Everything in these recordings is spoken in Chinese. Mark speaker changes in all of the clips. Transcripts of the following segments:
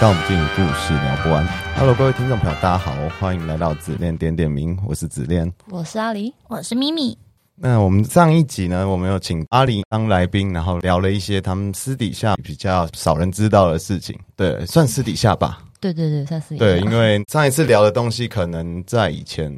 Speaker 1: 到我们电影故事聊不完。Hello，各位听众朋友，大家好，欢迎来到子恋点点名，我是子恋。
Speaker 2: 我是阿狸，
Speaker 3: 我是咪咪，
Speaker 1: 那我们上一集呢，我们有请阿里当来宾，然后聊了一些他们私底下比较少人知道的事情，对，算私底下吧。
Speaker 2: 对对对，算是一
Speaker 1: 对，
Speaker 2: 样
Speaker 1: 因为上一次聊的东西，可能在以前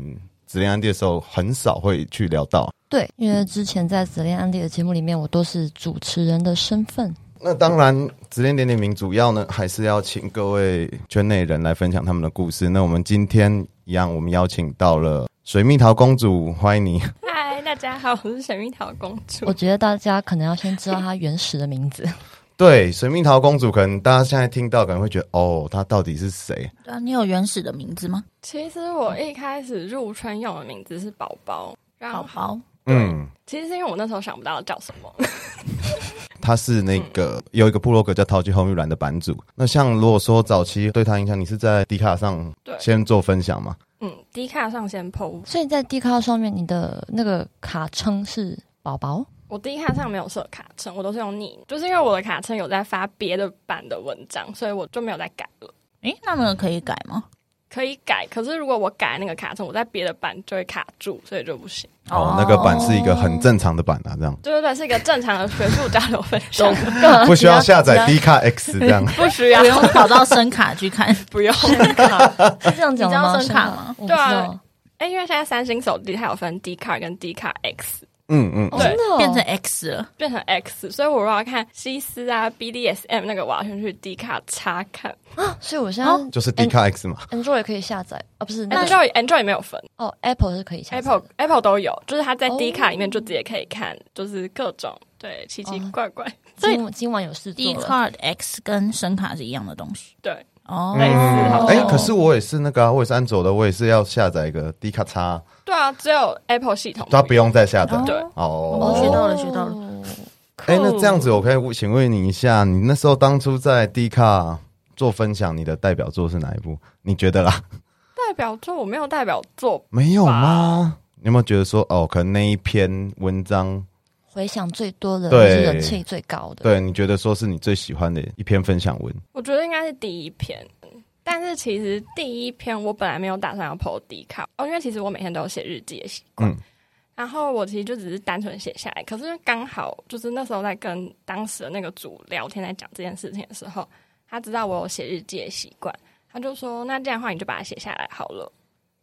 Speaker 1: 子恋安迪的时候，很少会去聊到。
Speaker 2: 对，因为之前在《紫恋安迪》的节目里面，我都是主持人的身 份。
Speaker 1: 那当然，指点点点名主要呢，还是要请各位圈内人来分享他们的故事。那我们今天一样，我们邀请到了水蜜桃公主，欢迎 你。
Speaker 3: 嗨，大家好，我是水蜜桃公
Speaker 2: 我
Speaker 3: 主。
Speaker 2: 觉得大家可能要先知道她原始的名 字，
Speaker 1: 对，水蜜桃公主，可能大家现在听到可能会觉得，哦，她到底是谁？
Speaker 3: 啊，你有原始的名字吗？
Speaker 4: 其实我一开始入圈用的名字是宝宝，然
Speaker 3: 宝
Speaker 4: 后
Speaker 3: 宝，
Speaker 1: 嗯，
Speaker 4: 其实是因为我那时候想不到叫什么，
Speaker 1: 她是那个有一个部落格叫淘气红玉兰的版主。那像如果说早期对她影响，你是在迪卡上
Speaker 4: 对
Speaker 1: 先做分享吗？
Speaker 4: 嗯，低卡上先 PO，
Speaker 2: 所以在 D 卡上面，你的那个卡称是宝宝。
Speaker 4: 我低卡上没有设卡称，我都是用匿，就是因为我的卡称有在发别的版的文章，所以我就没有再改了。
Speaker 3: 诶，那么可以改吗？
Speaker 4: 可以改，可是如果我改那个卡称，我在别的版就会卡住，所以就不行。
Speaker 1: 哦，那个版是一个很正常的版啊，这样
Speaker 4: 对对对，是一个正常的学术交流分享，
Speaker 2: 呃
Speaker 1: 不需要下载 D 卡 X 这 样。
Speaker 4: 不需要
Speaker 3: 不，用跑到声卡去看，
Speaker 4: 不 用。
Speaker 2: 是这样讲的吗？
Speaker 3: 你知道声卡吗
Speaker 2: 我不知道。
Speaker 4: 哎，因为现在三星手机它有分低卡跟低卡 X，
Speaker 1: 嗯嗯，
Speaker 3: 啊
Speaker 2: 哦
Speaker 4: 对
Speaker 2: 真的哦
Speaker 3: 变成 X 了。
Speaker 4: 变成 X，所以我如果要看西斯啊、BDSM 那个，我要先去 D 卡查看。
Speaker 2: 啊，所以我现在
Speaker 3: 哦
Speaker 1: 就是 D 卡 X 嘛。
Speaker 2: Android 也可以下载啊，不是那个
Speaker 4: Android Android 也没有分
Speaker 2: 哦，Apple 是可以下载的。
Speaker 4: ，Apple Apple 都有，就是它在
Speaker 2: 哦
Speaker 4: D 卡里面就直接可以看，就是各种对奇奇怪怪，
Speaker 2: 今今晚有事
Speaker 3: D
Speaker 2: 做了。
Speaker 3: card X 跟声卡是一样的东西
Speaker 4: 对，
Speaker 3: 哦。
Speaker 4: 类似好
Speaker 1: 哎、
Speaker 4: 像
Speaker 1: 可是我也是那个、啊，我也是安卓的，我也是要下载一个 D 卡叉，
Speaker 4: 对啊，只有 Apple 系统
Speaker 1: 它不用再下载。
Speaker 3: 哦
Speaker 4: 对，
Speaker 1: 哦
Speaker 3: 哦，学到了学到了
Speaker 2: 了。
Speaker 1: 哎、那这样子，我可以请问你一下，你那时候当初在 D 卡做分享，你的代表作是哪一部？你觉得啦？
Speaker 4: 代表作我没有代表作，
Speaker 1: 没有吗？你有没有觉得说，哦，可能那一篇文章，
Speaker 2: 回响最多的，
Speaker 1: 对
Speaker 2: 是人气最高的。，
Speaker 1: 对你觉得说是你最喜欢的一篇分享文？
Speaker 4: 我觉得应该是第一篇。但是其实第一篇我本来没有打算要 PO D 卡哦，因为其实我每天都有写日记的习惯，
Speaker 1: 嗯
Speaker 4: 然后我其实就只是单纯写下来，可是因为刚好就是那时候在跟当时的那个组聊天，在讲这件事情的时候，他知道我有写日记的习惯，他就说：“那这样的话，你就把它写下来好了。”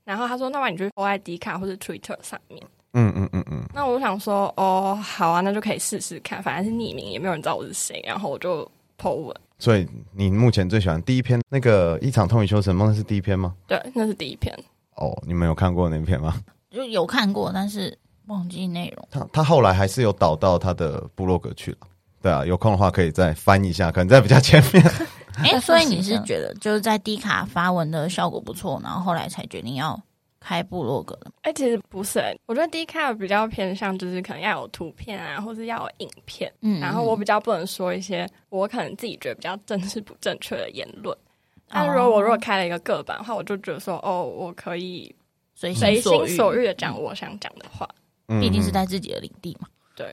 Speaker 4: 然后他说：“那么你就 PO 在 D 卡或者 Twitter 上面。
Speaker 1: 嗯嗯嗯嗯”，
Speaker 4: 那我想说：“哦，好啊，那就可以试试看，反正是匿名，也没有人知道我是谁。”然后我就 PO 文，
Speaker 1: 所以你目前最喜欢第一篇那个一场痛与修成梦那是第一篇吗？
Speaker 4: 对，那是第一篇。
Speaker 1: 哦，你们有看过那篇吗？
Speaker 3: 就有看过，但是忘记内 容。
Speaker 1: 他他后来还是有导到他的部落格去了。对啊，有空的话可以再翻一下，可能在比较前面。
Speaker 3: 诶，
Speaker 2: 再
Speaker 3: 所以
Speaker 2: 复习
Speaker 3: 你
Speaker 2: 一
Speaker 3: 是
Speaker 2: 下
Speaker 3: 觉得就是在 D 卡发文的效果不错，然后后来才决定要开部落格的。
Speaker 4: 哎、其实不是、欸，我觉得 D 卡比较偏向就是可能要有图片啊，或是要有影片。
Speaker 3: 嗯
Speaker 4: 然后我比较不能说一些我可能自己觉得比较政治不正确的言论。但如果
Speaker 3: 哦
Speaker 4: 我如果开了一个个版的话，我就觉得说，哦，我可以
Speaker 3: 随
Speaker 4: 随
Speaker 3: 心
Speaker 4: 心所
Speaker 3: 欲，
Speaker 4: 欲的讲我想讲的话，
Speaker 1: 嗯
Speaker 3: 毕竟是在自己的领地嘛。
Speaker 4: 对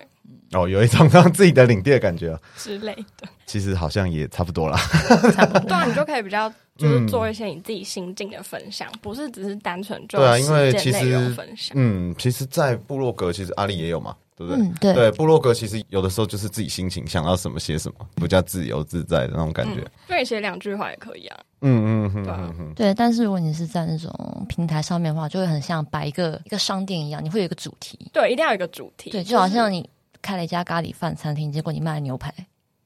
Speaker 1: 哦，有一种让自己的领地的感觉，啊
Speaker 4: 之类的。
Speaker 1: 其实好像也差不多啦。
Speaker 4: 对啊，你就可以比较就是做一些你自己心境的分享，不是只是单纯就
Speaker 1: 对啊
Speaker 4: 实
Speaker 1: 因为
Speaker 4: 践
Speaker 1: 其
Speaker 4: 内
Speaker 1: 实
Speaker 4: 容分享。
Speaker 1: 嗯，其实，在部落格，其实阿丽也有嘛，对不对？
Speaker 2: 嗯，对。
Speaker 1: 对，部落格其实有的时候就是自己心情想到什么写什么，比较自由自在的那种感觉
Speaker 4: 嗯。，就你写两句话也可以啊。
Speaker 1: 嗯嗯嗯
Speaker 4: 对啊
Speaker 1: 嗯嗯，
Speaker 2: 对，但是如果你是在那种平台上面的话，就会很像摆一个一个商店一样，你会有一个主题。
Speaker 4: 对，一定要有一个主题。
Speaker 2: 对，就好
Speaker 4: 是
Speaker 2: 像你开了一家咖喱饭餐厅，结果你卖了牛排，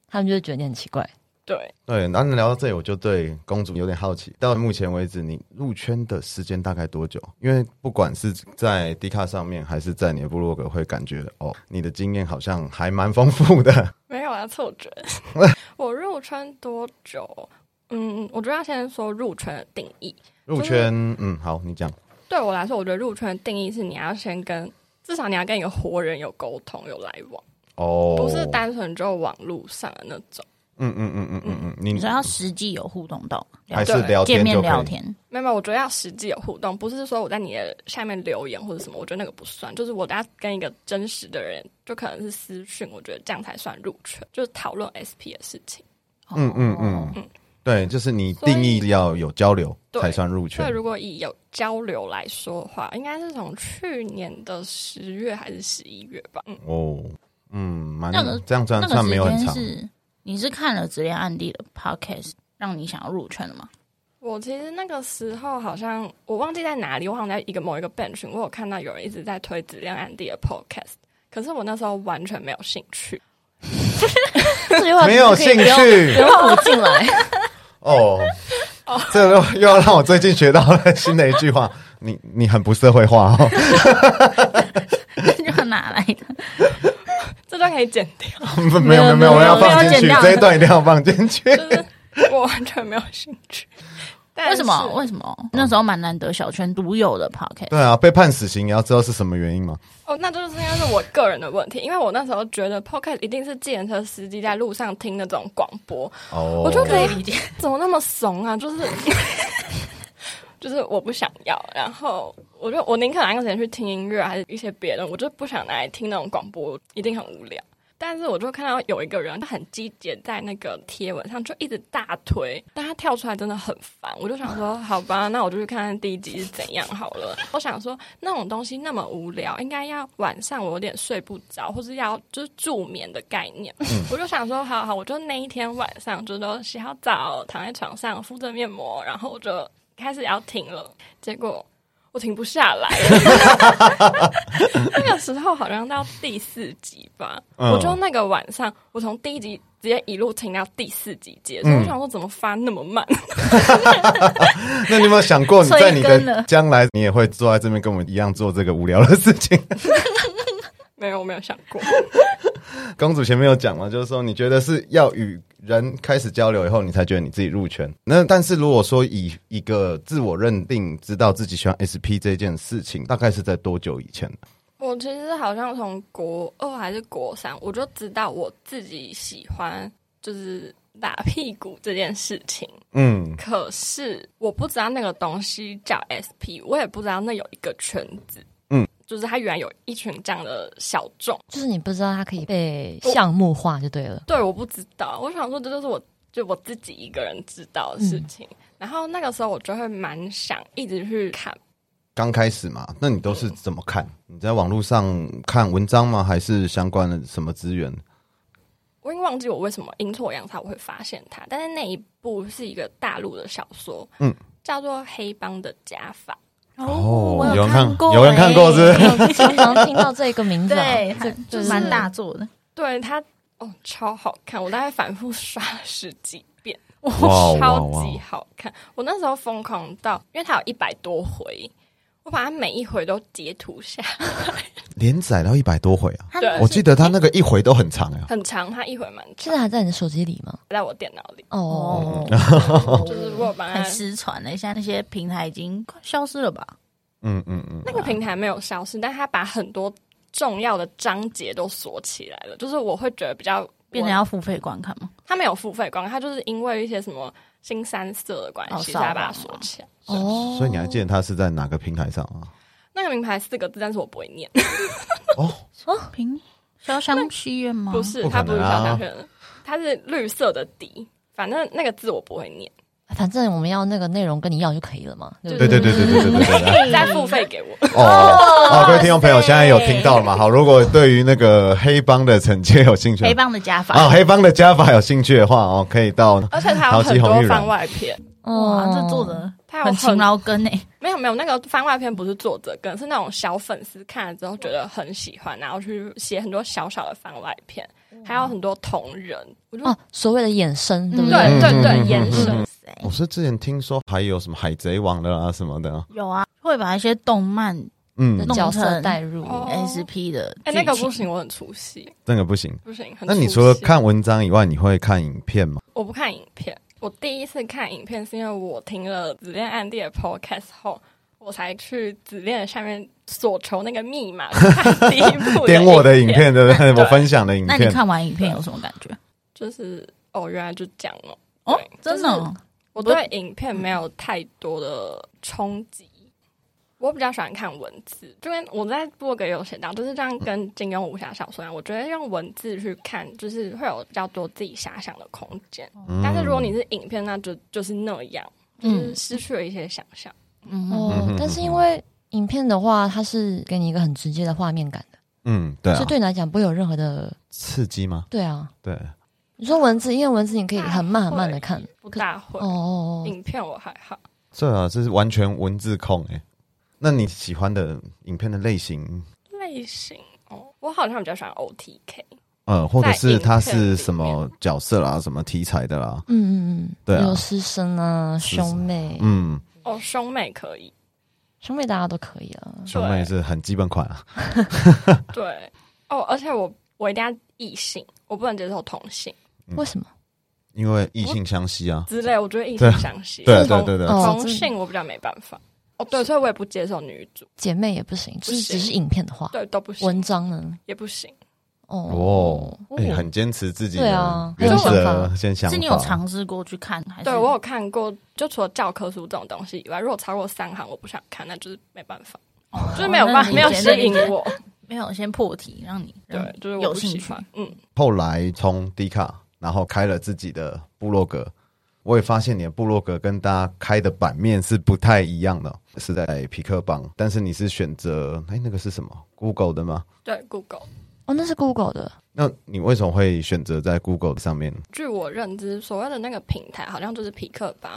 Speaker 2: 他们就会觉得你很奇怪。
Speaker 4: 对，
Speaker 1: 对。然后聊到这里，我就对公主有点好奇。到目前为止，你入圈的时间大概多久？因为不管是在 D 卡上面，还是在你的部落格，会感觉哦，你的经验好像还蛮丰富的。
Speaker 4: 没有啊，错觉。我入圈多久？嗯，我觉得要先说入圈的定义。
Speaker 1: 入圈，嗯，好，你讲，
Speaker 4: 对我来说，我觉得入圈的定义是你要先跟至少你要跟一个活人有沟通、有来往，
Speaker 1: 哦，
Speaker 4: 不是，单纯就网络上的那种。
Speaker 1: 嗯嗯嗯嗯嗯嗯，你
Speaker 3: 你说要实际有互动到，
Speaker 1: 还是
Speaker 4: 对
Speaker 1: 聊
Speaker 3: 见
Speaker 1: 天
Speaker 3: 面
Speaker 1: 就可以
Speaker 3: 聊，天，
Speaker 4: 没有，没有我觉得要实际有互动，不是说我在你的下面留言或者什么，我觉得那个不算。就是我要跟一个真实的人，就可能是
Speaker 3: 哦
Speaker 4: 私讯，我觉得这样才算入圈，就是讨论 SP 的事情。
Speaker 1: 嗯嗯嗯，对，就是你
Speaker 4: 所以
Speaker 1: 定义要有交流
Speaker 4: 对
Speaker 1: 才算入
Speaker 4: 所以
Speaker 1: 圈。
Speaker 4: 如果以有交流来说的话，应该是从去年的十月还是十一月吧？嗯，
Speaker 1: 哦，嗯，蛮
Speaker 3: 那个
Speaker 1: 这样算
Speaker 3: 那个
Speaker 1: 算
Speaker 3: 时
Speaker 1: 没有很
Speaker 3: 间
Speaker 1: 长。
Speaker 3: 是你是看了直恋案例的 podcast，让你想要入圈的 吗？
Speaker 4: 我其实那个时候好像我忘记在哪里，我好像在一个某一个 bench，我有看到有人一直在推质量案例的 podcast，可是我那时候完全没有兴趣。
Speaker 2: 这句话
Speaker 1: 没有兴趣
Speaker 2: 不用补进来。
Speaker 1: 哦，这又又要让我最近学到了新的一句话，你你很不社会化哦。
Speaker 3: 就哪来的？
Speaker 4: 这段可以剪掉，
Speaker 1: 没有没有没有，我
Speaker 3: 没有
Speaker 1: 要放进
Speaker 3: 没有剪
Speaker 1: 去，
Speaker 3: 掉
Speaker 1: 这一段一定要放进去。
Speaker 4: 就是我完全没有兴趣。但
Speaker 3: 为
Speaker 4: 是
Speaker 3: 什么？为什么？那时候蛮难得小圈独有的 podcast，
Speaker 1: 对啊，被判死刑也要知道是什么原因嘛。
Speaker 4: 哦，那就是应该是我个人的问题，因为我那时候觉得 podcast 一定是计程车司机在路上听那种广播，
Speaker 1: 哦，
Speaker 4: 我就觉得
Speaker 3: 理解。
Speaker 4: 怎么那么怂啊？就是 就是我不想要，然后我就我宁可拿个时间去听音乐，还是一些别的，我就不想拿来听那种广播，一定很无聊。但是我就看到有一个人，他很积极，在那个贴文上就一直大推，但他跳出来真的很烦。我就想说，好吧，那我就去看看第一集是怎样好了。我想说，那种东西那么无聊，应该要晚上我有点睡不着，或是要就是助眠的概念。我就想说，好好，我就那一天晚上就都洗好澡，躺在床上敷着面膜，然后我就开始要停了，结果我停不 下来了那个时候好像到第四集吧，
Speaker 1: 嗯
Speaker 4: 我就那个晚上，我从第一集直接一路停到第四集结束。
Speaker 1: 嗯
Speaker 4: 我想说，怎么发那么慢？
Speaker 1: 那你有没有想过，你在你
Speaker 3: 催更了
Speaker 1: 的将来，你也会坐在这边跟我们一样做这个无聊的事情？
Speaker 4: 没有，我没有想过。
Speaker 1: 公主前面有讲嘛，就是说你觉得是要与人开始交流以后，你才觉得你自己入圈。那但是如果说以一个自我认定，知道自己喜欢 SP 这件事情，大概是在多久以前？
Speaker 4: 我其实好像从国二还是国三，我就知道我自己喜欢就是打屁股这件事情。
Speaker 1: 嗯，
Speaker 4: 可是我不知道那个东西叫 SP，我也不知道那有一个圈子，
Speaker 1: 嗯，
Speaker 4: 就是它原来有一群这样的小众，
Speaker 2: 就是你不知道它可以被项目化就对了。
Speaker 4: 对，我不知道，我想说这就是我就我自己一个人知道的
Speaker 1: 嗯
Speaker 4: 事情。然后那个时候我就会蛮想一直去看，
Speaker 1: 刚开始嘛，那你都是怎么看？你在网络上看文章吗？还是相关的什么资源？
Speaker 4: 我已经忘记我为什么阴错阳差我会发现它，但是那一部是一个大陆的小说，
Speaker 1: 嗯，
Speaker 4: 叫做《黑帮的假发》。
Speaker 1: 哦
Speaker 3: 我
Speaker 1: 有人看
Speaker 3: 过欸，
Speaker 1: 有人看过是不
Speaker 2: 我经常听到这个名字啊，
Speaker 3: 对，
Speaker 2: 就
Speaker 3: 就是是蛮大做的。
Speaker 4: 对它哦，超好看，我大概反复刷了十几遍。
Speaker 1: 哇
Speaker 4: 超级好看！我那时候疯狂到，因为它有一百多回，我把它每一回都截图下，
Speaker 1: 连载到一百多回啊！
Speaker 4: 对
Speaker 1: 我记得他那个一回都很长呀、
Speaker 4: 很长，它一回蛮
Speaker 2: 现
Speaker 4: 长
Speaker 2: 在，还在你的手机里吗？
Speaker 4: 在我电脑里，
Speaker 3: 嗯
Speaker 2: 哦，
Speaker 4: 就是我有帮 它
Speaker 3: 哦很失传了，现在那些平台已经快消失了吧？
Speaker 1: 嗯嗯
Speaker 3: 啊
Speaker 1: 嗯，
Speaker 4: 那个平台没有消失，但它把很多重要的章节都锁起来了，就是我会觉得比较
Speaker 3: 变成要付费观看吗？
Speaker 4: 它没有付费光，它就是因为一些什么新三色的关系，
Speaker 3: 哦
Speaker 4: 所以它把它
Speaker 3: 扫
Speaker 4: 锁
Speaker 3: 盲
Speaker 4: 起来。
Speaker 2: 哦
Speaker 1: 所以你还记得他是在哪个平台上啊？
Speaker 4: 那个名牌四个字，但是我不会念，
Speaker 1: 哦，
Speaker 3: 哦，平潇湘戏院吗？
Speaker 4: 不，是，
Speaker 1: 不可
Speaker 4: 它不是
Speaker 1: 能啊
Speaker 4: 小香圈，它是绿色的底，反正那个字我不会念。
Speaker 2: 反正我们要那个内容跟你要就可以了嘛，对不
Speaker 1: 对
Speaker 2: 对？
Speaker 1: 对对对对对对对。
Speaker 3: 啊
Speaker 4: 再付费给 我。
Speaker 1: 哦，哦，各位听众朋友，现在有听到了吗？好，如果对于那个黑帮的惩戒有兴趣，
Speaker 3: 黑帮的加法。
Speaker 1: 啊、黑帮的加法有兴趣的话，哦，可以到
Speaker 4: 而且它
Speaker 1: 陶
Speaker 4: 有
Speaker 1: 吉
Speaker 4: 很
Speaker 1: 红
Speaker 4: 多
Speaker 1: 玉
Speaker 4: 番
Speaker 1: 软。
Speaker 4: 外篇，
Speaker 3: 哇，
Speaker 2: 哦
Speaker 3: 这做的
Speaker 4: 它有
Speaker 3: 很勤劳欸跟诶，
Speaker 4: 没有没有那个番外篇不是作者跟，是那种小粉丝看了之后觉得很喜欢，然后去写很多小小的番外篇，还有很多同人，我就、
Speaker 2: 哦，所谓的衍生，对不
Speaker 4: 对
Speaker 2: 对？
Speaker 1: 嗯
Speaker 4: 对对
Speaker 1: 嗯
Speaker 4: 延
Speaker 1: 嗯
Speaker 4: 伸。
Speaker 1: 我是之前听说还有什么海贼王的啊什么的啊，
Speaker 3: 有啊，会把一些动漫
Speaker 1: 嗯
Speaker 2: 的，
Speaker 3: 弄
Speaker 2: 角
Speaker 3: 成
Speaker 2: 色代入，
Speaker 4: 哦
Speaker 3: SP 的
Speaker 4: 哎、那个
Speaker 3: 剧情
Speaker 4: 不行，我很出戏，
Speaker 1: 那个不行。
Speaker 4: 不行。很
Speaker 1: 那你
Speaker 4: 出
Speaker 1: 除了
Speaker 4: 戏，
Speaker 1: 看文章以外，你会看影片吗？
Speaker 4: 我不看影片。我第一次看影片是因为我听了《紫恋暗地》的 podcast 后，我才去紫恋的下面索求那个密码，去看第一部
Speaker 1: 点我的影
Speaker 4: 片，
Speaker 1: 片，对不对？我分享的影
Speaker 3: 那你
Speaker 1: 片，
Speaker 3: 看完影片有什么感觉？
Speaker 4: 就是哦，原来就这样哦。
Speaker 3: 哦
Speaker 4: 对，
Speaker 3: 真的哦
Speaker 4: 我对影片没有太多的冲击，我比较喜欢看文字，就跟我在博格也有写到，就是这样跟金庸武侠小说一样，我觉得用文字去看，就是会有比较多自己遐想的空间。
Speaker 1: 嗯
Speaker 4: 但是如果你是影片，那就就是那样，就是
Speaker 2: 嗯
Speaker 4: 失去了一些想象。
Speaker 3: 嗯，
Speaker 1: 嗯
Speaker 2: 哦
Speaker 1: 哼，
Speaker 2: 但是因为影片的话，它是给你一个很直接的画面感的，
Speaker 1: 嗯，对啊
Speaker 2: 所以，对你来讲不会有任何的
Speaker 1: 刺激吗？
Speaker 2: 对啊。
Speaker 1: 对，
Speaker 2: 你说文字，因为文字你可以很慢
Speaker 4: 大
Speaker 2: 很
Speaker 4: 会
Speaker 2: 慢的看，
Speaker 4: 不大会
Speaker 2: 哦。哦哦，
Speaker 4: 影片我还好，
Speaker 1: 这啊，这是完全文字控哎、那你喜欢的影片的类型，
Speaker 4: 类型哦，我好像比较喜欢 OTK。
Speaker 1: 呃，或者
Speaker 4: 在
Speaker 1: 是
Speaker 4: 影片
Speaker 1: 它是什
Speaker 4: 里
Speaker 1: 么角色啦，什么题材的啦？
Speaker 2: 嗯嗯
Speaker 1: 对
Speaker 2: 嗯，
Speaker 1: 啊
Speaker 2: 有师生啊，兄妹，
Speaker 1: 嗯，
Speaker 4: 哦，兄妹可以，
Speaker 2: 兄妹大家都可以啊。
Speaker 1: 兄妹是很基本款啊。
Speaker 4: 对哦，而且我我一定要异性，我不能接受同性
Speaker 1: 嗯
Speaker 2: 为什么？
Speaker 1: 因为异性相吸啊。
Speaker 4: 之类，我觉得异性相吸，
Speaker 1: 对
Speaker 4: 同
Speaker 1: 对对对，
Speaker 2: 哦
Speaker 4: 同
Speaker 2: 这
Speaker 4: 性我比较没办法。哦，对，所以我也不接受女主，
Speaker 2: 姐妹也不行，就是
Speaker 4: 行
Speaker 2: 只是影片的话，
Speaker 4: 对都不行
Speaker 2: 文，章呢？
Speaker 4: 也不行。
Speaker 2: 哦
Speaker 1: 哦，哎、很坚持自己
Speaker 2: 对
Speaker 1: 的
Speaker 2: 啊
Speaker 1: 原
Speaker 2: 很有想
Speaker 1: 则，先想法。
Speaker 3: 是你有尝试过去看还是？
Speaker 4: 对我有看过，就除了教科书这种东西以外，如果超过三行我不想看，那就是没办法，
Speaker 3: 哦，
Speaker 4: 就是没有办法，没有吸引
Speaker 3: 我。
Speaker 4: 我。
Speaker 3: 没有先破题，让你让
Speaker 4: 对
Speaker 3: 你，
Speaker 4: 就是我
Speaker 3: 有
Speaker 4: 不
Speaker 3: 兴
Speaker 4: 喜
Speaker 3: 趣
Speaker 4: 欢。。嗯，
Speaker 1: 后来从迪卡，然后开了自己的部落格，我也发现你的部落格跟大家开的版面是不太一样的，是在皮克邦，但是你是选择哎、那个是什么 Google 的吗？
Speaker 4: 对，Google。
Speaker 2: 哦，那是 Google 的，
Speaker 1: 那你为什么会选择在 Google 上面？
Speaker 4: 据我认知，所谓的那个平台好像就是匹克帮、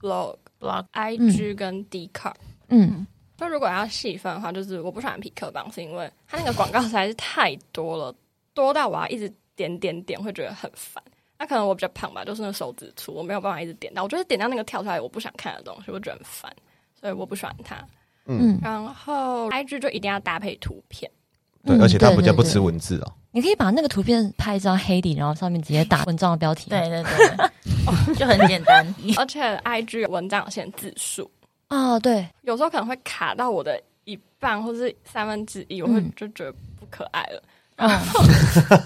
Speaker 4: blog、
Speaker 3: 嗯 blog
Speaker 4: IG 跟 d c a r
Speaker 2: 嗯，
Speaker 4: 那如果要细分的话，就是我不喜欢匹克帮，是因为它那个广告实在是太多了，多到我要一直点点点，会觉得很烦。那可能我比较胖吧，就是那个手指粗，我没有办法一直点到。我就是点到那个跳出来我不想看的东西，我觉得很烦，所以我不喜欢它。
Speaker 2: 嗯，
Speaker 4: 然后 IG 就一定要搭配图片，
Speaker 1: 对，
Speaker 2: 嗯
Speaker 1: 而且它
Speaker 2: 对
Speaker 1: 比较
Speaker 2: 对
Speaker 1: 不吃
Speaker 2: 对
Speaker 1: 文字哦。
Speaker 2: 你可以把那个图片拍一张黑底，然后上面直接打文章的标题。啊
Speaker 3: 对对 对，对哦就很 简单。
Speaker 4: 而且 IG 有文章有限字数，
Speaker 2: 啊，对，
Speaker 4: 有时候可能会卡到我的一半或是三分之一，我会
Speaker 2: 嗯
Speaker 4: 就觉得不可爱了。
Speaker 2: 嗯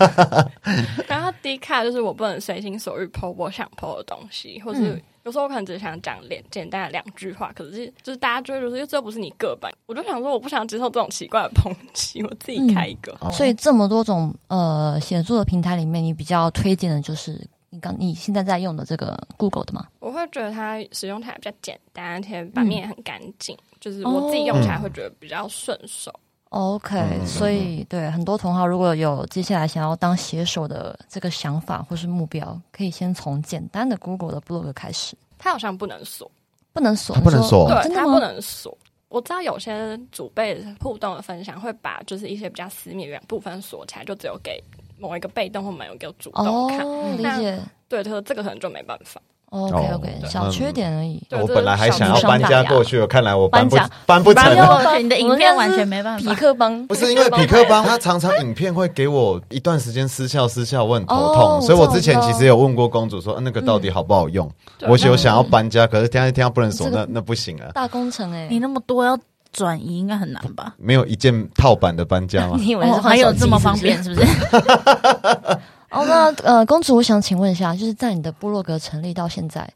Speaker 4: 然后 D 卡就是我不能随心所欲 PO 我想 PO 的东西，或是
Speaker 2: 嗯
Speaker 4: 有时候我可能只想讲简简单的两句话，可是就是大家就会觉得这不是你个版，我就想说我不想接受这种奇怪的 抨击，我自己开一个。
Speaker 2: 所以这么多种呃写作的平台里面，你比较推荐的就是你刚你现在在用的这个 Google 的嘛？
Speaker 4: 我会觉得它使用起来比较简单，而且版面也很干净，就是我自己用起
Speaker 2: 哦
Speaker 4: 来会觉得比较顺手。
Speaker 2: OK，、
Speaker 1: 嗯嗯嗯
Speaker 2: 所以对很多同行如果有接下来想要当写手的这个想法或是目标，可以先从简单的 Google 的 blog 开始，
Speaker 4: 它好像不能锁，
Speaker 2: 不能锁，
Speaker 1: 它不能
Speaker 2: 你说
Speaker 1: 锁哦
Speaker 4: 对，
Speaker 2: 真
Speaker 4: 它
Speaker 2: 的
Speaker 4: 不
Speaker 2: 吗？
Speaker 4: 能锁。我知道有些主辈互动的分享会把就是一些比较私密的部分锁起来，就只有给某一个被动或某一个主动看。嗯
Speaker 2: 哦，理
Speaker 4: 那
Speaker 2: 解。
Speaker 4: 对，他说这个可能就没办法。
Speaker 1: 哦
Speaker 2: OK OK，、小
Speaker 1: 嗯
Speaker 2: 缺点而已。
Speaker 4: 对
Speaker 1: 我
Speaker 4: 这
Speaker 1: 本来
Speaker 4: 是
Speaker 1: 还
Speaker 4: 小
Speaker 1: 想要
Speaker 4: 部分
Speaker 1: 搬
Speaker 2: 上
Speaker 1: 家
Speaker 2: 下
Speaker 1: 过
Speaker 2: 呀
Speaker 1: 去，看来我
Speaker 2: 搬
Speaker 1: 不
Speaker 2: 家
Speaker 1: 搬不成
Speaker 3: 搬
Speaker 2: 没有
Speaker 1: 了。
Speaker 3: 过去你的影片完全没办
Speaker 2: 匹
Speaker 3: 法。
Speaker 2: 克帮
Speaker 1: 不是因为匹克帮他常常影片会给我一段时间失效失效，我很头痛，
Speaker 2: 哦
Speaker 1: 所以我
Speaker 2: 我
Speaker 1: 之
Speaker 2: 知
Speaker 1: 前
Speaker 2: 道
Speaker 1: 其实有问过公主说，啊、那个到底好不好用？
Speaker 4: 对
Speaker 1: 我
Speaker 4: 那
Speaker 1: 有想要搬家，可是天天天不能锁，
Speaker 2: 嗯这个
Speaker 1: 那那不行啊！
Speaker 2: 大工程哎、
Speaker 3: 你那么多要转移，应该很难吧？
Speaker 1: 没有一件套版的搬家 吗？
Speaker 2: 你以为是
Speaker 3: 哦，
Speaker 2: 换
Speaker 3: 还有
Speaker 2: 手机
Speaker 3: 这么
Speaker 2: 是不
Speaker 3: 方
Speaker 2: 是
Speaker 3: 便是不是？
Speaker 2: 哦，那呃，公主，我想请问一下，就是在你的部落格成立到现在，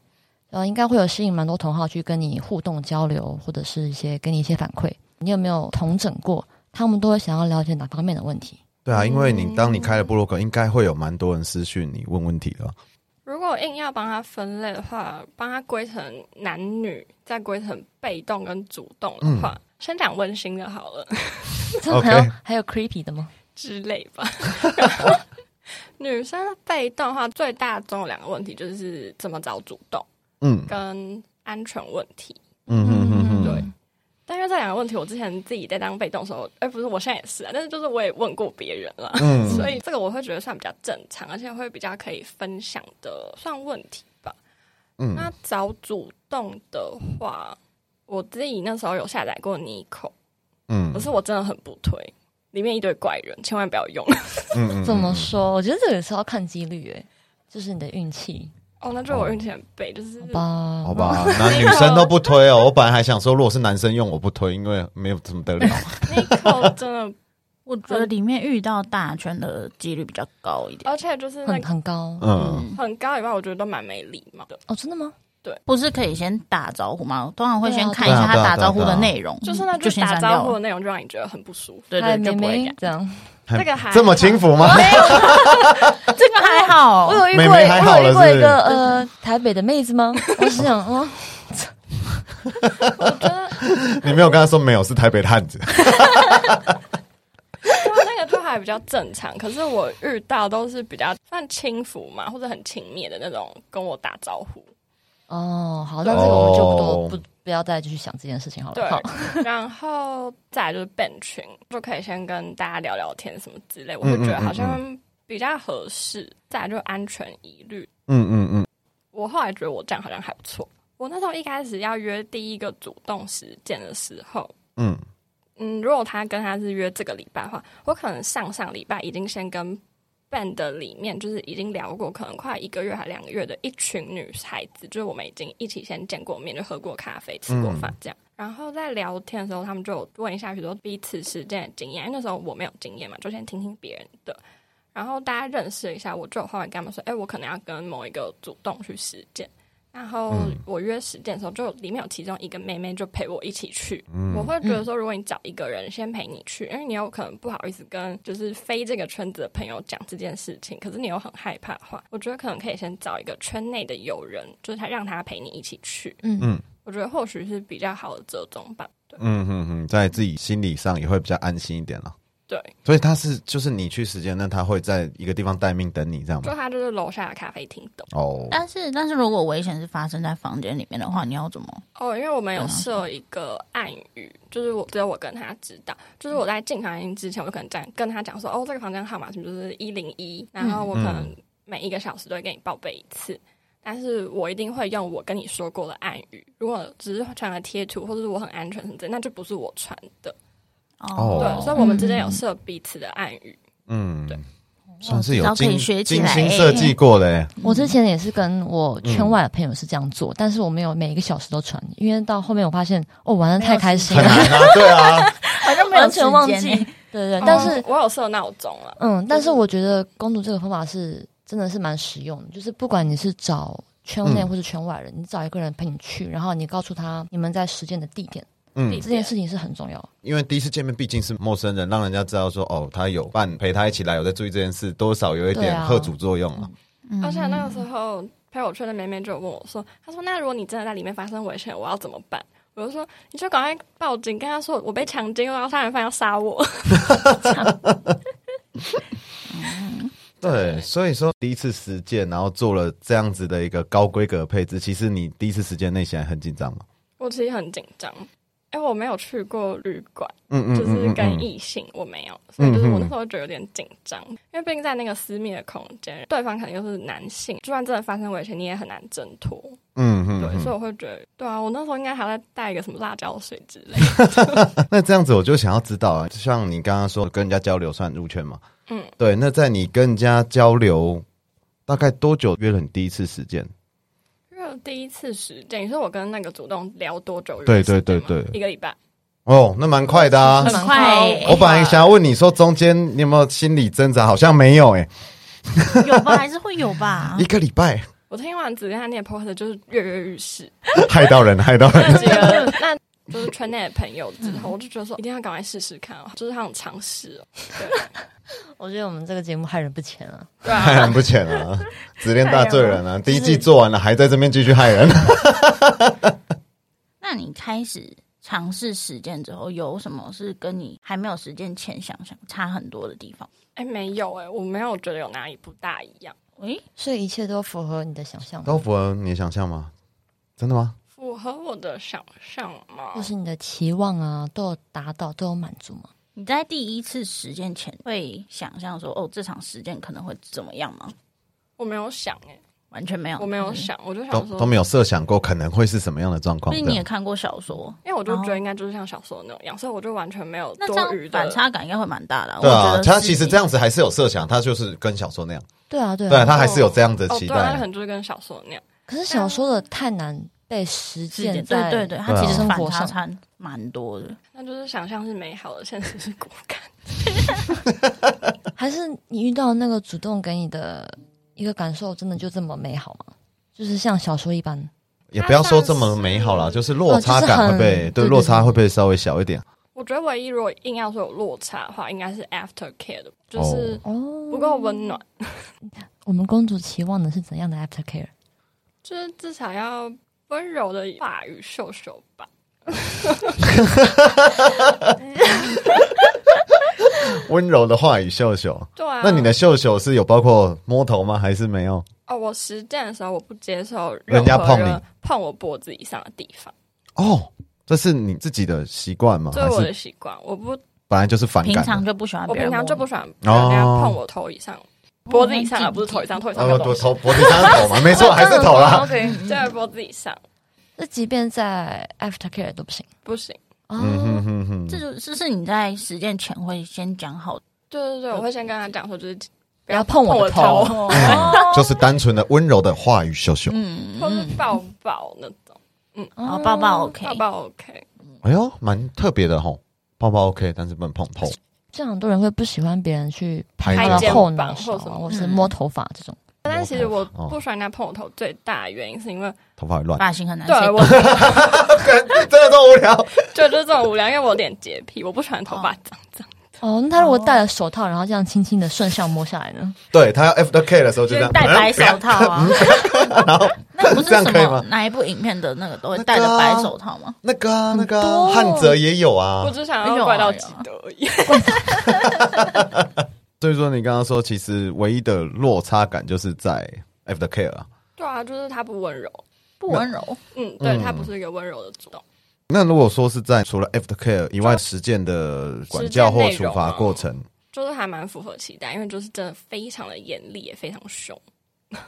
Speaker 2: 呃，应该会有吸引蛮多同好去跟你互动交流，或者是一些给你一些反馈。你有没有统整过？他们都会想要了解哪方面的问题？
Speaker 1: 对啊，因为你当你开了部落格，应该会有蛮多人私讯你问问题的。
Speaker 4: 如果硬要帮他分类的话，帮他归成男女，再归成被动跟主动的话，先讲温馨的好了
Speaker 2: 这还有还有 creepy 的吗？
Speaker 4: 之类 吧。女生的被动的话，最大宗有两个问题就是怎么找主动
Speaker 1: 嗯
Speaker 4: 跟安全问题。
Speaker 1: 嗯嗯嗯
Speaker 4: 对
Speaker 1: 嗯，，
Speaker 4: 但是这两个问题，我之前自己在当被动的时候，哎、不是，我现在也是啊，但是就是我也问过别人了，
Speaker 1: 嗯
Speaker 4: 所以这个我会觉得算比较正常，而且会比较可以分享的算问题吧。
Speaker 1: 嗯
Speaker 4: 那找主动的话，我自己那时候有下载过 Nico，
Speaker 1: 嗯
Speaker 4: 可是我真的很不推，里面一堆怪人，千万不要用。
Speaker 1: 嗯嗯
Speaker 2: 怎么说？我觉得这个是要看几率、诶，就是你的运气，
Speaker 4: 哦，那就是我运气很背，就是
Speaker 2: 好吧？
Speaker 1: 好，吧，那女生都不推哦。我本来还想说，如果是男生用，我不推，因为没有怎么得了。
Speaker 4: Nico 真的，
Speaker 3: 我觉得里面遇到大圈的几率比较高一点。
Speaker 4: 而且就是那
Speaker 2: 很
Speaker 4: 个
Speaker 2: 很高
Speaker 1: 嗯，
Speaker 4: 很高以外，我觉得都蛮没礼貌的。
Speaker 2: 哦，真的吗？
Speaker 4: 对，
Speaker 3: 不是可以先打招呼吗？通常会先看一
Speaker 1: 对
Speaker 3: 下
Speaker 1: 啊
Speaker 3: 他
Speaker 1: 对啊
Speaker 3: 打招呼
Speaker 1: 对啊
Speaker 3: 的
Speaker 1: 对啊
Speaker 3: 内容，
Speaker 4: 就是那
Speaker 3: 就
Speaker 4: 就
Speaker 3: 先
Speaker 4: 打
Speaker 3: 删掉
Speaker 4: 招
Speaker 3: 了
Speaker 4: 呼的内容就让你觉得很不舒服。
Speaker 3: 对
Speaker 2: 嗨
Speaker 3: 对，就不会
Speaker 2: 妹
Speaker 3: 这
Speaker 2: 妹
Speaker 3: 样。
Speaker 2: 这样。
Speaker 1: 还
Speaker 4: 这个
Speaker 2: 嗯
Speaker 4: 还
Speaker 1: 这么轻浮吗？
Speaker 3: 这个还
Speaker 2: 我
Speaker 3: 好，
Speaker 2: 有遇
Speaker 1: 妹
Speaker 2: 过，
Speaker 1: 妹还好
Speaker 2: 我有
Speaker 1: 了
Speaker 2: 遇过
Speaker 1: 是不
Speaker 2: 一
Speaker 1: 是
Speaker 2: 个呃台北的妹子吗？我是想，嗯，
Speaker 1: 你没有跟他说没有，是台北的汉子。
Speaker 4: 对啊那个就还比较正常， 可是我遇到都是比较算轻浮嘛，或者很轻蔑的那种跟我打招呼，
Speaker 2: 哦，好，那这个我们就不多
Speaker 3: 哦
Speaker 2: 不不要再继续想这件事情好
Speaker 4: 对
Speaker 2: 了。哦好，
Speaker 4: 然后再来就是 b 群，就可以先跟大家聊聊天什么之类，我会觉得好像比较合适。再来就是安全疑虑，
Speaker 1: 嗯嗯嗯，
Speaker 4: 我后来觉得我这样好像还不错。我那时候一开始要约第一个主动实践的时候，
Speaker 1: 嗯，
Speaker 4: 嗯，如果他跟他是约这个礼拜的话，我可能上上礼拜已经先跟 band 的里面就是已经聊过，可能快一个月还两个月的一群女孩子，就是我们已经一起先见过面，就喝过咖啡、吃过饭这样。然后在聊天的时候，他们就有问一下许多彼此实践的经验，因为那时候我没有经验嘛，就先听听别人的。然后大家认识一下，我就有后来跟他们说，哎、我可能要跟某一个主动去实践。然后
Speaker 1: 嗯
Speaker 4: 我约实践的时候，就里面有其中一个妹妹就陪我一起去，我会觉得说，如果你找一个人先陪你去，因为你有可能不好意思跟就是非这个圈子的朋友讲这件事情，可是你又很害怕的话，我觉得可能可以先找一个圈内的友人，就是他让他陪你一起去，
Speaker 2: 嗯
Speaker 1: 嗯
Speaker 4: 我觉得或许是比较好的折中吧。对
Speaker 1: 嗯嗯嗯，在自己心理上也会比较安心一点了。
Speaker 4: 对，
Speaker 1: 所以他是就是你去时间，那他会在一个地方待命等你，这样
Speaker 4: 就
Speaker 1: 吗？
Speaker 4: 他就是楼下的咖啡厅等
Speaker 1: 哦，
Speaker 3: 但是但是如果危险是发生在房间里面的话，你要怎么？
Speaker 4: 哦，因为我们
Speaker 2: 嗯
Speaker 4: 有设一个暗语，就是我只有我跟他知道，就是我在进房间之前，我就可能这样跟他讲说，哦，这个房间号码是不是一零一，然后我可
Speaker 2: 嗯
Speaker 4: 能每一个小时都会跟你报备一次，但是我一定会用我跟你说过的暗语。如果只是传个贴图，或者是我很安全什么之类，那就不是我传的。
Speaker 1: 哦
Speaker 4: 对，所以我们之
Speaker 2: 嗯
Speaker 4: 间有设彼此的暗语。
Speaker 1: 嗯
Speaker 4: 对，
Speaker 1: 算是有
Speaker 3: 哇这招可
Speaker 1: 精
Speaker 3: 以学起
Speaker 1: 精
Speaker 3: 来
Speaker 1: 心
Speaker 3: 欸
Speaker 1: 设计过的欸。
Speaker 2: 我之前也是跟我圈外的朋友是这样做，但是我没有每一个小时都传，因为到后面我发现哦玩的太开心
Speaker 1: 很
Speaker 2: 了，
Speaker 1: 难啊，对啊，
Speaker 3: 好像没有
Speaker 2: 完
Speaker 3: 时间
Speaker 2: 全忘
Speaker 3: 欸
Speaker 2: 记。对对，但是
Speaker 4: 哦我有设闹钟了。
Speaker 2: 嗯，但是我觉得公主这个方法是真的是蛮实用的，就是不管你是找圈内
Speaker 1: 嗯
Speaker 2: 或是圈外人，你找一个人陪你去，然后你告诉他你们在实践的地点，
Speaker 1: 嗯
Speaker 4: 地，
Speaker 2: 这件事情是很重要。
Speaker 1: 因为第一次见面毕竟是陌生人，让人家知道说哦，他有伴陪他一起来，有在注意这件事，多少有一
Speaker 2: 对
Speaker 1: 点
Speaker 2: 啊
Speaker 1: 贺主作用了。
Speaker 4: 而
Speaker 1: 嗯
Speaker 4: 且那个时候陪我去的妹妹就有问我说：“她说那如果你真的在里面发生危险，我要怎么办？”我就说：“你就赶快报警，跟她说我被强奸，然后杀人犯要杀我。
Speaker 1: 对，所以说第一次实践，然后做了这样子的一个高规格的配置，其实你第一次实践内心还很紧张嘛。”
Speaker 4: 我其实很紧张，因为我没有去过旅馆，
Speaker 1: 嗯嗯
Speaker 4: 就是
Speaker 1: 嗯嗯
Speaker 4: 跟
Speaker 1: 嗯，
Speaker 4: 异性我没有，所以就是我那时候觉得有点紧张，因为毕竟在那个私密的空间，对方肯定又是男性，就算真的发生危险，你也很难挣脱。
Speaker 1: 嗯
Speaker 4: 对，
Speaker 1: 嗯
Speaker 4: 所
Speaker 1: 嗯。
Speaker 4: 以我会觉得，对啊，我那时候应该还在带一个什么辣椒水之类的。
Speaker 1: 那这样子，我就想要知道啊，就像你刚刚说，跟人家交流算入圈嘛？
Speaker 4: 嗯，
Speaker 1: 对。那在你跟人家交流，大概多久约了你第一次实践？
Speaker 4: 因为我第一次实践，你说我跟那个主动聊多久？
Speaker 1: 对对对对
Speaker 4: 一个礼拜。
Speaker 1: 哦，那蛮快的啊。
Speaker 3: 很快欸，
Speaker 1: 我本来想要问你说，中间你有没有心理挣扎？好像没有诶、欸
Speaker 3: 有吧，还是会有
Speaker 4: 啊
Speaker 3: 吧
Speaker 1: 一。个礼拜
Speaker 4: 我听完子健念 post 就是跃跃欲试，
Speaker 1: 害到人，害到人。
Speaker 4: 那几个那就是圈内的朋友之后，我就觉得说一定要赶快试试看哦，就是他想尝试哦，
Speaker 2: 我觉得我们这个节目害人不浅啊！
Speaker 4: 对
Speaker 1: 害
Speaker 4: 啊，
Speaker 1: 人不浅啊， 只恋大罪人啊！第一
Speaker 3: 就
Speaker 1: 季
Speaker 3: 是
Speaker 1: 做完了，还在这边继续害人。
Speaker 3: 那你开始尝试实践之后，有什么是跟你还没有实践前想想差很多的地方？
Speaker 4: 哎、没有哎、我没有觉得有哪里不大一样，
Speaker 3: 喂，
Speaker 2: 所以一切都符合你的想象吗，
Speaker 1: 高符合你的想象吗？真的吗？
Speaker 4: 符合我的想象嘛
Speaker 2: 就。是你的期望啊，都有达到，都有满足吗？
Speaker 3: 你在第一次实践前会想象说，哦，这场实践可能会怎么样吗？
Speaker 4: 我没有想哎、
Speaker 3: 完全没有，嗯
Speaker 4: 我没有想，我就
Speaker 1: 都
Speaker 4: 想说
Speaker 1: 都，没有设想过可能会是什么样的状况。
Speaker 3: 毕竟你也看过小说，
Speaker 4: 因为我就觉得应该就是像小说那样，所以我就完全没有
Speaker 3: 那这
Speaker 4: 多余
Speaker 3: 样
Speaker 4: 的
Speaker 3: 反差感应该会蛮大的啊。
Speaker 1: 对
Speaker 3: 我觉
Speaker 1: 啊
Speaker 3: 得，
Speaker 1: 他
Speaker 3: 是
Speaker 1: 其实这样子还是有设想，他就是跟小说那样，
Speaker 2: 对啊，对啊。
Speaker 1: 对啊他还是有这样的
Speaker 4: 哦，
Speaker 1: 期
Speaker 4: 对啊，那可
Speaker 1: 待。
Speaker 4: 能就是跟小说那样。
Speaker 2: 可是小说的太难被实
Speaker 3: 实践，
Speaker 2: 践
Speaker 3: 对
Speaker 2: 在
Speaker 3: 对对，它
Speaker 1: 对啊
Speaker 3: 其实
Speaker 2: 生
Speaker 3: 反
Speaker 2: 活
Speaker 3: 差
Speaker 2: 上
Speaker 3: 差蛮多的。
Speaker 4: 那就是想象是美好的，现实是骨感。
Speaker 2: 还是你遇到那个主动给你的一个感受，真的就这么美好吗？就是像小说一般，
Speaker 1: 也不要说这么美好啦，
Speaker 4: 它算是
Speaker 1: 就是落差感会
Speaker 2: 哦就
Speaker 1: 被、
Speaker 2: 是很
Speaker 1: 对
Speaker 2: 对对
Speaker 1: 落差会被稍微小一点。
Speaker 4: 我觉得唯一如果硬要说有落差的话，应该是 after care 的，就
Speaker 1: 哦
Speaker 4: 是
Speaker 2: 哦，
Speaker 4: 不够温暖，
Speaker 2: 我们公主期望的是怎样的 after care？
Speaker 4: 就是至少要温柔的话语秀秀吧。
Speaker 1: 温柔的话语秀秀，
Speaker 4: 对啊，
Speaker 1: 那你的秀秀是有包括摸头吗？还是没有？
Speaker 4: 哦，我实践的时候我不接受
Speaker 1: 人家碰你
Speaker 4: 碰我脖子以上的地方，
Speaker 1: 哦，这是你自己的习惯吗？
Speaker 4: 这
Speaker 1: 哦还
Speaker 4: 是我
Speaker 1: 是
Speaker 4: 的习惯。我不，
Speaker 1: 本来就是反
Speaker 3: 平
Speaker 1: 感
Speaker 3: 常
Speaker 1: 的？
Speaker 3: 就不喜欢
Speaker 4: 我
Speaker 3: 别人
Speaker 4: 平
Speaker 3: 摸，
Speaker 4: 常就不喜欢人家碰我头以上、脖子以上啊，
Speaker 3: 哦
Speaker 4: 不是头以上，头哦以上没
Speaker 1: 哦，
Speaker 4: 有
Speaker 1: 我
Speaker 4: 东西，
Speaker 1: 头脖子上是头嘛，没错，还是头啊 啦。
Speaker 4: 对脖子以上
Speaker 2: 那即便在 after care 都不行
Speaker 4: 不行。
Speaker 2: 哦。
Speaker 1: 嗯哼哼哼，
Speaker 3: 这就是是你在实践前会先讲好的
Speaker 4: 对对对，我会先跟他讲说，就是不
Speaker 2: 不要
Speaker 4: 碰
Speaker 2: 碰我
Speaker 4: 的
Speaker 2: 的头
Speaker 4: 头，
Speaker 3: 嗯
Speaker 1: 哎就是单纯的温柔的话语秀秀。
Speaker 4: 或是抱抱那种，
Speaker 3: 然
Speaker 2: 哦
Speaker 3: 后嗯哦抱抱 OK，
Speaker 4: 抱抱 OK。
Speaker 1: 哎呦，蛮特别的吼，抱抱 OK，但是不能碰头。
Speaker 2: 这样很多人会不喜欢别人去
Speaker 1: 拍
Speaker 2: 他
Speaker 4: 拍
Speaker 2: 的
Speaker 4: 肩
Speaker 2: 后
Speaker 4: 膀
Speaker 2: 脑
Speaker 4: 或
Speaker 2: 勺，
Speaker 4: 什么
Speaker 2: 或是摸头发这种。
Speaker 4: 但其实我
Speaker 1: 哦
Speaker 4: 不喜欢人家碰我头，最大的原因是因 为
Speaker 1: 头发会乱，
Speaker 3: 发型很难
Speaker 4: 对
Speaker 3: 谁
Speaker 4: 我
Speaker 1: 真的这么无聊。
Speaker 4: 就 就是这种无聊，因为我有点洁癖，我不喜欢头发脏脏。
Speaker 2: 哦，那他如果戴了手套，然后这样轻轻的顺向摸下来呢？
Speaker 1: 对他要 after care 的时候就这样哎
Speaker 3: 戴白手套 啊，那不是
Speaker 1: 这样
Speaker 3: 什
Speaker 1: 可以吗啊
Speaker 3: 么哪一部影片的那个都会戴着白手套吗？
Speaker 1: 那个啊那个
Speaker 2: 很
Speaker 1: 啊
Speaker 2: 多
Speaker 1: 汉泽也有啊
Speaker 4: 我。只想要怪到吉德而已。
Speaker 1: 哦所以说你刚刚说，其实唯一的落差感就是在 after care 啊。
Speaker 4: 对啊，就是他不温柔。
Speaker 3: 不温柔，
Speaker 4: 嗯，对
Speaker 1: 嗯
Speaker 4: 他不是一个温柔的主动。
Speaker 1: 那如果说是在除了 after care 以外，实践的管教或处罚过程，
Speaker 2: 啊
Speaker 4: 就是还蛮符合期待，因为就是真的非常的严厉，也非常凶。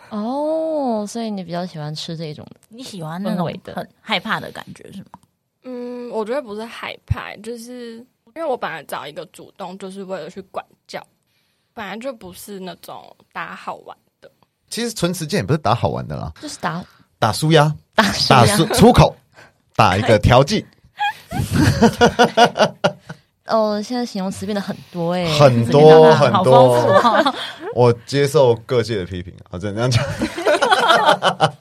Speaker 2: 哦，所以你比较喜欢吃这种的
Speaker 3: 你喜欢那
Speaker 2: 氛
Speaker 3: 种
Speaker 2: 围的
Speaker 3: 很害怕的感觉是吗？
Speaker 4: 嗯，我觉得不是害怕，就是因为我本来找一个主动，就是为了去管教，本来就不是那种大家好玩的。
Speaker 1: 其实纯实践也不是打好玩的啦，
Speaker 2: 就是打
Speaker 1: 打输呀，
Speaker 2: 打啊输
Speaker 1: 打
Speaker 2: 呀
Speaker 1: 输。出口，打一个调剂，
Speaker 2: 哦，现在形容词变得很多哎、
Speaker 1: 很
Speaker 2: 随便
Speaker 1: 多
Speaker 2: 拿拿
Speaker 1: 很
Speaker 3: 好丰富
Speaker 1: 多。
Speaker 3: 哦，
Speaker 1: 我接受各界的批 评啊，只能这样讲。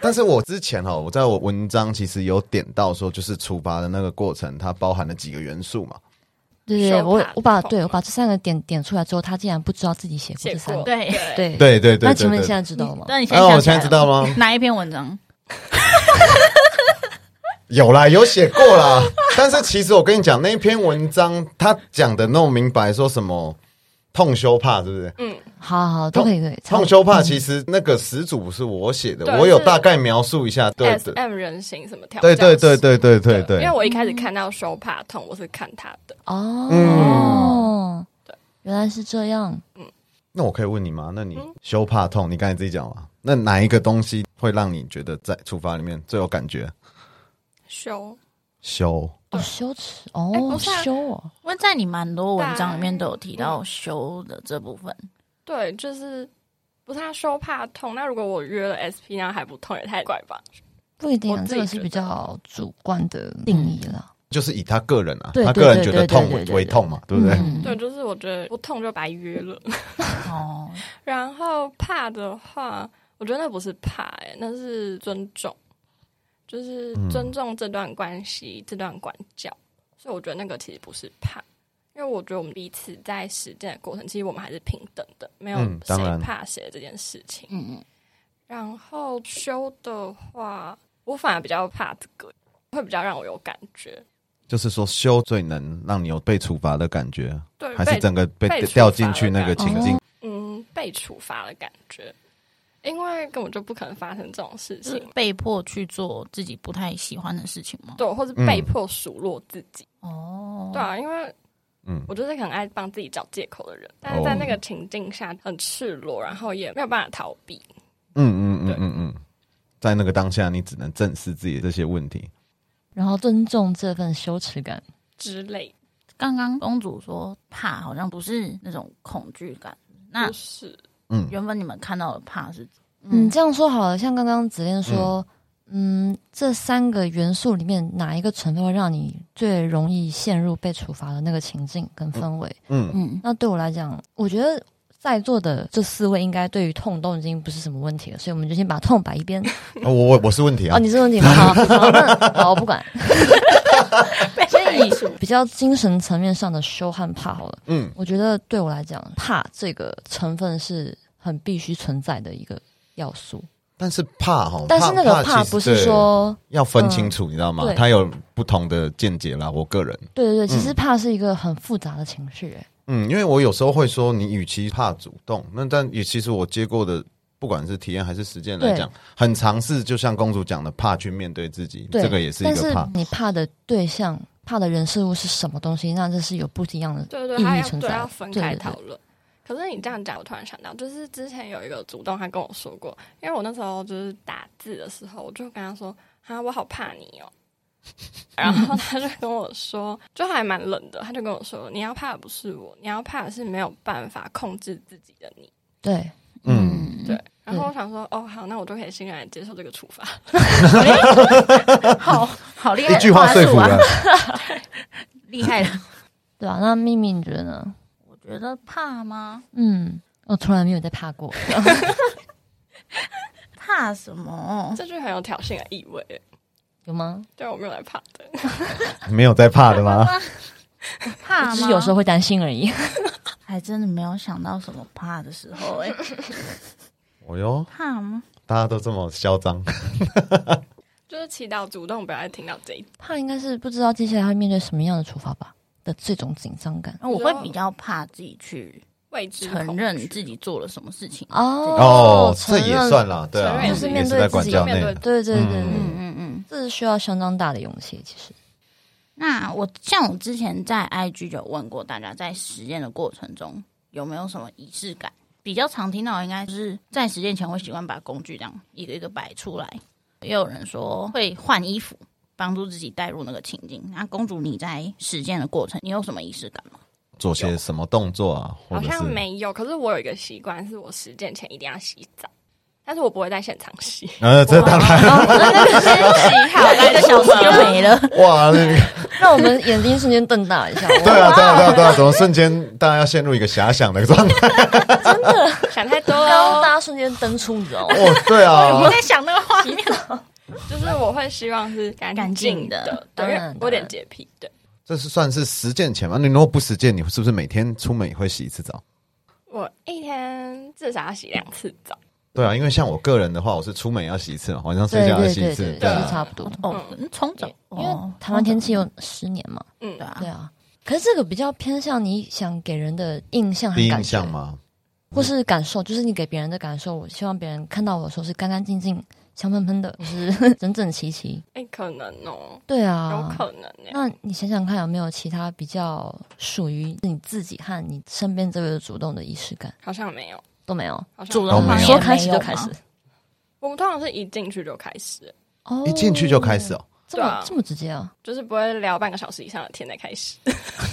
Speaker 1: 但是我之前哦，我在我文章其实有点到说，就是处罚的那个过程，它包含了几个元素嘛。
Speaker 2: 对对
Speaker 4: 手
Speaker 2: 对，
Speaker 4: 法
Speaker 2: 我我把
Speaker 4: 手法
Speaker 2: 对我把这三个点点出来之后，他竟然不知道自己写过
Speaker 4: 结
Speaker 2: 这三
Speaker 4: 果
Speaker 2: 个。
Speaker 3: 对
Speaker 2: 对对
Speaker 1: 对对对对对
Speaker 2: 那请问你现在知道
Speaker 4: 嗯
Speaker 2: 吗？
Speaker 3: 那你现
Speaker 1: 哎，
Speaker 3: 在
Speaker 1: 我现在知道吗？
Speaker 3: 哪一篇文章？
Speaker 1: 有啦，有写过啦。 但是其实我跟你讲，那一篇文章他讲的弄明白，说什么痛羞怕，是不是？
Speaker 2: 好好都可以可以。
Speaker 1: 痛羞怕其实那个始祖不是我写的
Speaker 4: 对，
Speaker 1: 我有大概描述一下。对
Speaker 4: ，S
Speaker 1: 对
Speaker 4: M 人形什么调？
Speaker 1: 对对对。对对对
Speaker 4: 因为
Speaker 1: 对，
Speaker 4: 我一开始看到手帕痛，我是看他的，
Speaker 2: 哦，
Speaker 1: 嗯
Speaker 2: 原来是这样。
Speaker 1: 那我可以问你吗？那你
Speaker 4: 嗯
Speaker 1: 羞怕痛，你刚才自己讲嘛？那哪一个东西会让你觉得在处罚里面最有感觉？
Speaker 4: 羞。
Speaker 1: 羞
Speaker 2: 哦，
Speaker 4: 对
Speaker 2: 羞耻
Speaker 4: 哎不
Speaker 2: 哦，
Speaker 4: 是啊
Speaker 2: 羞哦，
Speaker 3: 因为在你蛮多文章里面都有提到修的这部分，
Speaker 4: 对，就是不是他羞怕痛。那如果我约了 SP，然后还不痛，也太怪吧？
Speaker 2: 不一定啊
Speaker 4: 我，自
Speaker 2: 这
Speaker 4: 己
Speaker 2: 个是
Speaker 4: 觉
Speaker 2: 比
Speaker 4: 得
Speaker 2: 较主观的定义了。
Speaker 1: 就是以他个人啊，
Speaker 2: 对
Speaker 1: 他
Speaker 2: 对
Speaker 1: 个人
Speaker 2: 对
Speaker 1: 觉得
Speaker 2: 对
Speaker 1: 痛
Speaker 2: 对
Speaker 1: 为
Speaker 2: 对
Speaker 1: 为
Speaker 2: 对
Speaker 1: 痛嘛，对不对？
Speaker 2: 嗯
Speaker 4: 对，就是我觉得不痛就白约了。
Speaker 3: 哦，
Speaker 4: 然后怕的话，我觉得那不是怕、欸，那是尊重，就是尊重这段关系、这段管教。所以我觉得那个其实不是怕，因为我觉得我们彼此在实践的过程，其实我们还是平等的，没有
Speaker 1: 嗯
Speaker 4: 谁
Speaker 1: 当然
Speaker 4: 怕谁这件事情。
Speaker 3: 嗯嗯，
Speaker 4: 然后修的话，我反而比较怕这个，会比较让我有感觉。
Speaker 1: 就是说羞最能让你有被处罚的感觉，
Speaker 4: 对，
Speaker 1: 还
Speaker 4: 被
Speaker 1: 是整个被
Speaker 4: 被处罚
Speaker 1: 掉进去那个情境
Speaker 2: 哦？
Speaker 4: 嗯被处罚的感觉，因为根本就不可能发生这种事
Speaker 3: 是
Speaker 4: 情。
Speaker 3: 被迫去做自己不太喜欢的事情吗？
Speaker 4: 对，或是被迫数落自己。
Speaker 3: 哦，
Speaker 4: 对啊，因为
Speaker 1: 嗯，
Speaker 2: 哦
Speaker 4: 我就是很爱帮自己找借口的人，但是在那个情境下很赤裸，然后也没有办法逃避。
Speaker 1: 嗯嗯嗯
Speaker 4: 对
Speaker 1: 嗯嗯，在那个当下，你只能正视自己的这些问题。
Speaker 2: 然后尊重这份羞耻感，
Speaker 4: 之类，
Speaker 3: 刚刚公主说怕好像不是那种恐惧感，
Speaker 2: 啊
Speaker 3: 那
Speaker 4: 就是
Speaker 1: 嗯，
Speaker 3: 原本你们看到的怕是，
Speaker 2: 嗯，这样说好了，像刚刚子恋说，嗯这三个元素里面哪一个成分会让你最容易陷入被处罚的那个情境跟氛围？
Speaker 1: 嗯
Speaker 3: 嗯，
Speaker 2: 那对我来讲，我觉得。在座的这四位应该对于痛都已经不是什么问题了，所以我们就先把痛摆 一边。
Speaker 1: 哦，我我我是问题啊
Speaker 2: 哦，，你是问 题吗？好，好那好，我不管。 所以比较精神层面上的羞和怕好了，
Speaker 1: 嗯，
Speaker 2: 我觉得对我来讲，怕这个成分是很必须存在的一个要素。
Speaker 1: 但是怕哈，
Speaker 2: 但是那个
Speaker 1: 怕
Speaker 2: 怕
Speaker 1: 其实
Speaker 2: 不是
Speaker 1: 对
Speaker 2: 说，嗯
Speaker 1: 要分清楚，你知道吗？
Speaker 2: 对
Speaker 1: 他有不同的见解啦。我个人，
Speaker 2: 对对对，其实怕是一个很复杂的情绪、哎
Speaker 1: 嗯，因为我有时候会说，你与其怕主动，那但也其实我接过的，不管是体验还是实践来讲，很尝试，就像公主讲的，怕去面对自己，
Speaker 2: 对，
Speaker 1: 这个也是一
Speaker 2: 但
Speaker 1: 个
Speaker 2: 是
Speaker 1: 怕。
Speaker 2: 你怕的对象、怕的人事物是什么东西，那这是有不一样的。
Speaker 4: 对对
Speaker 2: 意
Speaker 4: 对，还
Speaker 2: 义
Speaker 4: 要
Speaker 2: 存
Speaker 4: 对
Speaker 2: 在
Speaker 4: 要分
Speaker 2: 对
Speaker 4: 开
Speaker 2: 对对
Speaker 4: 讨论。可是你这样讲，我突然想到，就是之前有一个主动，他跟我说过，因为我那时候就是打字的时候，我就跟他说：“啊，我好怕你 哦。”然后他就跟我说，就还蛮冷的，他就跟我说：“你要怕的不是我，你要怕的是没有办法控制自己的你。
Speaker 2: 对，
Speaker 1: 嗯，
Speaker 3: 嗯，”
Speaker 4: 对，然后
Speaker 2: 对
Speaker 4: 我想说：“哦，好，那我就可以欣然接受这个处罚。
Speaker 3: 好好
Speaker 2: 嗯
Speaker 3: 厉害
Speaker 1: 一
Speaker 3: 的
Speaker 1: 句话
Speaker 3: 话
Speaker 1: 说
Speaker 3: 术
Speaker 1: 服
Speaker 3: 啊
Speaker 1: 了，
Speaker 3: 厉害了。
Speaker 2: 对吧、那秘密你觉得呢？
Speaker 3: 我觉得怕吗？
Speaker 2: 嗯，我从来没有在怕过。
Speaker 3: 怕什么”？
Speaker 4: 这句很有挑衅的意味，
Speaker 2: 有吗？
Speaker 4: 对我没有来怕的。
Speaker 1: 没有在怕的吗？
Speaker 3: 怕
Speaker 2: 只
Speaker 3: 吗？
Speaker 2: 是有时候会担心而已。
Speaker 3: 还真的没有想到什么怕的时候、欸，哎，
Speaker 1: 哦哟，
Speaker 3: 怕吗？
Speaker 1: 大家都这么嚣张，
Speaker 4: 就是祈祷主动不要再听到这一
Speaker 2: 怕应该是不知道接下来会面对什么样的处罚吧的这种紧张感
Speaker 3: 我会比较怕自己去
Speaker 4: 未知恐
Speaker 3: 承
Speaker 4: 惧
Speaker 3: 认自己做了什么事情。
Speaker 1: 哦，这
Speaker 2: 承
Speaker 1: 也
Speaker 2: 认
Speaker 1: 算啦，对
Speaker 4: 承
Speaker 1: 啊，
Speaker 4: 认
Speaker 1: 也
Speaker 4: 就是
Speaker 1: 是
Speaker 2: 面对
Speaker 1: 在管
Speaker 2: 自己
Speaker 1: 教
Speaker 4: 面
Speaker 1: 内
Speaker 4: 对
Speaker 1: 的，
Speaker 2: 对对对对，
Speaker 1: 嗯
Speaker 3: 嗯嗯嗯。
Speaker 2: 这是需要相当大的勇气。其 实，
Speaker 3: 那我像我之前在 IG 就有问过大家，在实验的过程中有没有什么仪式感？比较常听到的应该是在实践前会习惯把工具这样一个一个摆出来，也有人说会换衣服，帮助自己带入那个情境。那公主，你在实践的过程，你有什么仪式感吗？
Speaker 1: 做些什么动作啊，或
Speaker 4: 好
Speaker 1: 者
Speaker 4: 像
Speaker 1: 是
Speaker 4: 没有，可是我有一个习惯，是我实践前一定要洗澡，但是我不会在现场 洗，
Speaker 1: 呃，这当然
Speaker 3: 洗好半个小时就 没 了。
Speaker 1: 哇，那个
Speaker 2: 让我们眼睛瞬间瞪大一 下。
Speaker 1: 对啊，对啊，对啊， 对啊，怎么瞬间大家要陷入一个遐想的状态？
Speaker 4: 想太多
Speaker 2: 哇刚刚
Speaker 4: 了。
Speaker 2: 大家瞬间瞪出，你知道吗？
Speaker 1: 哦，对啊，
Speaker 3: 我在想那个画面，
Speaker 4: 就是我会希望是干净
Speaker 3: 干净的
Speaker 4: 对，
Speaker 2: 当
Speaker 4: 因
Speaker 2: 然
Speaker 4: 为我有点洁癖，对
Speaker 1: 这是算是实践前吗？你如果不实践，你是不是每天出门也会洗一次澡？
Speaker 4: 我一天至少要洗两次澡，
Speaker 1: 对啊，因为像我个人的话，我是出门也要洗一次嘛，晚上睡
Speaker 2: 对
Speaker 1: 觉要
Speaker 2: 对
Speaker 1: 洗一
Speaker 2: 对
Speaker 1: 次，
Speaker 2: 对，
Speaker 1: 对
Speaker 2: 对
Speaker 1: 啊
Speaker 2: 是差不多。
Speaker 3: 哦，冲澡，
Speaker 2: 因为台湾天气有十年嘛，
Speaker 4: 嗯
Speaker 3: 对，啊
Speaker 2: 对，啊。可是这个比较偏向你想给人的印象和
Speaker 1: 第一
Speaker 2: 感
Speaker 1: 印
Speaker 2: 觉
Speaker 1: 象，嘛，
Speaker 2: 或是感受，就是你给别人的感受。我希望别人看到我的时候是干干净净、香喷喷的，就是 整整齐齐。
Speaker 4: 哎、可能哦、
Speaker 2: 对
Speaker 4: 有
Speaker 2: 啊，
Speaker 4: 可能欸耶、
Speaker 2: 那你想想看，有没有其他比较属于你自己和你身边这位的主动的仪式感？
Speaker 4: 好像没有，
Speaker 2: 都没有，
Speaker 4: 好像
Speaker 3: 主
Speaker 1: 都
Speaker 3: 动
Speaker 1: 哦没
Speaker 3: 方
Speaker 1: 有
Speaker 3: 面
Speaker 2: 说开始就开
Speaker 3: 也没有
Speaker 2: 始
Speaker 3: 吗，
Speaker 4: 我们通常是一进去就开始，
Speaker 2: 哦
Speaker 1: 一进去就开始哦。
Speaker 2: 这么、
Speaker 4: 对啊
Speaker 2: 这么直接啊？
Speaker 4: 就是不会聊半个小时以上的天再开始。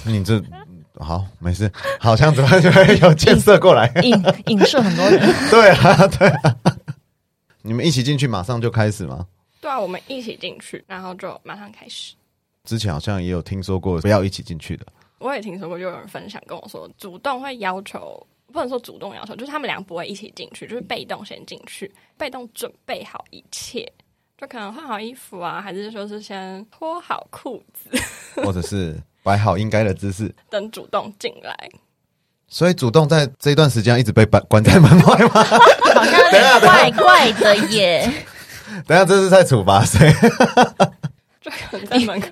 Speaker 1: 你这嗯好没事，好像怎么就会有建设过 来？
Speaker 2: 影影射很多人，
Speaker 1: 对啊，对啊。你们一起进去，马上就开始吗？
Speaker 4: 对啊，我们一起进去，然后就马上开始。
Speaker 1: 之前好像也有听说过不要一起进去的，
Speaker 4: 我也听说过，就有人分享跟我说，主动会要求，不能说主动要求，就是他们俩不会一起进去，就是被动先进去，被动准备好一切，就可能换好衣服啊，还是说是先脱好裤子，
Speaker 1: 或者是摆好应该的姿势。
Speaker 4: 等主动进来。
Speaker 1: 所以主动在这一段时间一直被关关在门外吗？
Speaker 3: 好像有点怪怪的耶。
Speaker 1: 等一下这是在处罚谁？
Speaker 4: 就可能在门口，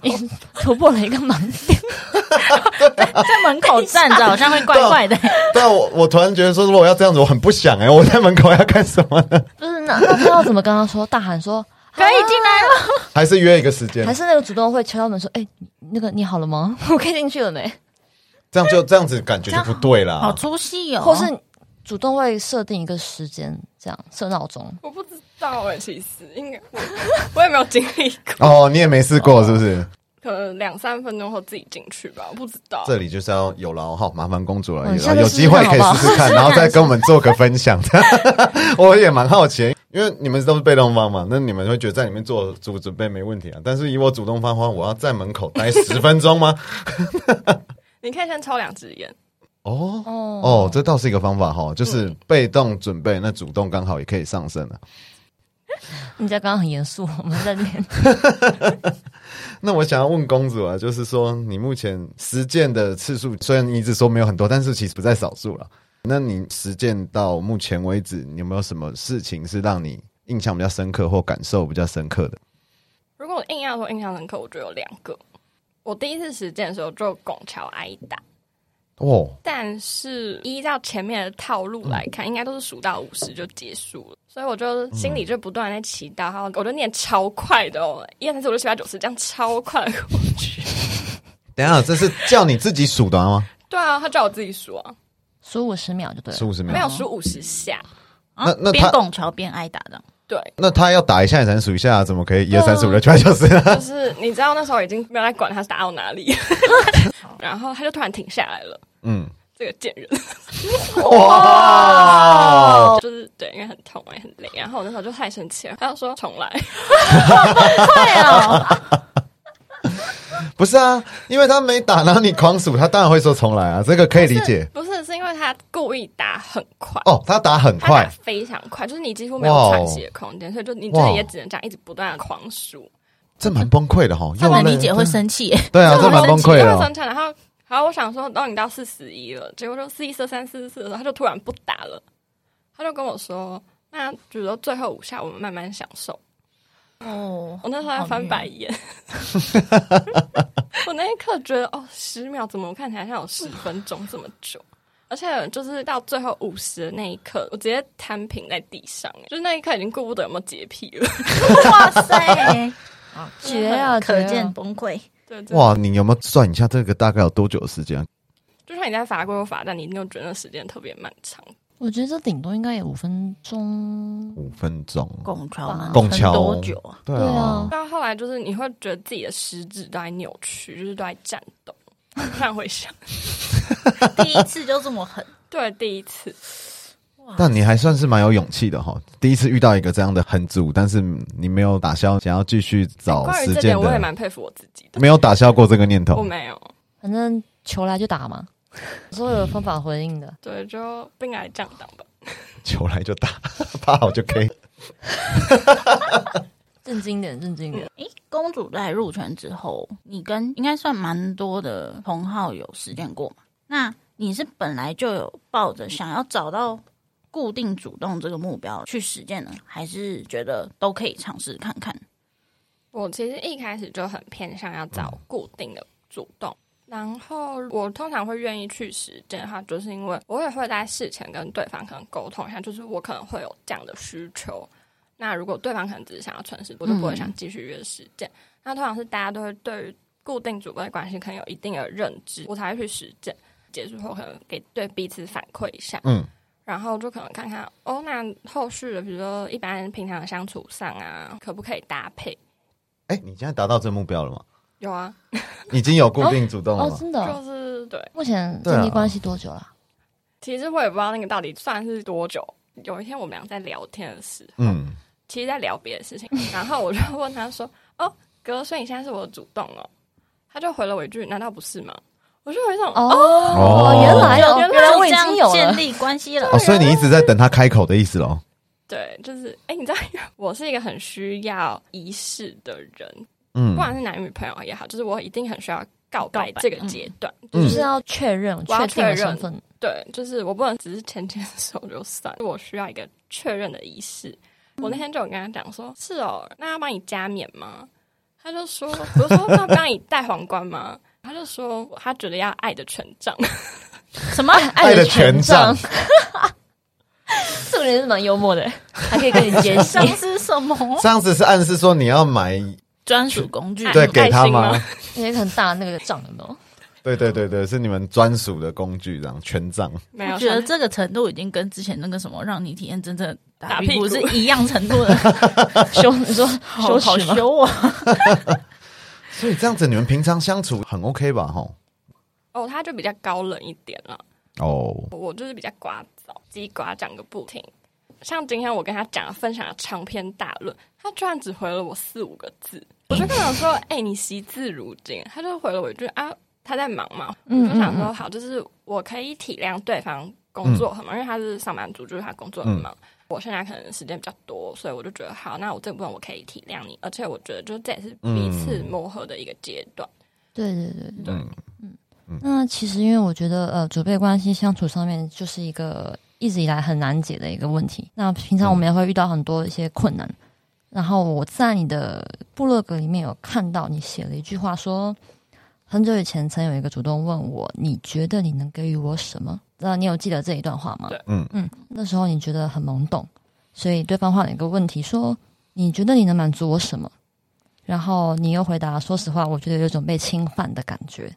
Speaker 2: 突破了一个盲点。
Speaker 3: 在门口站着好像会怪怪的、
Speaker 1: 对啊，我我突然觉得说，如果要这样子，我很不想哎、我在门口要干什么呢？
Speaker 2: 不是那 那他要怎么跟他说？大喊说
Speaker 3: 可以进来了。
Speaker 1: 还是约一个时间
Speaker 2: 还？是那个主动会敲敲门说：“哎、你那个你好了吗？ 我可以进去了没
Speaker 1: 这样就这样子感觉就不对
Speaker 3: 好
Speaker 1: 啦。
Speaker 3: 出戏？”哦！
Speaker 2: 或是主动会设定一个时间，这样设闹钟。
Speaker 4: 我不知道哎、其实应该我我也没有经历过，
Speaker 1: 哦，你也没试过是不是？
Speaker 4: 可能两三分钟后自己进去吧，我不知道。
Speaker 1: 这里就是要有劳哈，麻烦公主了，
Speaker 2: 嗯
Speaker 1: 有
Speaker 2: 下次
Speaker 1: 有
Speaker 2: 试试
Speaker 1: 机会
Speaker 2: 看
Speaker 1: 可以
Speaker 2: 好不好
Speaker 1: 试试 看，然后再跟我们做个分享。 我也蛮好奇，因为你们都是被动方嘛，那你们会觉得在里面做主准备没问题啊？但是以我主 动方的话，我要在门口待十分钟吗？
Speaker 4: 你可以先抽两支烟，
Speaker 1: 哦
Speaker 2: 哦嗯
Speaker 1: 哦，这倒是一个方法哈，就是被动准备，那主动刚好也可以上升啊了。
Speaker 2: 你在刚刚很严肃， 我们在那边
Speaker 1: 那我想要问公主啊，就是说你目前实践的次数，虽然你一直说没有很多，但是其实不在少数了。那你实践到目前为止，你有没有什么事情是让你印象比较深刻或感受比较深刻的？
Speaker 4: 如果我硬要说印象深刻，我觉得有两个。我第一次实践的时候就拱桥挨打，
Speaker 1: 哦，
Speaker 4: 但是依照前面的套路来看，应该都是数到五十就结束了，所以我就心里就不断在祈祷，然后我就念超快的哦，一二三四五六七八九十，这样超快地过 去。
Speaker 1: 等一下这是叫你自己数的吗？
Speaker 4: 对啊，他叫我自己数啊，
Speaker 2: 数五十秒就对
Speaker 1: 十
Speaker 2: 了。
Speaker 1: 五十秒
Speaker 4: 没有数五十下，
Speaker 3: 啊
Speaker 1: 那那他
Speaker 3: 边拱桥边挨打的，
Speaker 4: 对，
Speaker 1: 那他要打一下也才能数一下，怎么可以一二三四五六七八九十？
Speaker 4: 就是你知道那时候已经没有在管他是打到哪里， 然后他就突然停下来了，
Speaker 1: 嗯，
Speaker 4: 这个贱人。
Speaker 1: 哇，
Speaker 4: 就是对，因为很痛也很累，然后我那时候就太生气了，他就说重来，
Speaker 3: 对啊，
Speaker 1: 不是啊，因为他没打，然后你狂数，他当然会说重来啊，这个可以理解。
Speaker 4: 不是是因为他故意打很快，
Speaker 1: 哦，他打很
Speaker 4: 他打
Speaker 1: 快，
Speaker 4: 非常快，就是你几乎没有喘息的空间，所以就你就是也只能这样一直不断的狂输，
Speaker 1: 这蛮崩溃的哈。
Speaker 3: 他们
Speaker 1: 又累
Speaker 3: 理解会生气，
Speaker 1: 对啊，这蛮崩溃的
Speaker 4: 就会
Speaker 1: 哦
Speaker 4: 生。气，然后。然后我想说，当你到四十一了，结果就四一、四三、四四的时候，他就突然不打了，他就跟我说：“那比如说最后五下，我们慢慢享受。”
Speaker 3: 哦
Speaker 4: 我那时候还翻白眼， 我那一刻觉得哦，十秒怎么我看起来像有十分钟这么久？而且就是到最后五十的那一刻，我直接摊平在地上，欸就是那一刻已经顾不得有没有洁癖了。
Speaker 3: 哇 塞，
Speaker 2: 绝啊！
Speaker 3: 可
Speaker 2: 绝啊
Speaker 3: 见崩溃。
Speaker 4: 对，真的
Speaker 1: 哇，你有没有算一下这个大概有多久的时间啊？
Speaker 4: 就算你在法规或法，但你一定又觉得那时间特别漫长。
Speaker 2: 我觉得这顶多应该也五分钟。
Speaker 1: 五分钟。
Speaker 3: 拱桥吗？
Speaker 1: 拱桥
Speaker 3: 多久啊？
Speaker 1: 对
Speaker 2: 对啊
Speaker 1: 啊，
Speaker 4: 到后来就是你会觉得自己的食指都在扭曲，就是都在颤抖。突然回想，
Speaker 3: 第一次就这么狠，
Speaker 4: 对，第一次，
Speaker 1: 但你还算是蛮有勇气的哈。第一次遇到一个这样的狠主，但是你没有打消想要继续找
Speaker 4: 关于
Speaker 1: 实
Speaker 4: 这
Speaker 1: 践
Speaker 4: 点我也
Speaker 1: 的，
Speaker 4: 蛮佩服我自己的。
Speaker 1: 没有打消过这个念
Speaker 4: 我
Speaker 1: 头。
Speaker 4: 没有，
Speaker 2: 反正球来就打 嘛，所有方法回应的。
Speaker 4: 对，就不应该这样当吧。
Speaker 1: 球来就打， 怕好就可以。
Speaker 2: 震惊点，震惊点。
Speaker 3: 诶，公主在入圈之后，你跟应该算蛮多的同好有实践过嘛？那你是本来就有抱着想要找到固定主动这个目标去实践呢，还是觉得都可以尝试看看？
Speaker 4: 我其实一开始就很偏向要找固定的主动，然后我通常会愿意去实践的话，就是因为我也会在事前跟对方可能沟通一下，就是我可能会有这样的需求。那如果对方可能只是想要诚实，我就不会想继续约实践。那通常是大家都会对于固定主动的关系可能有一定的认知，我才会去实践。结束后可能给对彼此反馈一下，
Speaker 1: 嗯，
Speaker 4: 然后就可能看看哦，那后续的比如说一般平常的相处上啊，可不可以搭配？
Speaker 1: 哎，你现在达到这目标了吗？
Speaker 4: 有啊，
Speaker 1: 已经有固定主动了
Speaker 2: 哦
Speaker 1: 吗，？
Speaker 2: 真的哦。
Speaker 4: 就是对，
Speaker 2: 目前
Speaker 1: 对啊
Speaker 2: 建立关系多久了？
Speaker 4: 其实我也不知道那个到底算是多久。有一天我们俩在聊天的时候，
Speaker 1: 嗯，
Speaker 4: 其实在聊别的事情，然后我就问他说：“哦，哥，所以你现在是我的主动哦。”他就回了我一句：“难道不是吗？”我就有一种
Speaker 2: 哦，
Speaker 1: 哦
Speaker 2: 原来哦，
Speaker 4: 原
Speaker 2: 原来我
Speaker 3: 这
Speaker 2: 已
Speaker 3: 样
Speaker 2: 经有
Speaker 3: 建
Speaker 2: 了。
Speaker 3: 立关系了
Speaker 1: 哦，，所以你一直在等他开口的意思喽？
Speaker 4: 对，就是哎，你知道 我是一个很需要仪式的人，不
Speaker 1: 嗯，
Speaker 4: 管是男女朋友也好，就是我一定很需要告白
Speaker 3: 告白
Speaker 4: 这个阶段。
Speaker 1: 嗯
Speaker 2: 就是要确认
Speaker 4: 我要
Speaker 2: 确定的
Speaker 4: 确认
Speaker 2: 身份，
Speaker 4: 对，就是我不能只是牵牵 手就算，我需要一个确认的仪式。
Speaker 3: 嗯
Speaker 4: 我那天就有跟他讲说，是哦，那要帮你加冕吗？他就说，我就说那帮你戴皇冠吗？他就说他觉得要爱的权杖，
Speaker 2: 什么爱
Speaker 1: 爱的
Speaker 2: 权
Speaker 1: 权杖，
Speaker 2: 这个人是蛮幽默的，还可以跟你接 戏
Speaker 3: 像是什么
Speaker 1: 这样子是暗示说你要买
Speaker 3: 专属工具？
Speaker 1: 对
Speaker 4: 爱
Speaker 1: 给他
Speaker 4: 心
Speaker 1: 吗
Speaker 4: 吗？
Speaker 2: 也很大那个仗有没有？
Speaker 1: 对对对对，是你们专属的工具，这样权杖。
Speaker 4: 没有
Speaker 3: 我觉得
Speaker 4: 想
Speaker 3: 这个程度已经跟之前那个什么让你体验真正的打
Speaker 4: 打
Speaker 3: 屁股
Speaker 4: 屁
Speaker 3: 是
Speaker 4: 股
Speaker 3: 一样程 度的，
Speaker 2: 羞，你说
Speaker 3: 好
Speaker 2: 羞
Speaker 3: 好
Speaker 2: 耻吗？
Speaker 3: 羞啊！
Speaker 1: 所以这样子你们平常相处很 OK 吧？吼。
Speaker 4: 哦，他就比较高冷一点了，
Speaker 1: 哦，
Speaker 4: 我就是比较聒噪，叽呱讲个不停。像今天我跟他讲分享了长篇大论，他居然
Speaker 2: 嗯
Speaker 4: 只回了我四五个字，我就跟他说：“哎、你惜字如金。”他就回了我一句：“啊，他在忙嘛，
Speaker 2: 嗯
Speaker 4: 我就
Speaker 2: 嗯
Speaker 4: 想说
Speaker 2: 嗯
Speaker 4: 好，就是我可以体谅对方工作很忙，因为他是上班族，就是他工作很忙。我现在可能时间比较多，所以我就觉得好，那我这部分我可以体谅你，而且我觉得就这也是彼此
Speaker 1: 嗯
Speaker 4: 磨合的一个阶段。
Speaker 2: 对对对对。
Speaker 1: 嗯
Speaker 2: 那其实因为我觉得呃，主辈关系相处上面就是一个一直以来很难解的一个问题。那平常我们也会遇到很多一些困难。然后我在你的部落格里面有看到你写了一句话说，很久以前曾有一个主动问我，你觉得你能给予我什么？那你有记得这一段话吗？
Speaker 4: 对
Speaker 1: 嗯
Speaker 2: 嗯，那时候你觉得很懵懂，所以对方换了一个问题说，你觉得你能满足我什么？然后你又回答，说实话，我觉得有一种被侵犯的感觉，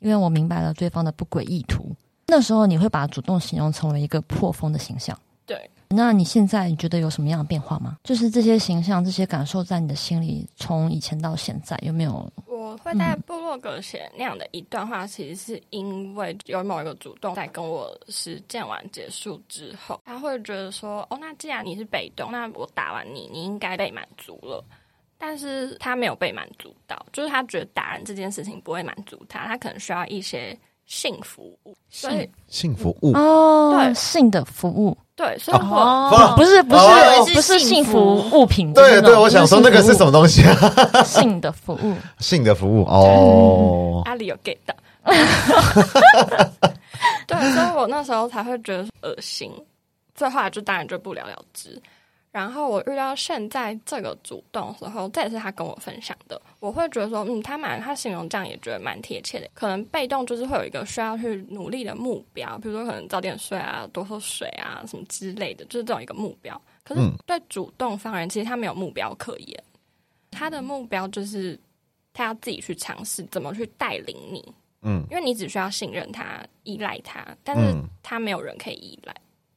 Speaker 2: 因为我明白了对方的不轨意图。那时候你会把主动形容成为一个破风的形象。
Speaker 4: 对，
Speaker 2: 那你现在你觉得有什么样的变化吗？就是这些形象、这些感受在你的心里，从以前到现在有没有？
Speaker 4: 我会在部落格写那样的一段话，其实是因为有某一个主动在跟我实践完结束之后，他会觉得说：“哦，那既然你是被动，那我打完你，你应该被满足了。”但是他没有被满足到，就是他觉得打人这件事情不会满足他，他可能需要一些性服务，所以
Speaker 1: 幸福物
Speaker 2: 哦
Speaker 4: 对
Speaker 2: 性的服务
Speaker 4: 对，所以我、
Speaker 1: 哦
Speaker 2: 不是不是、
Speaker 1: 哦
Speaker 3: 我以为是
Speaker 2: 不是幸
Speaker 3: 幸福
Speaker 2: 福物品。
Speaker 1: 对对，我想说那个是什
Speaker 2: 么
Speaker 1: 么东西啊？
Speaker 2: 性的服务？
Speaker 1: 性的服务
Speaker 2: 嗯
Speaker 1: 哦，
Speaker 4: 阿里有 get 到。对，所以我那时候才会觉得恶心，最后来就当然就不了了之。然后我遇到现在这个主动的时候，这也是他跟我分享的，我会觉得说，嗯，他蛮他形容这样也觉得蛮贴切的。可能被动就是会有一个需要去努力的目标，比如说可能早点睡啊，多喝水啊，什么之类的，就是这种一个目标。可是
Speaker 1: 嗯
Speaker 4: 对主动方人，其实他没有目标可言，他的目标就是他要自己去尝试怎么去带领你，
Speaker 1: 嗯
Speaker 4: 因为你只需要信任他、依赖他，但是
Speaker 1: 嗯
Speaker 4: 他没有人可以依赖。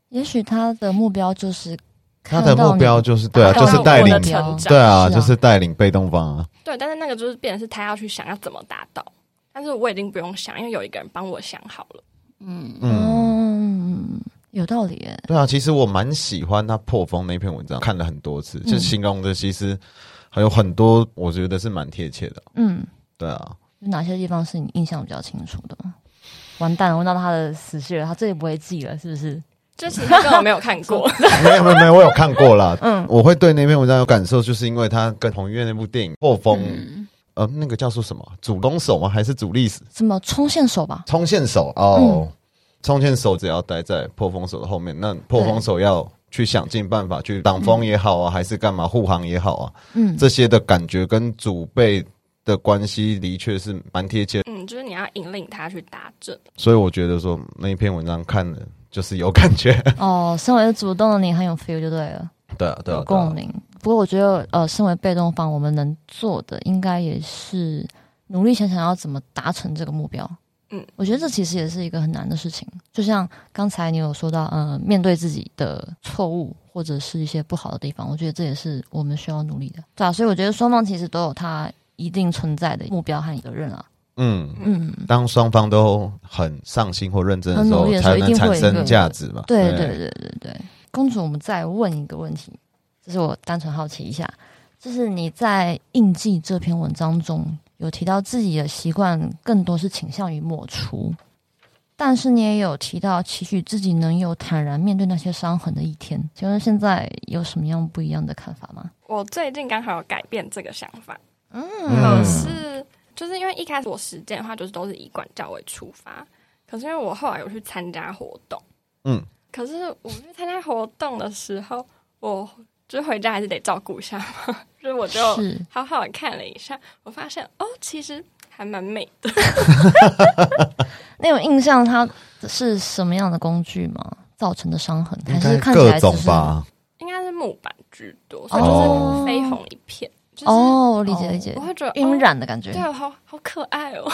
Speaker 2: 也许他的目标就是
Speaker 1: 他
Speaker 2: 看
Speaker 1: 的
Speaker 2: 到
Speaker 1: 目
Speaker 2: 你
Speaker 1: 标就是对啊，
Speaker 2: 达到
Speaker 1: 就是
Speaker 2: 我
Speaker 1: 带
Speaker 2: 的
Speaker 1: 领
Speaker 2: 目，标
Speaker 4: 成长
Speaker 1: 对啊，
Speaker 2: 是啊
Speaker 1: 就是带领被动方啊，
Speaker 4: 对，但是那个就是变成是他要去想要怎么达到，但是我已经不用想，因为有一个人帮我想好了。
Speaker 3: 嗯，
Speaker 1: 嗯。
Speaker 2: 嗯，有道理耶。
Speaker 1: 对啊，其实我蛮喜欢他破风那篇文章，看了很多次，就
Speaker 2: 嗯
Speaker 1: 形容的其实还有很多，我觉得是蛮贴切的。
Speaker 2: 嗯，
Speaker 1: 对 啊，
Speaker 2: 有哪些地方是你印象比较清楚的？完蛋了，问到他的死穴了，他这也不会记了，是不是？
Speaker 4: 就其实他根本没有看 过，
Speaker 1: 没有没有没有，我有看过啦。
Speaker 2: 嗯
Speaker 1: 我会对那篇文章有感受，就是因为他跟彭于晏那部电影《破风》，
Speaker 3: 嗯
Speaker 1: 呃，那个叫做什么？主攻手吗？还是主力手
Speaker 2: 什么冲线手吧？
Speaker 1: 冲线手？哦，冲线手只要待在破风手的后面，那破风手要去想尽办法去挡风也好啊，还是干嘛护航也好啊，
Speaker 2: 嗯，
Speaker 1: 这些的感觉跟祖辈的关系的确是蛮贴切的，
Speaker 4: 嗯，就是你要引领他去达阵。
Speaker 1: 所以我觉得说那一篇文章看了就是有感觉，
Speaker 2: 哦，身为主动的你很有 feel 就对了，
Speaker 1: 对啊对啊对
Speaker 2: 有，
Speaker 1: 啊
Speaker 2: 共鸣。不过我觉得，呃，身为被动方，我们能做的应该也是努力想想要怎么达成这个目标。
Speaker 4: 嗯，
Speaker 2: 我觉得这其实也是一个很难的事情。就像刚才你有说到，呃，面对自己的错误或者是一些不好的地方，我觉得这也是我们需要努力的。对啊，所以我觉得双方其实都有它一定存在的目标和责任啊。
Speaker 1: 嗯。
Speaker 2: 嗯，
Speaker 1: 当双方都很上心或认真的时
Speaker 2: 很
Speaker 1: 候
Speaker 2: 努力，的时候
Speaker 1: 才能产生价值嘛。
Speaker 2: 对对对对对，公主，我们再问一个问题，这是我单纯好奇一下，就是你在印记这篇文章中有提到自己的习惯更多是倾向于抹除，但是你也有提到期许自己能有坦然面对那些伤痕的一天，请问现在有什么样不一样的看法吗？
Speaker 4: 我最近刚好有改变这个想法，可
Speaker 1: 嗯
Speaker 4: 是就是因为一开始我实践的话，就是都是以管教为出发。可是因为我后来有去参加活动，
Speaker 1: 嗯，
Speaker 4: 可是我去参加活动的时候，我就回家还是得照顾一下嘛， 所以我就是好好地看了一下，我发现哦，其实还蛮美的。
Speaker 2: 那有印象它是什么样的工具吗？造成的伤痕，还
Speaker 1: 应
Speaker 2: 是
Speaker 1: 该
Speaker 2: 看
Speaker 1: 嗯
Speaker 2: 起
Speaker 1: 各
Speaker 2: 来只
Speaker 1: 种
Speaker 2: 是？
Speaker 1: 吧。
Speaker 4: 应该是木板居多，所以就是绯红一片。就是
Speaker 2: 哦，我理解理解，
Speaker 4: 我会觉得
Speaker 2: 晕、
Speaker 4: 哦
Speaker 2: 染的感觉。
Speaker 4: 对，好好可爱哦。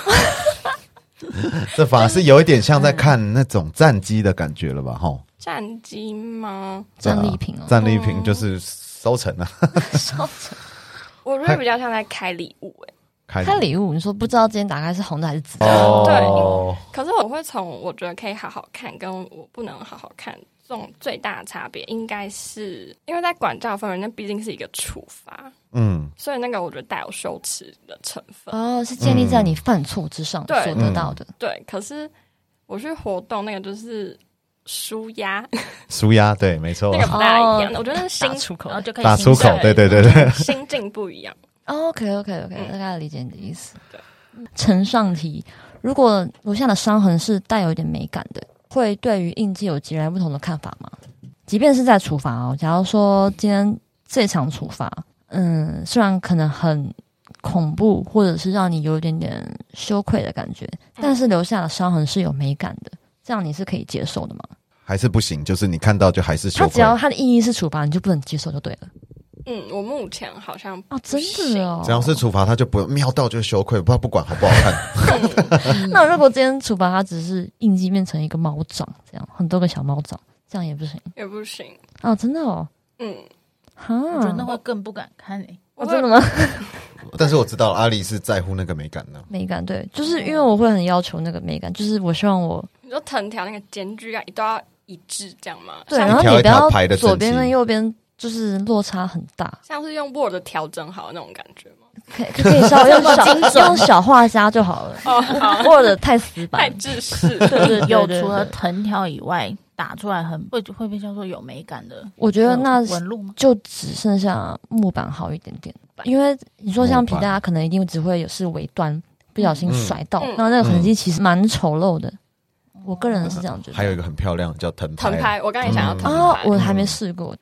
Speaker 1: 这反而是有一点像在看那种战机的感觉了吧？吼，
Speaker 4: 战机吗？
Speaker 1: 对啊
Speaker 2: 战利品哦
Speaker 1: 战利品就是收成啊，
Speaker 4: 我觉得比较像在开礼物哎、
Speaker 1: 开
Speaker 2: 看礼物，你说不知道今天打开是红的还是紫的，
Speaker 1: 哦
Speaker 4: 对，可是我会从我觉得可以好好看，跟我不能好好看重最大的差别应该是因为在管教方面，那毕竟是一个处罚，
Speaker 1: 嗯，
Speaker 4: 所以那个我觉得带有羞耻的成 分。
Speaker 2: 哦，是建立
Speaker 1: 嗯
Speaker 2: 在你犯错之上
Speaker 4: 对
Speaker 2: 所得到的。
Speaker 4: 对，可是我去活动那个就是舒压，
Speaker 1: 舒压，对，没错啊
Speaker 4: 那，个不太一样。
Speaker 2: 哦
Speaker 4: 我觉得是心
Speaker 2: 打出口
Speaker 3: 然后就可以
Speaker 1: 打出
Speaker 3: 欣赏
Speaker 1: 口，对对对对，
Speaker 4: 心境不一样。
Speaker 2: OK OK OK，
Speaker 4: 嗯
Speaker 2: 大概理解你的意思
Speaker 4: 对。
Speaker 2: 呈上题，如果留下的伤痕是带有一点美感的，会对于印记有截然不同的看法吗？即便是在处罚哦，假如说今天这场处罚，嗯，虽然可能很恐怖，或者是让你有一点点羞愧的感觉，但是留下的伤痕是有美感的，这样你是可以接受的吗？
Speaker 1: 还是不行，就是你看到就还是羞
Speaker 2: 他只
Speaker 1: 愧。
Speaker 2: 要他的意义是处罚，你就不能接受就对了。
Speaker 4: 嗯，我目前好像
Speaker 2: 哦，真的哦，
Speaker 1: 只要是处罚，他就不瞄到就羞愧，不不管好不好 看。嗯
Speaker 2: 那如果今天处罚他只是印记变成一个猫掌，这样很多个小猫掌，这样也不行
Speaker 4: 也不行。
Speaker 2: 哦，真的哦，
Speaker 4: 嗯，
Speaker 2: 哈，
Speaker 3: 我觉得那会更不敢看欸诶、
Speaker 2: 哦
Speaker 4: 我
Speaker 2: 真
Speaker 4: 会
Speaker 2: 的吗？
Speaker 1: 但是我知道阿丽是在乎那个美感的，
Speaker 2: 美感对，就是因为我会很要求那个美感，就是我希望我
Speaker 4: 你说藤条那个间距啊，都要一致这样吗？
Speaker 2: 对，
Speaker 4: 像
Speaker 2: 然后
Speaker 1: 一条
Speaker 2: 你
Speaker 1: 一
Speaker 2: 不
Speaker 1: 条
Speaker 2: 要
Speaker 1: 排得整
Speaker 2: 左边跟
Speaker 1: 齐
Speaker 2: 右边就是落差很 大，
Speaker 4: 像是用 Word 调整好的那种感觉吗？
Speaker 2: 可以可以稍微用 小用小画家就好了
Speaker 4: 哦，好
Speaker 2: ，Word 太死板
Speaker 4: 太
Speaker 2: 了，
Speaker 4: 制式。
Speaker 2: 对对对
Speaker 3: 有
Speaker 2: 对
Speaker 3: 除
Speaker 2: 对
Speaker 3: 了
Speaker 2: 对
Speaker 3: 藤条以外，打出来很会会被叫做有美感的。
Speaker 2: 我觉得那
Speaker 3: 纹路吗？
Speaker 2: 就只剩下木板好一点点，因为你说像皮带，它可能一定只会有是尾端不小心甩到，
Speaker 4: 嗯
Speaker 2: 那那个痕迹其实蛮丑陋的。我个人是这样觉得。
Speaker 1: 嗯还有一个很漂亮的叫藤
Speaker 4: 藤
Speaker 1: 拍，
Speaker 4: 拍，我刚才想要藤
Speaker 2: 哦，
Speaker 4: 拍。
Speaker 2: 我还没试过，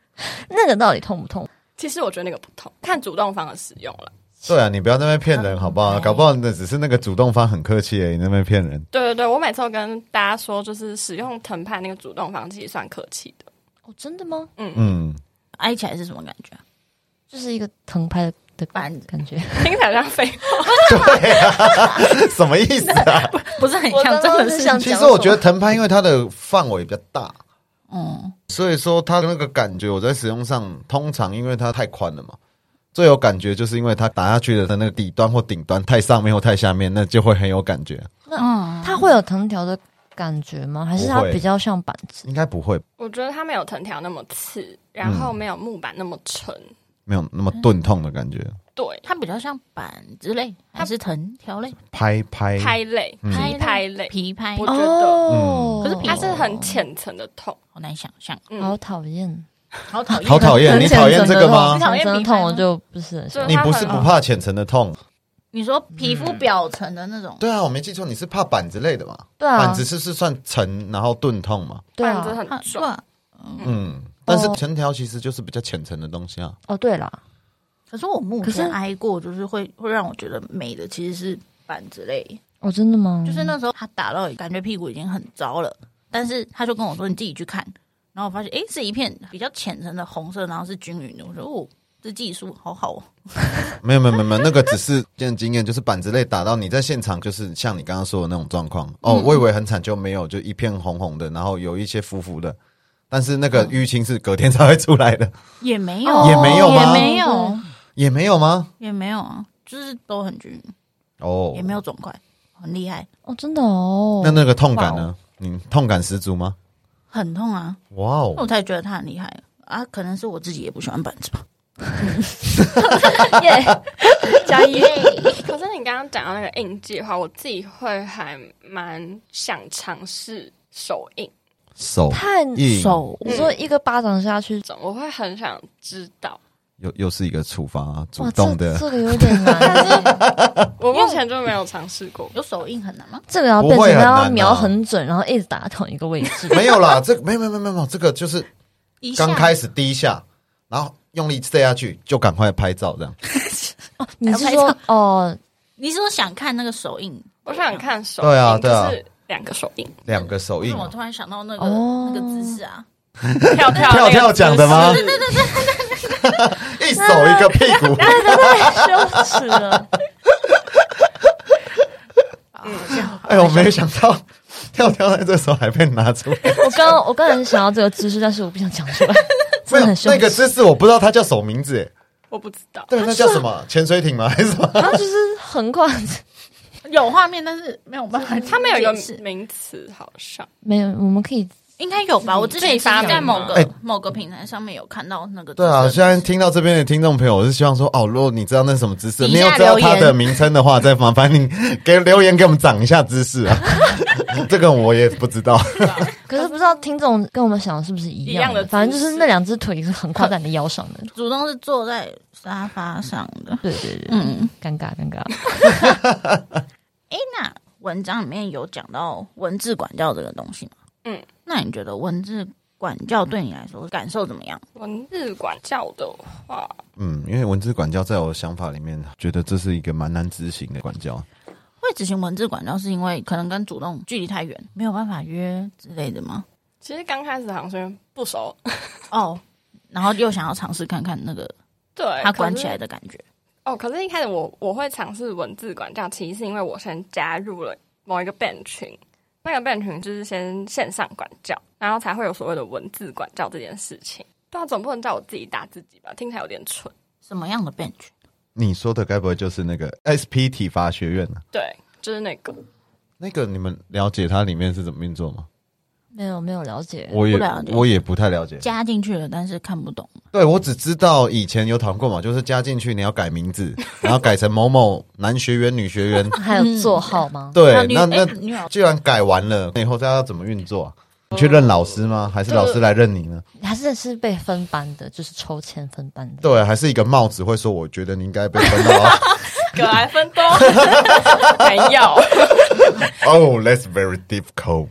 Speaker 2: 那个到底痛不痛？
Speaker 4: 其实我觉得那个不痛，看主动方的使用了。
Speaker 1: 对啊，你不要在那边骗人好不好？
Speaker 3: 嗯
Speaker 1: 搞不好那只是那个主动方很客气而已，你在那边骗人。
Speaker 4: 对对对，我每次都跟大家说，就是使用藤拍那个主动方其实算客气的。
Speaker 2: 哦，真的吗？
Speaker 1: 嗯，
Speaker 3: 挨起来是什么感觉啊？
Speaker 2: 就是一个藤拍的的
Speaker 3: 板
Speaker 2: 感觉，
Speaker 4: 听起来像废话，
Speaker 1: 什么意思啊？
Speaker 3: 不是很
Speaker 2: 我
Speaker 3: 像，真
Speaker 2: 刚刚
Speaker 3: 的
Speaker 2: 是
Speaker 3: 是
Speaker 2: 想
Speaker 1: 其实我觉得藤拍因为它的范围比较大，
Speaker 3: 嗯，
Speaker 1: 所以说它的那个感觉，我在使用上通常因为它太宽了嘛，最有感觉就是因为它打下去的那个底端或顶端太上面或太下面，那就会很有感觉。
Speaker 3: 嗯，
Speaker 2: 它会有藤条的感觉吗？还是它
Speaker 1: 不会
Speaker 2: 比较像板子？
Speaker 1: 应该不会
Speaker 4: 我觉得它没有藤条那么刺，然后没有木板那么沉。
Speaker 1: 没有那么钝痛的感觉，
Speaker 4: 对，
Speaker 3: 它比较像板子类，还是藤条类？
Speaker 1: 拍拍
Speaker 4: 拍类、
Speaker 1: 嗯
Speaker 4: 皮拍类，
Speaker 3: 皮拍
Speaker 4: 我觉得
Speaker 2: 哦，
Speaker 3: 可是皮
Speaker 4: 它是很浅层的痛。
Speaker 3: 好难想象，啊
Speaker 4: 嗯
Speaker 2: 好讨厌，
Speaker 3: 好讨厌，
Speaker 1: 好讨厌，
Speaker 2: 很
Speaker 1: 哎你
Speaker 2: 浅
Speaker 1: 讨厌
Speaker 2: 层
Speaker 1: 这
Speaker 2: 的
Speaker 1: 个
Speaker 2: 痛
Speaker 1: 吗
Speaker 3: 你？讨厌
Speaker 2: 真的
Speaker 3: 皮拍
Speaker 2: 痛
Speaker 3: 吗
Speaker 2: 我就不是很喜
Speaker 4: 就
Speaker 2: 欢。
Speaker 1: 你
Speaker 4: 它
Speaker 1: 不
Speaker 4: 很
Speaker 1: 是不怕浅层的痛，
Speaker 3: 你说皮肤表层的那种，
Speaker 1: 对啊，我没记错，你是怕板子类的嘛？
Speaker 2: 对啊
Speaker 1: 板子是是算沉，然后钝痛嘛？
Speaker 2: 对
Speaker 4: 板
Speaker 2: 啊
Speaker 4: 子，很
Speaker 3: 啊是
Speaker 4: 重。
Speaker 3: 吧？
Speaker 1: 嗯，但是
Speaker 2: 哦
Speaker 1: 藤条其实就是比较浅层的东西啊。
Speaker 2: 哦对啦，
Speaker 3: 可是我目
Speaker 2: 可是
Speaker 3: 前挨过，就是会会让我觉得美的其实是板子类，
Speaker 2: 哦真的吗？
Speaker 3: 就是那时候他打到感觉屁股已经很糟了，但是他就跟我说你自己去看，然后我发现诶是一片比较浅层的红色，然后是均匀的，我说哦这技术好好哦，
Speaker 1: 没有没有没有没有，那个只是见经验，就是板子类打到你在现场，就是像你刚刚说的那种状况。哦，我以为很惨，就没有，就一片红红的，然后有一些浮浮的，但是那个淤青是隔天才会出来的，
Speaker 3: 也没有
Speaker 2: 哦
Speaker 1: 也没有吗
Speaker 3: 也没有啊
Speaker 1: 也没有吗？
Speaker 3: 也没有啊，就是都很均匀，
Speaker 1: 哦，
Speaker 3: 也没。有肿块，很厉害，
Speaker 2: 哦，真的哦。
Speaker 1: 那那个痛感
Speaker 2: 哇
Speaker 1: 呢？你痛感十足吗？
Speaker 3: 很痛啊，
Speaker 1: 哇哦
Speaker 3: 我，才觉得他很厉害啊，可能是我自己也不喜欢板子吧，
Speaker 2: 耶，加一。
Speaker 4: 可是你刚刚讲到那个印记的话，我自己会还蛮想尝试手印
Speaker 1: 手
Speaker 2: 太，
Speaker 1: 印
Speaker 3: 手
Speaker 2: 你说一个巴掌下去
Speaker 4: 这，种，我会很想知道。
Speaker 1: 又又是一个处罚主
Speaker 2: 哇，
Speaker 1: 动
Speaker 2: 这
Speaker 1: 的，
Speaker 2: 这个有点 难，
Speaker 4: 我目前就没有尝试过。
Speaker 3: 有手印很难吗？
Speaker 2: 这个要
Speaker 1: 不
Speaker 2: 变成
Speaker 1: 会很
Speaker 2: 他
Speaker 1: 难
Speaker 2: 要
Speaker 1: 啊。
Speaker 2: 瞄很准，然后一直打同一个位置
Speaker 1: 没有啦，这个没有没有没有没有，这个就是
Speaker 3: 一下
Speaker 1: 刚开始第一下，然后用力塞下去，就赶快拍照这样。
Speaker 2: 你是说哦，
Speaker 3: 你是说想看那个手印？
Speaker 4: 我想看手
Speaker 1: 对啊
Speaker 4: 印，
Speaker 1: 对啊
Speaker 4: 就是两个手印，
Speaker 1: 两个手
Speaker 3: 为
Speaker 1: 印
Speaker 3: 什么
Speaker 1: 哦、
Speaker 3: 我突然想到那个、
Speaker 2: 哦
Speaker 3: 那个姿势啊？
Speaker 4: 跳 跳
Speaker 1: 跳
Speaker 4: 那个
Speaker 1: 跳讲的吗？
Speaker 4: 姿势？
Speaker 1: 一手一个屁股，
Speaker 2: 太羞耻了。
Speaker 1: 哎呦，我没有想 到跳跳在这时候还被拿出来，
Speaker 2: 我刚我刚才是想要这个姿势，但是我不想讲出来，
Speaker 1: 没有
Speaker 2: 真的很羞
Speaker 1: 那个
Speaker 2: 耻。
Speaker 1: 姿势，我不知道它叫什么名字，哎
Speaker 4: 我不知道。
Speaker 1: 对，那叫什么？潜水艇吗？还是什么？
Speaker 2: 然后就是横跨，
Speaker 3: 有画面，但是没有办法。
Speaker 4: 他们有一
Speaker 3: 解释
Speaker 4: 个名词，好像
Speaker 2: 没有，我们可以
Speaker 3: 应该有吧？
Speaker 4: 嗯
Speaker 3: 我之前
Speaker 4: 自己发明
Speaker 3: 在
Speaker 4: 吗
Speaker 3: 某个、
Speaker 1: 哎
Speaker 3: 某个平台上面有看到那个。
Speaker 1: 对啊，现在听到这边的听众朋友，我是希望说，哦，如果你知道那是什么姿势，
Speaker 3: 底
Speaker 1: 你
Speaker 3: 下
Speaker 1: 有知道它
Speaker 3: 留言
Speaker 1: 的名称的话，再麻烦你给留言给我们讲一下姿势 啊。这个我也不知道，
Speaker 2: 可是不知道听众跟我们想的是不是一
Speaker 4: 一样的
Speaker 2: 反正就
Speaker 4: 姿
Speaker 2: 是
Speaker 4: 势
Speaker 2: 那两只腿是横跨在你的腰上的。
Speaker 3: 主动是坐在沙发上的。
Speaker 2: 对对对，
Speaker 3: 嗯，
Speaker 2: 尴尬尴尬。
Speaker 3: 诶，那文章里面有讲到文字管教这个东西吗？
Speaker 4: 嗯，
Speaker 3: 那你觉得文字管教对你来说感受怎么样？
Speaker 4: 文字管教的话，
Speaker 1: 嗯，因为文字管教在我的想法里面，觉得这是一个蛮难执行的管教。
Speaker 3: 会执行文字管教是因为可能跟主动距离太远，没有办法约之类的吗？
Speaker 4: 其实刚开始好像是不熟，
Speaker 3: 哦，然后又想要尝试看看那个
Speaker 4: 对，
Speaker 3: 它关起
Speaker 4: 哎可是
Speaker 3: 来的感觉。
Speaker 4: 哦，可是一开始我我会尝试文字管教，其实是因为我先加入了某一个 band 群，那个 band 群就是先线上管教，然后才会有所谓的文字管教这件事情。对啊，总不能叫我自己打自己吧，听起来有点蠢。
Speaker 3: 什么样的 bench？
Speaker 1: 你说的该不会就是那个 SP 体罚学院啊？
Speaker 4: 对，就是那个，
Speaker 1: 那个你们了解它里面是怎么运作吗？
Speaker 2: 没有没有了解，
Speaker 1: 我也
Speaker 3: 不了解
Speaker 1: 我也不太了解。
Speaker 3: 加进去了，但是看不懂。
Speaker 1: 对，我只知道以前有讨论过嘛，就是加进去你要改名字，然后改成某某男学员、女学员。
Speaker 2: 还有座号吗？
Speaker 1: 对，
Speaker 3: 女
Speaker 1: 那
Speaker 3: 诶
Speaker 1: 那
Speaker 3: 女友
Speaker 1: 既然改完了，以后大家要怎么运作啊？你去认老师吗？还是老师来认你呢？
Speaker 2: 还是是被分班的，就是抽签分班的。
Speaker 1: 对，还是一个帽子会说，我觉得你应该被分到啊。
Speaker 4: 葛莱芬多 没有。
Speaker 1: oh, that's very difficult。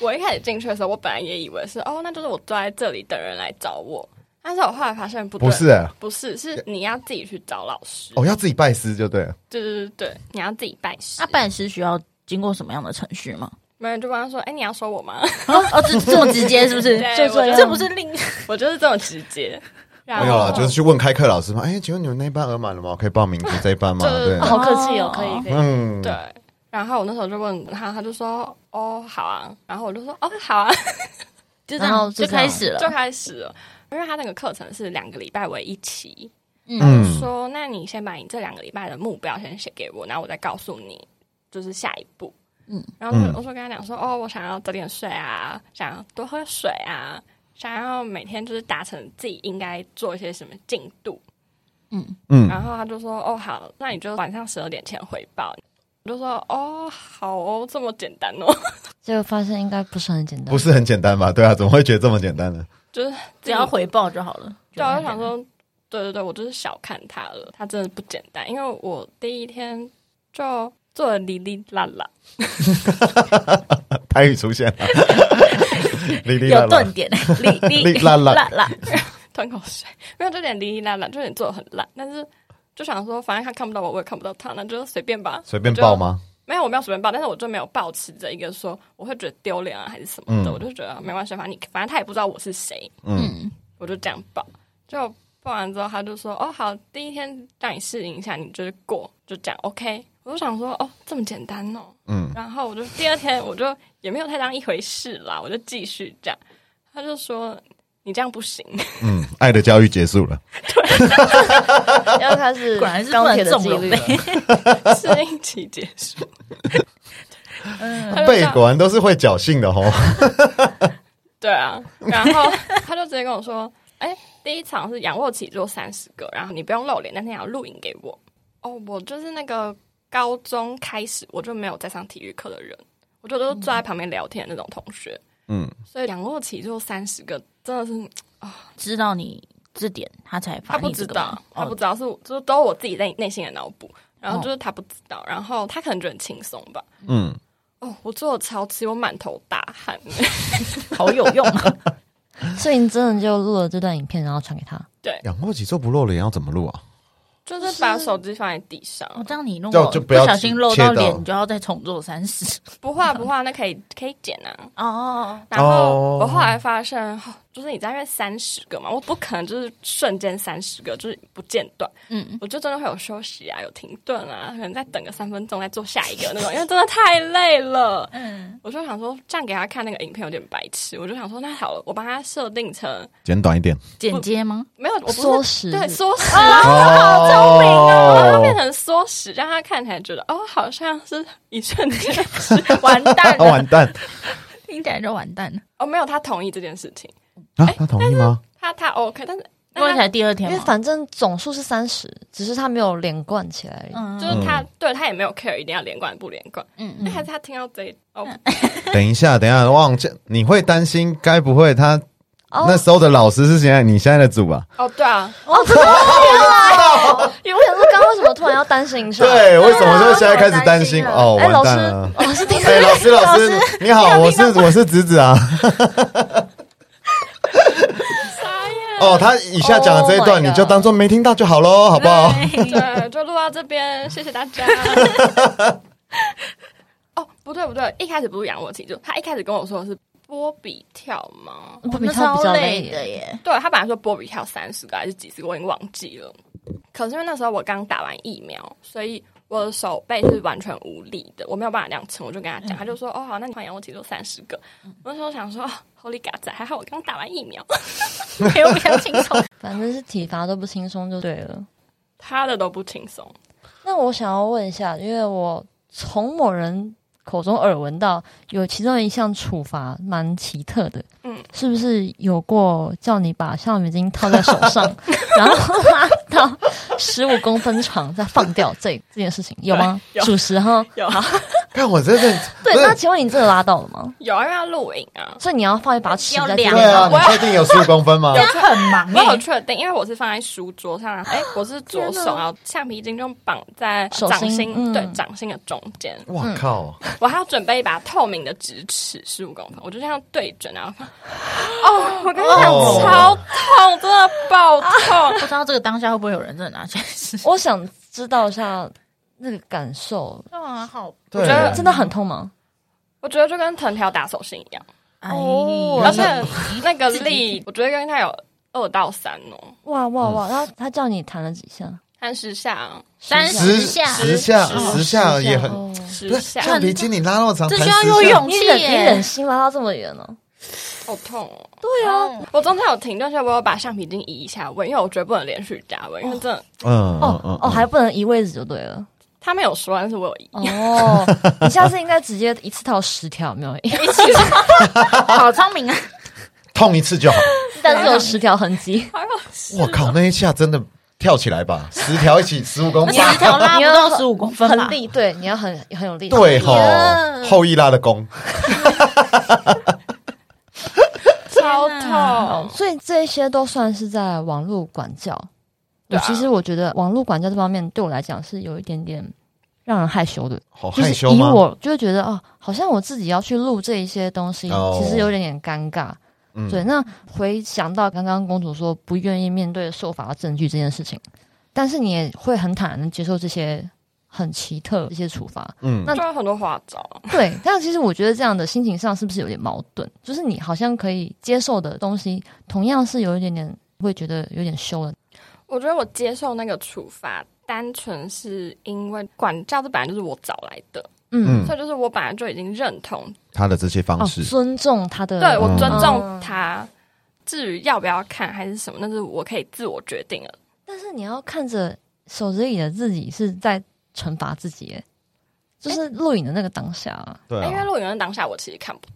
Speaker 4: 我一开始进去的时候，我本来也以为是哦，那就是我坐在这里等人来找我，但是我后来发现不对，
Speaker 1: 不是、啊，
Speaker 4: 不是，是你要自己去找老师。
Speaker 1: 哦，要自己拜师就对了。
Speaker 4: 对对对对，你要自己拜师。
Speaker 2: 啊
Speaker 3: 那啊拜师需要经过什么样的程序吗？
Speaker 4: 没人就帮他说：“哎、你要收我吗？”
Speaker 3: 哦，这这么直接是不是？
Speaker 4: 对
Speaker 2: 就这样
Speaker 3: 这不是另
Speaker 4: 我就是这么直 接。然后
Speaker 1: 没有啦，就是去问开课老师嘛。哎，请问你们那一班额满了吗？我可以报名去这一班 吗？
Speaker 4: 对
Speaker 1: 对，
Speaker 2: 好客气哦
Speaker 3: 哦，
Speaker 2: 可以可以。
Speaker 1: 嗯，
Speaker 4: 对。然后我那时候就问他，他就说：“哦，好啊。”然后我就说：“哦，好啊。
Speaker 3: 就这
Speaker 2: 然后
Speaker 3: 样
Speaker 2: 就
Speaker 3: 就
Speaker 2: 这样
Speaker 3: 开始”了
Speaker 4: 就。开始了，因为他那个课程是两个礼拜为一期，
Speaker 1: 嗯
Speaker 4: 就说：“那你先把你这两个礼拜的目标先写给我，然后我再告诉你就是下一步。”
Speaker 3: 嗯，
Speaker 4: 然后我
Speaker 1: 嗯
Speaker 4: 就我说跟他讲说：“哦，我想要早点睡啊，想要多喝水啊，想要每天就是达成自己应该做一些什么进度。”
Speaker 3: 嗯，
Speaker 1: 嗯
Speaker 4: 然后他就说：“哦，好，那你就晚上十二点前回报。”我就说：“哦，好哦，这么简单哦，
Speaker 2: 结果发现应该不是很简单，
Speaker 1: 不是很简单吧？对啊，怎么会觉得这么简单呢？
Speaker 4: 就是
Speaker 3: 只要。回报就好了”。
Speaker 4: 对，啊我就想，说，对对对，我就是小看他了，他真的不简单，因为我第一天就做的哩哩啦啦，
Speaker 1: 台语出现了，哩哩啦啦
Speaker 3: 有顿，点，哩
Speaker 1: 哩
Speaker 3: 哩
Speaker 1: 啦啦
Speaker 3: 啦啦，
Speaker 4: 吞口水，没有，就有点哩哩啦啦，就有点做的很烂，但是。就想说，反正他看不到我，我也看不到他，那就随便吧。
Speaker 1: 随便报吗？
Speaker 4: 没有，我没有随便报，但是我就没有抱持着一个说我会觉得丢脸啊还是什么的，
Speaker 1: 嗯
Speaker 4: 我就觉得没关系，反正你反正他也不知道我是谁，
Speaker 1: 嗯，
Speaker 4: 我就这样报，就报完之后，他就说：“哦，好，第一天让你适应一下，你就是过，就这样，OK。”我就想说：“哦，这么简单哦。”
Speaker 1: 嗯，
Speaker 4: 然后我就第二天我就也没有太当一回事啦，我就继续这样。他就说：“你这样不 行。
Speaker 1: 嗯，爱的教育结束了。
Speaker 2: 要开始
Speaker 3: 果然是不
Speaker 2: 钢
Speaker 3: 能
Speaker 2: 铁的
Speaker 3: 纵
Speaker 2: 纪
Speaker 3: 容
Speaker 2: 律
Speaker 3: 的
Speaker 2: 了。”
Speaker 4: 适应期结 束，
Speaker 3: 嗯，
Speaker 4: 他就这
Speaker 1: 贝
Speaker 4: 样
Speaker 1: 果然都是会侥幸的哦。
Speaker 4: 对啊，然后他就直接跟我说：“哎、第一场是仰卧起坐三十个，然后你不用露脸，但是你要录影给我。”哦，我就是那个高中开始我就没有在上体育课的人，我就都坐在旁边聊天的那种同学，
Speaker 1: 嗯，
Speaker 4: 所以仰卧起坐三十个真的是
Speaker 3: 知道你这点，他才
Speaker 4: 他
Speaker 3: 发
Speaker 4: 不
Speaker 3: 你
Speaker 4: 知
Speaker 3: 这个
Speaker 4: 道
Speaker 3: 吗。，
Speaker 4: 他不
Speaker 3: 哦
Speaker 4: 知道是就是都我自己内内心的脑补，然后就是他不知道，然后他可能觉得很轻松吧。
Speaker 1: 嗯，
Speaker 4: 哦，我做的超级，我满头大 汗。
Speaker 3: 好有用啊！
Speaker 2: 所以你真的就录了这段影片，然后传给他。
Speaker 1: 仰卧起坐不露脸要怎么录啊？
Speaker 4: 就是把手机放在地上，
Speaker 3: 哦这样你如
Speaker 1: 就
Speaker 3: 果
Speaker 1: 就不
Speaker 3: 不
Speaker 1: 要
Speaker 3: 小心露
Speaker 1: 切
Speaker 3: 到
Speaker 1: 到
Speaker 3: 脸，你就要再重做三十。
Speaker 4: 不画不画，那可以可以剪啊。
Speaker 3: 哦哦
Speaker 4: 然后
Speaker 1: 哦
Speaker 4: 我后来发现，哦就是你在那三十个嘛，我不可能就是瞬间三十个，就是不间断，
Speaker 3: 嗯，
Speaker 4: 我就真的会有休息啊，有停顿啊，可能再等个三分钟再做下一个那种，因为真的太累了。嗯，我就想说，这样给他看那个影片有点白痴，我就想说，那好了，我帮他设定成
Speaker 1: 简短一点。
Speaker 3: 剪接吗？
Speaker 4: 没有，我不是
Speaker 2: 缩时
Speaker 4: 对缩时啊，
Speaker 1: 好聪明
Speaker 4: 让它变成缩时，让他看起来觉得哦，好像是一瞬间完蛋
Speaker 1: 啊 完
Speaker 4: 了，
Speaker 1: 蛋，
Speaker 5: 听起来就完蛋了。
Speaker 4: 哦，没有，他同意这件事情，
Speaker 1: 啊，他同意吗？
Speaker 4: 他他 OK，但是
Speaker 3: 过才第二
Speaker 2: 因
Speaker 3: 天
Speaker 2: 为
Speaker 3: 嘛，
Speaker 2: 反正总数是三十，只是他没有连贯起来而已。
Speaker 5: 嗯，
Speaker 4: 就是他、对他也没有 care 一定要连贯不连贯，
Speaker 5: 嗯
Speaker 4: 那、还是他听到这一哦，
Speaker 1: 等一下，等一下，忘记你会担心，该不会他
Speaker 2: 哦
Speaker 1: 那时候的老师是现在你现在的组吧？
Speaker 4: 哦对啊，
Speaker 2: 哦，真的吗？ 因为我想说，刚刚为什么突然要担心一下？
Speaker 1: 对，为什么就现在开始担心？
Speaker 5: 对啊
Speaker 1: 哦，
Speaker 2: 哎，
Speaker 1: 完
Speaker 2: 老
Speaker 1: 蛋
Speaker 2: 师
Speaker 1: 了，！
Speaker 2: 老师听
Speaker 1: 哎，老师，老师，你好，我是我是子子啊。哦，他以下讲的这一
Speaker 2: Oh
Speaker 1: 段，
Speaker 2: my God
Speaker 1: 你就当做没听到就好喽，好不好？
Speaker 4: 对，就录到这边，谢谢大家。哦，不对不对，一开始不是仰卧起坐，他一开始跟我说的是波比跳吗？
Speaker 2: 不比
Speaker 3: 那
Speaker 2: 他
Speaker 3: 超
Speaker 2: 比较
Speaker 3: 累的
Speaker 2: 耶。
Speaker 3: 耶。
Speaker 4: 对他本来说波比跳三十个还是几十个，我已经忘记了。可是因为那时候我刚打完疫苗，所以我的手背是完全无力的，我没有办法这样撑。我就跟他讲，他就说：“哦，好，那你换仰卧起坐三十个。”我那时候想说哦：“Holy God，仔还好我刚打完疫苗。”
Speaker 5: 陪我比较轻 松。
Speaker 2: 反正是体罚都不轻松就对了。
Speaker 4: 他的都不轻松，
Speaker 2: 那我想要问一下，因为我从某人口中耳闻到有其中一项处罚蛮奇特的，
Speaker 4: 嗯
Speaker 2: 是不是有过叫你把橡皮筋套在手 上，然后拉到十五公分长再放掉这这件事情有吗？
Speaker 4: 对有
Speaker 2: 属实 哈。
Speaker 4: 有
Speaker 3: 啊
Speaker 1: 看我真的
Speaker 2: 对，
Speaker 1: 不是
Speaker 2: 那请问你真的拉到了吗？
Speaker 4: 有啊因为要录影啊，
Speaker 2: 所以你要放一把尺在这边
Speaker 3: 要
Speaker 1: 对
Speaker 3: 量
Speaker 1: 啊，
Speaker 2: 吗
Speaker 1: 你确定有十五公分吗？
Speaker 5: 他很忙
Speaker 4: 我有
Speaker 5: 哎，
Speaker 4: 确定，因为我是放在书桌上，哎、我是左手，然后橡皮筋就绑在
Speaker 2: 手
Speaker 4: 掌
Speaker 2: 心
Speaker 4: 心，
Speaker 2: 嗯
Speaker 4: 对，掌心的中间。
Speaker 1: 哇靠！
Speaker 4: 我还要准备一把透明的直尺，十五公分，我就这样对准，然后放。哦，我跟你讲，
Speaker 1: 哦
Speaker 4: 超痛，真的爆痛。
Speaker 5: 不知道这个当下会不会有人真的拿起来吃？
Speaker 2: 我想知道一下那个感受，
Speaker 5: 啊，好，
Speaker 1: 对
Speaker 4: 觉得
Speaker 2: 真的很痛吗？
Speaker 4: 我觉得就跟藤条打手心一样，
Speaker 5: 哎，
Speaker 2: 哦
Speaker 4: 而且那个力，我觉得跟他有二到三哦，
Speaker 2: 哇哇哇！然后他叫你弹了几下？
Speaker 4: 三十下啊，
Speaker 3: 三
Speaker 1: 嗯十
Speaker 3: 十下，
Speaker 1: 十下
Speaker 3: 十
Speaker 1: 十下也很，
Speaker 2: 哦
Speaker 4: 十
Speaker 1: 不是
Speaker 4: 下，
Speaker 1: 橡皮筋你拉那么长，
Speaker 3: 这
Speaker 1: 弹
Speaker 3: 需要
Speaker 1: 十
Speaker 3: 有
Speaker 1: 下
Speaker 3: 勇
Speaker 2: 你
Speaker 3: 气
Speaker 2: 忍你忍
Speaker 3: 耶。
Speaker 2: 心拉到这么远哦？
Speaker 4: 好痛哦。
Speaker 2: 对啊，
Speaker 4: 我中间有停顿，所以我有把橡皮筋移一下位，因为我觉得不能连续加位，因为真的
Speaker 1: 嗯
Speaker 2: 哦哦，还不能移位置就对了。
Speaker 4: 他没有说，但是我有移。
Speaker 2: 哦， 你下次应该直接一次套十条，有没有？
Speaker 3: 好聪明啊！
Speaker 1: 痛一次就好。
Speaker 2: 但是有十条痕 迹，
Speaker 1: 我靠，那一下真的跳起来吧，十条一起十五公
Speaker 3: 那
Speaker 1: 分，
Speaker 3: 十条拉不到十五公分吧
Speaker 2: 很？力，对，你要很很有力。
Speaker 1: 对吼
Speaker 3: 呀，
Speaker 1: 后羿拉的弓，
Speaker 4: 超
Speaker 3: 天
Speaker 2: 哦
Speaker 4: 痛，
Speaker 2: 所以这些都算是在网络管教。我
Speaker 4: 对啊
Speaker 2: 其实我觉得网络管教这方面对我来讲是有一点点让人害羞的，
Speaker 1: 好
Speaker 2: 就
Speaker 1: 哦害
Speaker 2: 是
Speaker 1: 羞
Speaker 2: 以
Speaker 1: 吗？
Speaker 2: 我就会觉得哦，好像我自己要去录这一些东西，
Speaker 1: 哦
Speaker 2: 其实有点点尴尬。
Speaker 1: 嗯
Speaker 2: 对，那回想到刚刚公主说不愿意面对受罚的证据这件事情，但是你也会很坦然的接受这些很奇特的这些处罚。
Speaker 1: 嗯
Speaker 2: 那
Speaker 4: 就有很多花招。
Speaker 2: 对，但其实我觉得这样的心情上是不是有点矛盾？就是你好像可以接受的东西，同样是有一点点会觉得有点羞了。
Speaker 4: 我觉得我接受那个处罚，单纯是因为管教这本来就是我找来的，
Speaker 2: 嗯，
Speaker 1: 嗯
Speaker 4: 所，以就是我本来就已经认同，
Speaker 1: 他的这些
Speaker 2: 哦
Speaker 1: 方，式，
Speaker 2: 尊重他的，
Speaker 4: 对我尊
Speaker 2: 嗯
Speaker 4: 重他。至于要不要看还是什么，那是我可以自我决定了。
Speaker 2: 但是你要看着手机里的自己是在惩罚自己耶，就是录影的那个当下、啊。
Speaker 1: 对
Speaker 4: 因为
Speaker 1: 啊，
Speaker 4: 录影的当下我其实看不，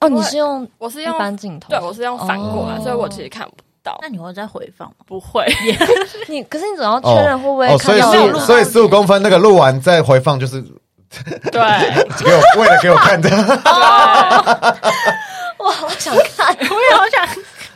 Speaker 2: 哦，
Speaker 4: 因为
Speaker 2: 你是用
Speaker 4: 我是
Speaker 2: 一
Speaker 4: 用
Speaker 2: 般镜头，
Speaker 4: 对我是用反过来，
Speaker 2: 哦
Speaker 4: 所以我其实看不到。
Speaker 3: 那你会再回放吗？
Speaker 4: 不会，
Speaker 2: 你，可是你总要确认会不会
Speaker 1: 哦，所
Speaker 2: 看
Speaker 1: 以
Speaker 2: 到
Speaker 3: 没有
Speaker 2: 有
Speaker 3: 录
Speaker 1: 是
Speaker 3: 到
Speaker 1: 所以十五公分那个录完再回放，就是
Speaker 4: 对，
Speaker 1: 给我 为了给我看的，
Speaker 2: 哇，好想看，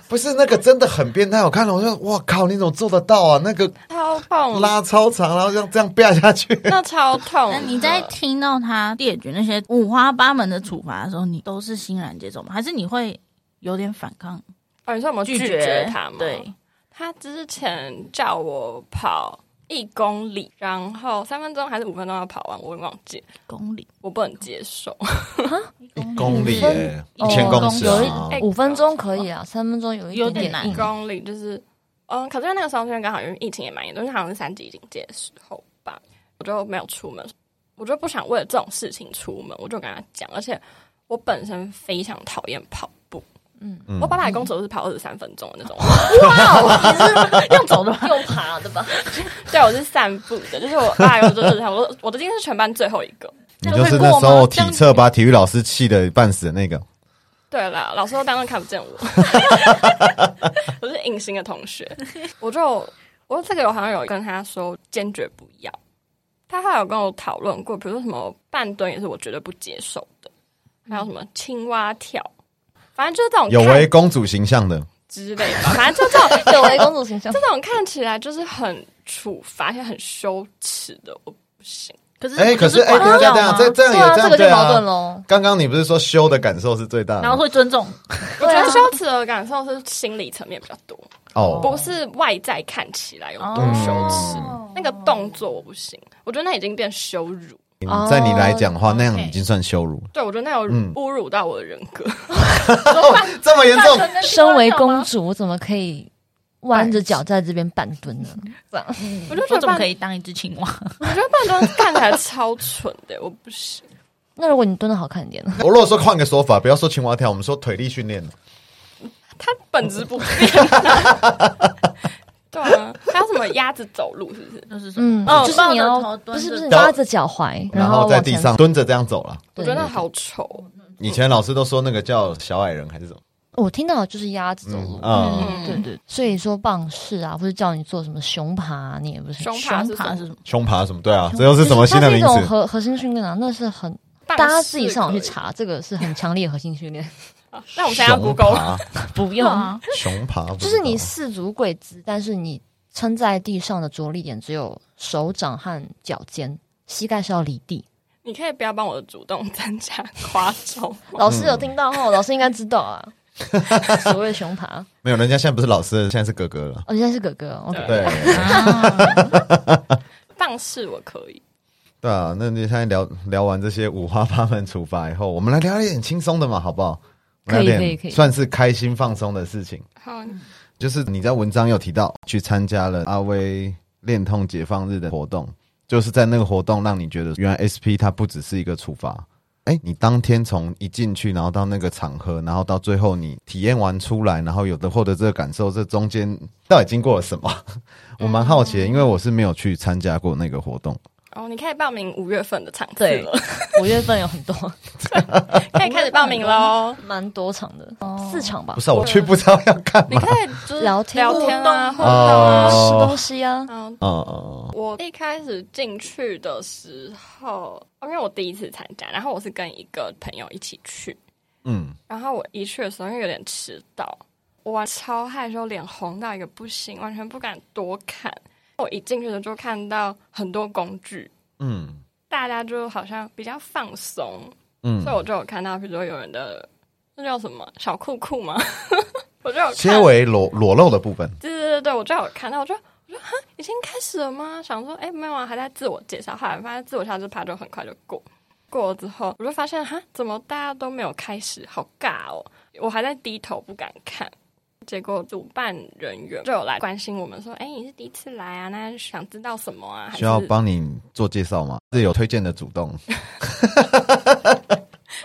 Speaker 1: 不是那个真的很变态，我看了我就哇靠，你怎么做得到啊？那个
Speaker 4: 超痛，
Speaker 1: 拉超长，然后这样这样啪下去，
Speaker 4: 那超痛
Speaker 3: 那
Speaker 4: 的。
Speaker 3: 你在听到他列举那些五花八门的处罚的时候，你都是欣然接受吗？还是你会有点反抗、
Speaker 4: 哦，你说我们拒
Speaker 3: 绝
Speaker 4: 绝他吗？
Speaker 3: 对，
Speaker 4: 他之前叫我跑一公里，然后三分钟还是五分钟要跑完，我忘记，
Speaker 3: 公里、
Speaker 4: 我不能接受。
Speaker 1: 一公里耶，
Speaker 3: 一
Speaker 2: 哦
Speaker 1: 一千
Speaker 3: 公
Speaker 1: 公尺
Speaker 3: 有
Speaker 1: 啊
Speaker 3: 一，
Speaker 4: 哎
Speaker 2: 五分钟可以啊，三分钟有一
Speaker 3: 有
Speaker 2: 点
Speaker 3: 点难
Speaker 2: 硬
Speaker 4: 一。公里就是，嗯，可是因为那个时候因为刚好因为疫情也蛮严重，就好像是三级警戒的时候吧，我就没有出门，我就不想为了这种事情出门，我就跟他讲，而且我本身非常讨厌跑步。嗯，我八百公尺都是跑二十三分钟的那种，
Speaker 3: 用走的吗？
Speaker 2: 用爬的吧，
Speaker 4: 对我是散步的，就是我八百公尺就是我都我都今天是全班最后一个，
Speaker 1: 你就是那时候体测把体育老师气的半死的那个，
Speaker 4: 对了，老师都当然看不见我，我是隐形的同学。我就我这个我好像有跟他说坚决不要，他还有跟我讨论过，比如说什么半蹲也是我绝对不接受的，还有什么青蛙跳，反正就是这种
Speaker 1: 有欸
Speaker 4: 看
Speaker 1: 违公主形象的，
Speaker 4: 之类的，反正就这种
Speaker 2: 有为公主形象。
Speaker 4: 这种看起来就是很处罚，而且很羞耻的，我不行。
Speaker 5: 可是
Speaker 3: 嗯
Speaker 1: 哎，可是
Speaker 5: 是
Speaker 1: 哎，
Speaker 5: 管
Speaker 1: 对啊，
Speaker 5: 教
Speaker 1: 这样
Speaker 5: 吗
Speaker 1: 这样这样
Speaker 2: 对啊，
Speaker 1: 也这
Speaker 2: 这
Speaker 1: 样
Speaker 2: 个就
Speaker 1: 对
Speaker 2: 矛盾
Speaker 1: 啊。
Speaker 2: 喽。
Speaker 1: 刚刚你不是说羞的感受是最大
Speaker 5: 然后
Speaker 1: 的
Speaker 5: 会尊重，
Speaker 4: 我觉得羞耻的感受是心理层面比较多，
Speaker 1: 哦，
Speaker 4: 不是外在看起来有多
Speaker 5: 哦
Speaker 4: 羞耻。
Speaker 1: 嗯
Speaker 4: 那个
Speaker 2: 哦
Speaker 4: 动作我不行，我觉得那已经变羞辱。
Speaker 1: 嗯在你来讲的话，那样
Speaker 5: OK
Speaker 1: 已经算羞辱，
Speaker 4: 对，我觉得那有
Speaker 1: 嗯
Speaker 4: 侮辱到我的人格。
Speaker 1: 这么严重，
Speaker 2: 身为公主，我怎么可以弯着脚在这边半蹲呢？嗯
Speaker 4: 我就觉
Speaker 5: 我
Speaker 4: 得
Speaker 5: 怎么
Speaker 4: 半，
Speaker 5: 可以当一只青蛙？
Speaker 4: 我觉得半蹲看起来超蠢的，我 不行。
Speaker 2: 那如果你蹲的好看一点呢？
Speaker 1: 我如果说换个说法，不要说青蛙跳，我们说腿力训练。
Speaker 4: 它本质 不变。对啊，还有什么鸭子走路是不是？
Speaker 5: 就是说
Speaker 2: 嗯，
Speaker 5: 哦
Speaker 2: 就是你要
Speaker 5: 抱着头
Speaker 2: 不
Speaker 5: 蹲
Speaker 2: 是
Speaker 5: 着
Speaker 2: 不是
Speaker 1: 走
Speaker 2: 抓着脚踝，
Speaker 1: 然
Speaker 2: 后
Speaker 1: 后在
Speaker 2: 往
Speaker 1: 地
Speaker 2: 前
Speaker 1: 上蹲着这样走了。
Speaker 4: 我
Speaker 2: 对
Speaker 4: 觉得那好丑。哦
Speaker 1: 以前老师都说那个叫小矮人还是什么？
Speaker 2: 我听到的就是鸭子走路
Speaker 1: 嗯，啊，
Speaker 5: 嗯
Speaker 2: 对对，对所以说棒式啊，或者叫你做什么熊爬啊，你也不是
Speaker 4: 熊爬
Speaker 5: 熊
Speaker 4: 是什
Speaker 5: 爬
Speaker 4: 么
Speaker 5: 是？什么？
Speaker 1: 胸爬什么？对啊，这又是什么
Speaker 2: 就是
Speaker 1: 新
Speaker 2: 它
Speaker 1: 的
Speaker 2: 是一
Speaker 1: 名
Speaker 2: 种
Speaker 1: 词？
Speaker 2: 核核心训练啊，那是很
Speaker 4: 大
Speaker 2: 大家自己上网去
Speaker 4: 可以。
Speaker 2: 查，这个是很强烈的核心训练，
Speaker 4: 啊那我们现在要 Google
Speaker 2: 不
Speaker 5: 对
Speaker 2: 用
Speaker 5: 啊，
Speaker 1: 熊爬，熊爬不知道
Speaker 2: 就是你四足跪姿，但是你撑在地上的着力点只有手掌和脚尖，膝盖是要离地。
Speaker 4: 你可以不要帮我主动增加夸张吗？
Speaker 2: 老师有听到
Speaker 1: 嗯
Speaker 2: 后，老师应该知 道啊。所谓的熊爬，
Speaker 1: 没有，人家现在不是老师了，现在是哥哥 了。
Speaker 2: 哦，你现在是哥哥 哦，OK，
Speaker 1: 对
Speaker 4: 棒式我可以，
Speaker 1: 对啊，那你现在聊聊完这些五花八门处罚以后，我们来聊一点轻松的嘛，好不好？我们聊点
Speaker 2: 可以可以可以
Speaker 1: 算是开心放松的事情。
Speaker 4: 好，
Speaker 2: 嗯
Speaker 1: 就是你在文章有提到去参加了阿威恋痛解放日的活动，就是在那个活动让你觉得原来 SP 它不只是一个处罚。哎、你当天从一进去，然后到那个场合，然后到最后你体验完出来，然后有的获得这个感受，这中间到底经过了什么？ 我蛮好奇的，因为我是没有去参加过那个活动。
Speaker 4: 哦，你可以报名五月份的场次
Speaker 2: 对
Speaker 4: 了，
Speaker 2: 五月份有很多，
Speaker 4: 可以开始报名哦喽。
Speaker 2: 蛮多场的，四场吧
Speaker 1: 不，是啊、我去不知道要干
Speaker 4: 嗯你
Speaker 1: 嘛
Speaker 4: 可。以就是
Speaker 2: 聊天
Speaker 4: 聊天啊，互
Speaker 1: 动
Speaker 4: 动啊。
Speaker 2: 吃
Speaker 1: 哦
Speaker 2: 东西啊，
Speaker 4: 嗯，
Speaker 1: 哦哦
Speaker 4: 我一开始进去的时候，因为我第一次参加，然后我是跟一个朋友一起去，
Speaker 1: 嗯，
Speaker 4: 然后我一去的时候，因为有点迟到，我玩超害羞，脸红到一个不行，完全不敢多看。我一进去的时候就看到很多工具，
Speaker 1: 嗯
Speaker 4: 大家就好像比较放松，
Speaker 1: 嗯
Speaker 4: 所以我就有看到，比如说有人的那叫什么小裤裤吗？ 我就有
Speaker 1: 切
Speaker 4: 看，
Speaker 1: 为裸裸露的部分，
Speaker 4: 对对对对，我就有看到，我就我就哈已经开始了吗？想说哎、没有啊，还在自我介绍，后来发现自我介绍这趴就很快就过。过了之后，我就发现哈，怎么大家都没有开始，好尬哦！我还在低头不敢看。结果主办人员就有来关心我们说：“哎、你是第一次来啊，那想知道什么啊？”还
Speaker 1: 需要
Speaker 4: 是
Speaker 1: 帮你做介绍吗？是有推荐的主 动。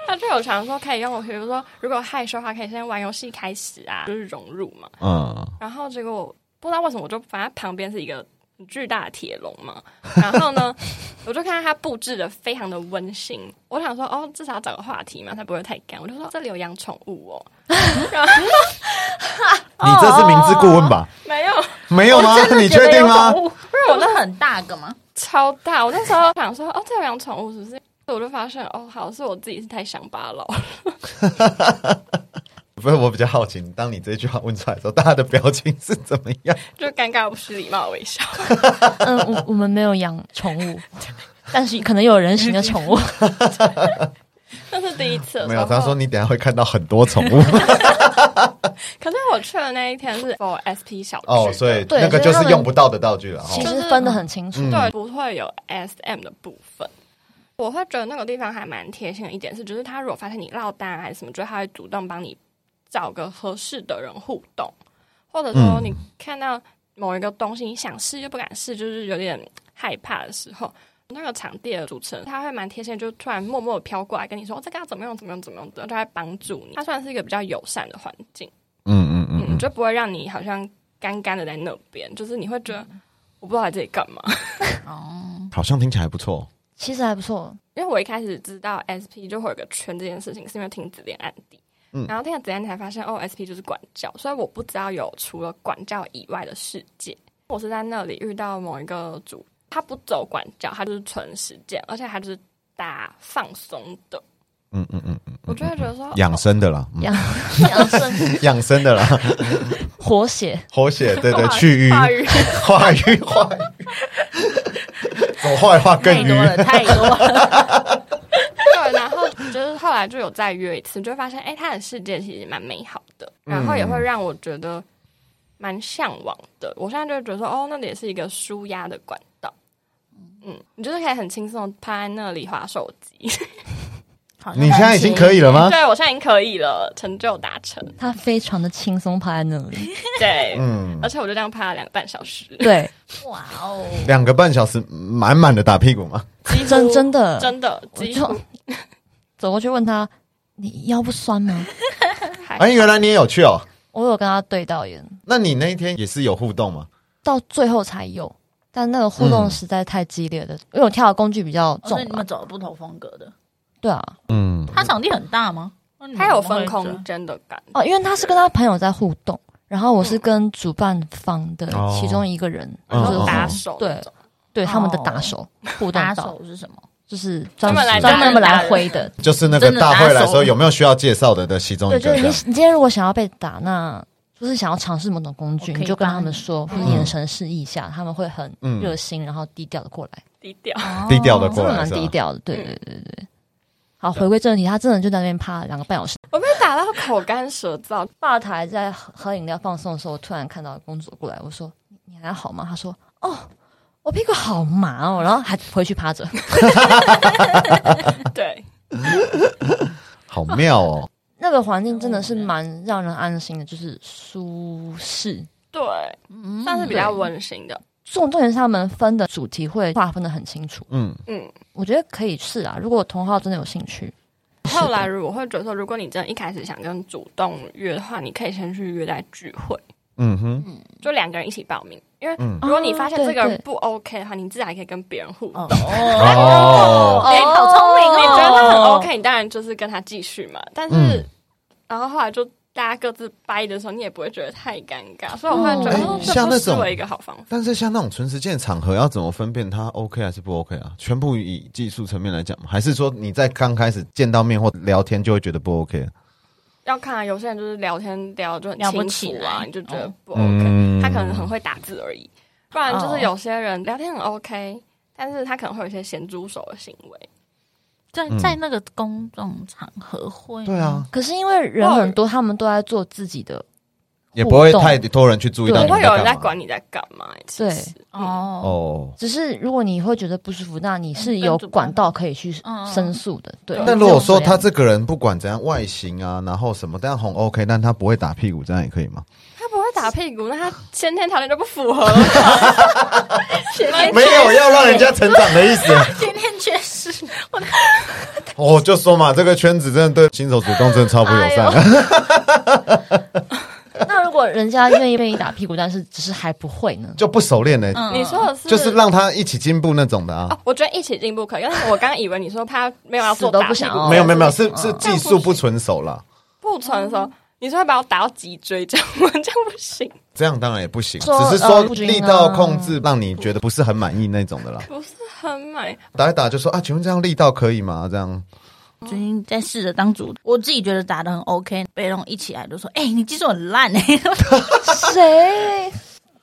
Speaker 4: 他就有常说可以用，比如说如果害羞的话，可以先玩游戏开始啊，就是融入嘛。
Speaker 1: 嗯，
Speaker 4: 然后结果我不知道为什么，我就反正旁边是一个很巨大的铁笼嘛。然后 呢，我就看到他布置的非常的温馨，我想说哦，至少找个话题嘛，才不会太干。我就说这里有养宠物 哦，然后
Speaker 1: 你这是明知故问吧？
Speaker 4: 没有
Speaker 1: 没有吗？你确定吗？
Speaker 5: 不是
Speaker 4: 我
Speaker 5: 我都很大个吗？
Speaker 4: 超大。我那时候想说哦，这有养宠物是不是？我就发现哦，好是我自己是太乡巴佬了，
Speaker 1: 不是，我比较好奇，当你这句话问出来的时候，大家的表情是怎么样？
Speaker 4: 就尴尬不失礼貌的微笑。
Speaker 2: 嗯，我我们没有养宠物，但是可能有人形的宠物，
Speaker 4: 那是第一次的时候，
Speaker 1: 没有，他说你等一下会看到很多 宠物
Speaker 4: 可是我去的那一天是 for SP 小区
Speaker 1: 哦，所以
Speaker 2: 对
Speaker 1: 那个就
Speaker 2: 所以他
Speaker 1: 是
Speaker 2: 们
Speaker 1: 用不到的道具了。
Speaker 2: 其
Speaker 1: 哦，
Speaker 2: 实分得很清楚。
Speaker 4: 对不会有 SM 的部分。我会觉得那个地方还蛮贴心的一点是，就是他如果发现你落单啊还是什么，就是他会主动帮你找个合适的人互动，或者说
Speaker 1: 嗯
Speaker 4: 你看到某一个东西你想试又不敢试，就是有点害怕的时候。那个场地的主持人，他会蛮贴心的，就突然默默地飘过来跟你说、哦这个要怎么用，怎么用，怎么用，然后他会帮助你。他算是一个比较友善的环境。
Speaker 1: 嗯嗯嗯
Speaker 4: 嗯，
Speaker 1: 嗯，
Speaker 4: 就不会让你好像干干的在那边，就是你会
Speaker 1: 嗯
Speaker 4: 觉得我不知道来这里干嘛。
Speaker 5: 哦，
Speaker 1: 好像听起来不错。
Speaker 2: 其实还不错，
Speaker 4: 因为我一开始知道 SP 就会有个圈这件事情，是因为停止恋案底，
Speaker 1: 嗯
Speaker 4: 然后听了子安才发现哦，SP 就是管教，所以我不知道有除了管教以外的世界。我是在那里遇到某一个主，他不走管教，他就是纯实践，而且他就是打放松的，
Speaker 1: 嗯嗯嗯嗯，
Speaker 4: 我就会觉得说哦
Speaker 1: 养生的啦，嗯
Speaker 2: 养养生
Speaker 1: 养生的啦，
Speaker 2: 活血，
Speaker 1: 活血，对对，
Speaker 4: 话
Speaker 1: 去
Speaker 4: 话
Speaker 1: 瘀，
Speaker 4: 语
Speaker 1: 化瘀，化瘀，怎么画一画 更
Speaker 5: 太
Speaker 1: 瘀
Speaker 5: 多？了，太多 了。
Speaker 4: 对，然后就是后来就有再约一次，就会发现，哎、他的世界其实蛮美好的，
Speaker 2: 嗯
Speaker 4: 然后也会让我觉得蛮向往的。我现在就会觉得说，哦，那里也是一个舒压的管道。嗯，你就是可以很轻松地趴在那里划手机。
Speaker 5: 好
Speaker 1: 你现在已经可
Speaker 5: 以，
Speaker 1: 以了
Speaker 2: 啊
Speaker 1: 吗？
Speaker 4: 对我现在已经可以了，成就达成。
Speaker 2: 他非常的轻松趴在那里。
Speaker 4: 对，
Speaker 1: 嗯
Speaker 4: 而，且我就这样趴了两个半小 时，
Speaker 2: 对，
Speaker 5: 哇哦，
Speaker 1: 两个半小时，满满的打屁股嘛。
Speaker 4: 几乎
Speaker 2: 真真的
Speaker 4: 真的
Speaker 2: 我
Speaker 4: 几乎
Speaker 2: 就走过去问他：“你腰不酸吗
Speaker 4: 还
Speaker 1: 哎，原来你也有去哦。？”
Speaker 2: 我有跟他对到眼，
Speaker 1: 那你那一天也是有互动吗？
Speaker 2: 到最后才有，但那个互动
Speaker 1: 嗯
Speaker 2: 实在太激烈了，因为我跳的工具比较
Speaker 5: 哦所
Speaker 2: 重
Speaker 5: 以你
Speaker 2: 嘛
Speaker 5: 们。走了不同风格的。
Speaker 2: 对啊，
Speaker 1: 嗯，
Speaker 5: 它场地很大吗？
Speaker 4: 它有分空间的感觉。
Speaker 2: 哦，因为他是跟他朋友在互动，然后
Speaker 5: 嗯
Speaker 2: 我是跟主办方的
Speaker 1: 哦
Speaker 2: 其中一个人，
Speaker 1: 嗯
Speaker 4: 然
Speaker 2: 就是
Speaker 4: 后
Speaker 1: 嗯
Speaker 4: 打
Speaker 1: 嗯
Speaker 4: 手
Speaker 2: 哦对
Speaker 4: 那种，
Speaker 2: 对他们的
Speaker 5: 哦
Speaker 2: 打手互动
Speaker 5: 打
Speaker 2: 到，
Speaker 5: 手是什么？
Speaker 2: 就是专
Speaker 4: 专门来
Speaker 2: 专门
Speaker 5: 打人
Speaker 2: 来
Speaker 5: 的
Speaker 2: 挥的。
Speaker 1: 就是那个
Speaker 5: 真的
Speaker 1: 大
Speaker 5: 打手
Speaker 1: 会来说，有没有需要介绍的的其中
Speaker 2: 对，
Speaker 1: 一
Speaker 2: 就
Speaker 1: 个这
Speaker 2: 是你
Speaker 1: 样？
Speaker 2: 你今天如果想要被打，那就是想要尝试某种工具，
Speaker 5: 我可以
Speaker 2: 你就跟
Speaker 5: 帮
Speaker 2: 他们
Speaker 5: 你
Speaker 2: 说，或
Speaker 5: 嗯
Speaker 2: 者眼神示意一下，他们会很
Speaker 1: 嗯
Speaker 2: 热心，然后低调的过来，
Speaker 4: 低调。
Speaker 2: 哦
Speaker 1: 低调的
Speaker 2: 真
Speaker 1: 过
Speaker 2: 的
Speaker 1: 来
Speaker 2: 蛮
Speaker 1: 是
Speaker 2: 低
Speaker 1: 吧？
Speaker 2: 调的。对对对对。好，回归正题，他真的就在那边趴了两个半小时。
Speaker 4: 我被打到口干舌 燥，
Speaker 2: 吧台在喝喝饮料放松的时候，我突然看到公主过来，我说：“你你还好吗？”她说：“哦，我屁股好麻哦。”然后还回去趴着。
Speaker 4: 对，
Speaker 1: 好妙哦。
Speaker 2: 那个环境真的是蛮让人安心的，就是舒适。
Speaker 4: 对，
Speaker 5: 嗯
Speaker 1: 嗯
Speaker 4: 算是比较温馨的。
Speaker 2: 重重点是他们分的主题会划分的很清楚，
Speaker 1: 嗯，
Speaker 4: 嗯，
Speaker 2: 我觉得可以试啊。如果同号真的有兴趣，
Speaker 4: 后来我会觉得说，如果你真的一开始想跟主动约的话，你可以先去约在聚会，
Speaker 1: 嗯哼，
Speaker 4: 就两个人一起报名。因为
Speaker 1: 嗯
Speaker 4: 如果你发现
Speaker 2: 哦
Speaker 4: 这个
Speaker 2: 对对
Speaker 4: 人不 OK 的话，你自然可以跟别人互动。
Speaker 5: 哦，
Speaker 1: 哦，
Speaker 5: 哎，好聪明
Speaker 4: 你觉得他很
Speaker 5: 哦！
Speaker 4: OK，你当然就是跟他继续嘛。但是，
Speaker 1: 嗯
Speaker 4: 然后后来就大家各自掰的时候，你也不会觉得太尴尬，所以我会觉得、
Speaker 2: 嗯
Speaker 4: 哦、这
Speaker 1: 像
Speaker 4: 不
Speaker 1: 那
Speaker 4: 失
Speaker 1: 种
Speaker 4: 为一个好方法。
Speaker 1: 但是像那种纯实践场合，要怎么分辨它 OK 还是不 OK 啊？全部以技术层面来讲吗？还是说你在刚开始见到面或聊天就会觉得不 OK？
Speaker 4: 要看、啊、有些人就是聊天聊就很
Speaker 5: 聊不
Speaker 4: 清
Speaker 5: 起
Speaker 4: 楚啊，
Speaker 5: 来
Speaker 4: 你就觉得不 OK，、
Speaker 1: 嗯
Speaker 4: 他可能很会打字而已。不然就
Speaker 5: 哦
Speaker 4: 是有些人聊天很 OK，但是他可能会有一些咸猪手的行为。
Speaker 5: 在在那个公众场合会，
Speaker 1: 嗯对啊，，
Speaker 2: 可是因为人很多，他们都在做自己的，
Speaker 1: 也不会太多人去注意到
Speaker 2: 对
Speaker 1: 你
Speaker 4: 不会
Speaker 1: 们
Speaker 4: 有人在
Speaker 1: 干嘛
Speaker 4: 管你在干嘛、其实嗯，
Speaker 5: 哦，
Speaker 1: 哦。
Speaker 2: 只是如果你会觉得不舒服，那你是
Speaker 5: 嗯
Speaker 2: 有
Speaker 5: 跟主办
Speaker 2: 管道可以去
Speaker 5: 嗯嗯
Speaker 2: 申诉的。对，
Speaker 1: 但如果说他
Speaker 2: 这种
Speaker 1: 这个人不管怎样外形啊，然后什么，但红 OK，但他不会打屁股，这样也可以吗？
Speaker 4: 他不会打屁股，那他先天条件就不符 合。先 天
Speaker 1: 没有要让人家成长的意思。啊
Speaker 5: 今天确实，
Speaker 1: 我哦就说嘛，这个圈子真的对新手主动真的超不友善
Speaker 2: 哎
Speaker 1: 的。
Speaker 2: 人那如果人家愿意被你打屁股，但是只是还不会呢？
Speaker 1: 就不熟练的、
Speaker 5: 嗯
Speaker 4: 你说的是
Speaker 1: 就是让他一起进步那种的啊。
Speaker 4: 哦，我觉得一起进步可以，因为我刚刚以为你说他没有要做
Speaker 2: 死都
Speaker 4: 打
Speaker 2: 不
Speaker 4: 屁
Speaker 2: 想
Speaker 4: 股，
Speaker 2: 哦 要
Speaker 1: 没有没有没有，是是
Speaker 2: 嗯
Speaker 1: 技术不纯熟啦，
Speaker 4: 不成熟。你说会把我打到脊椎这样吗？这样不行，
Speaker 1: 这样当然也不行，
Speaker 2: 说
Speaker 1: 只是
Speaker 2: 呃
Speaker 1: 说
Speaker 2: 不均啊
Speaker 1: 力道控制让你觉得不是很满意那种的啦。
Speaker 4: 不是很美。
Speaker 1: 打一打就说啊，请问这样力道可以吗？这样
Speaker 5: 最近在试着当主，我自己觉得打的很 OK，被弄一起来就说，哎，你技术很烂哎，
Speaker 2: 谁？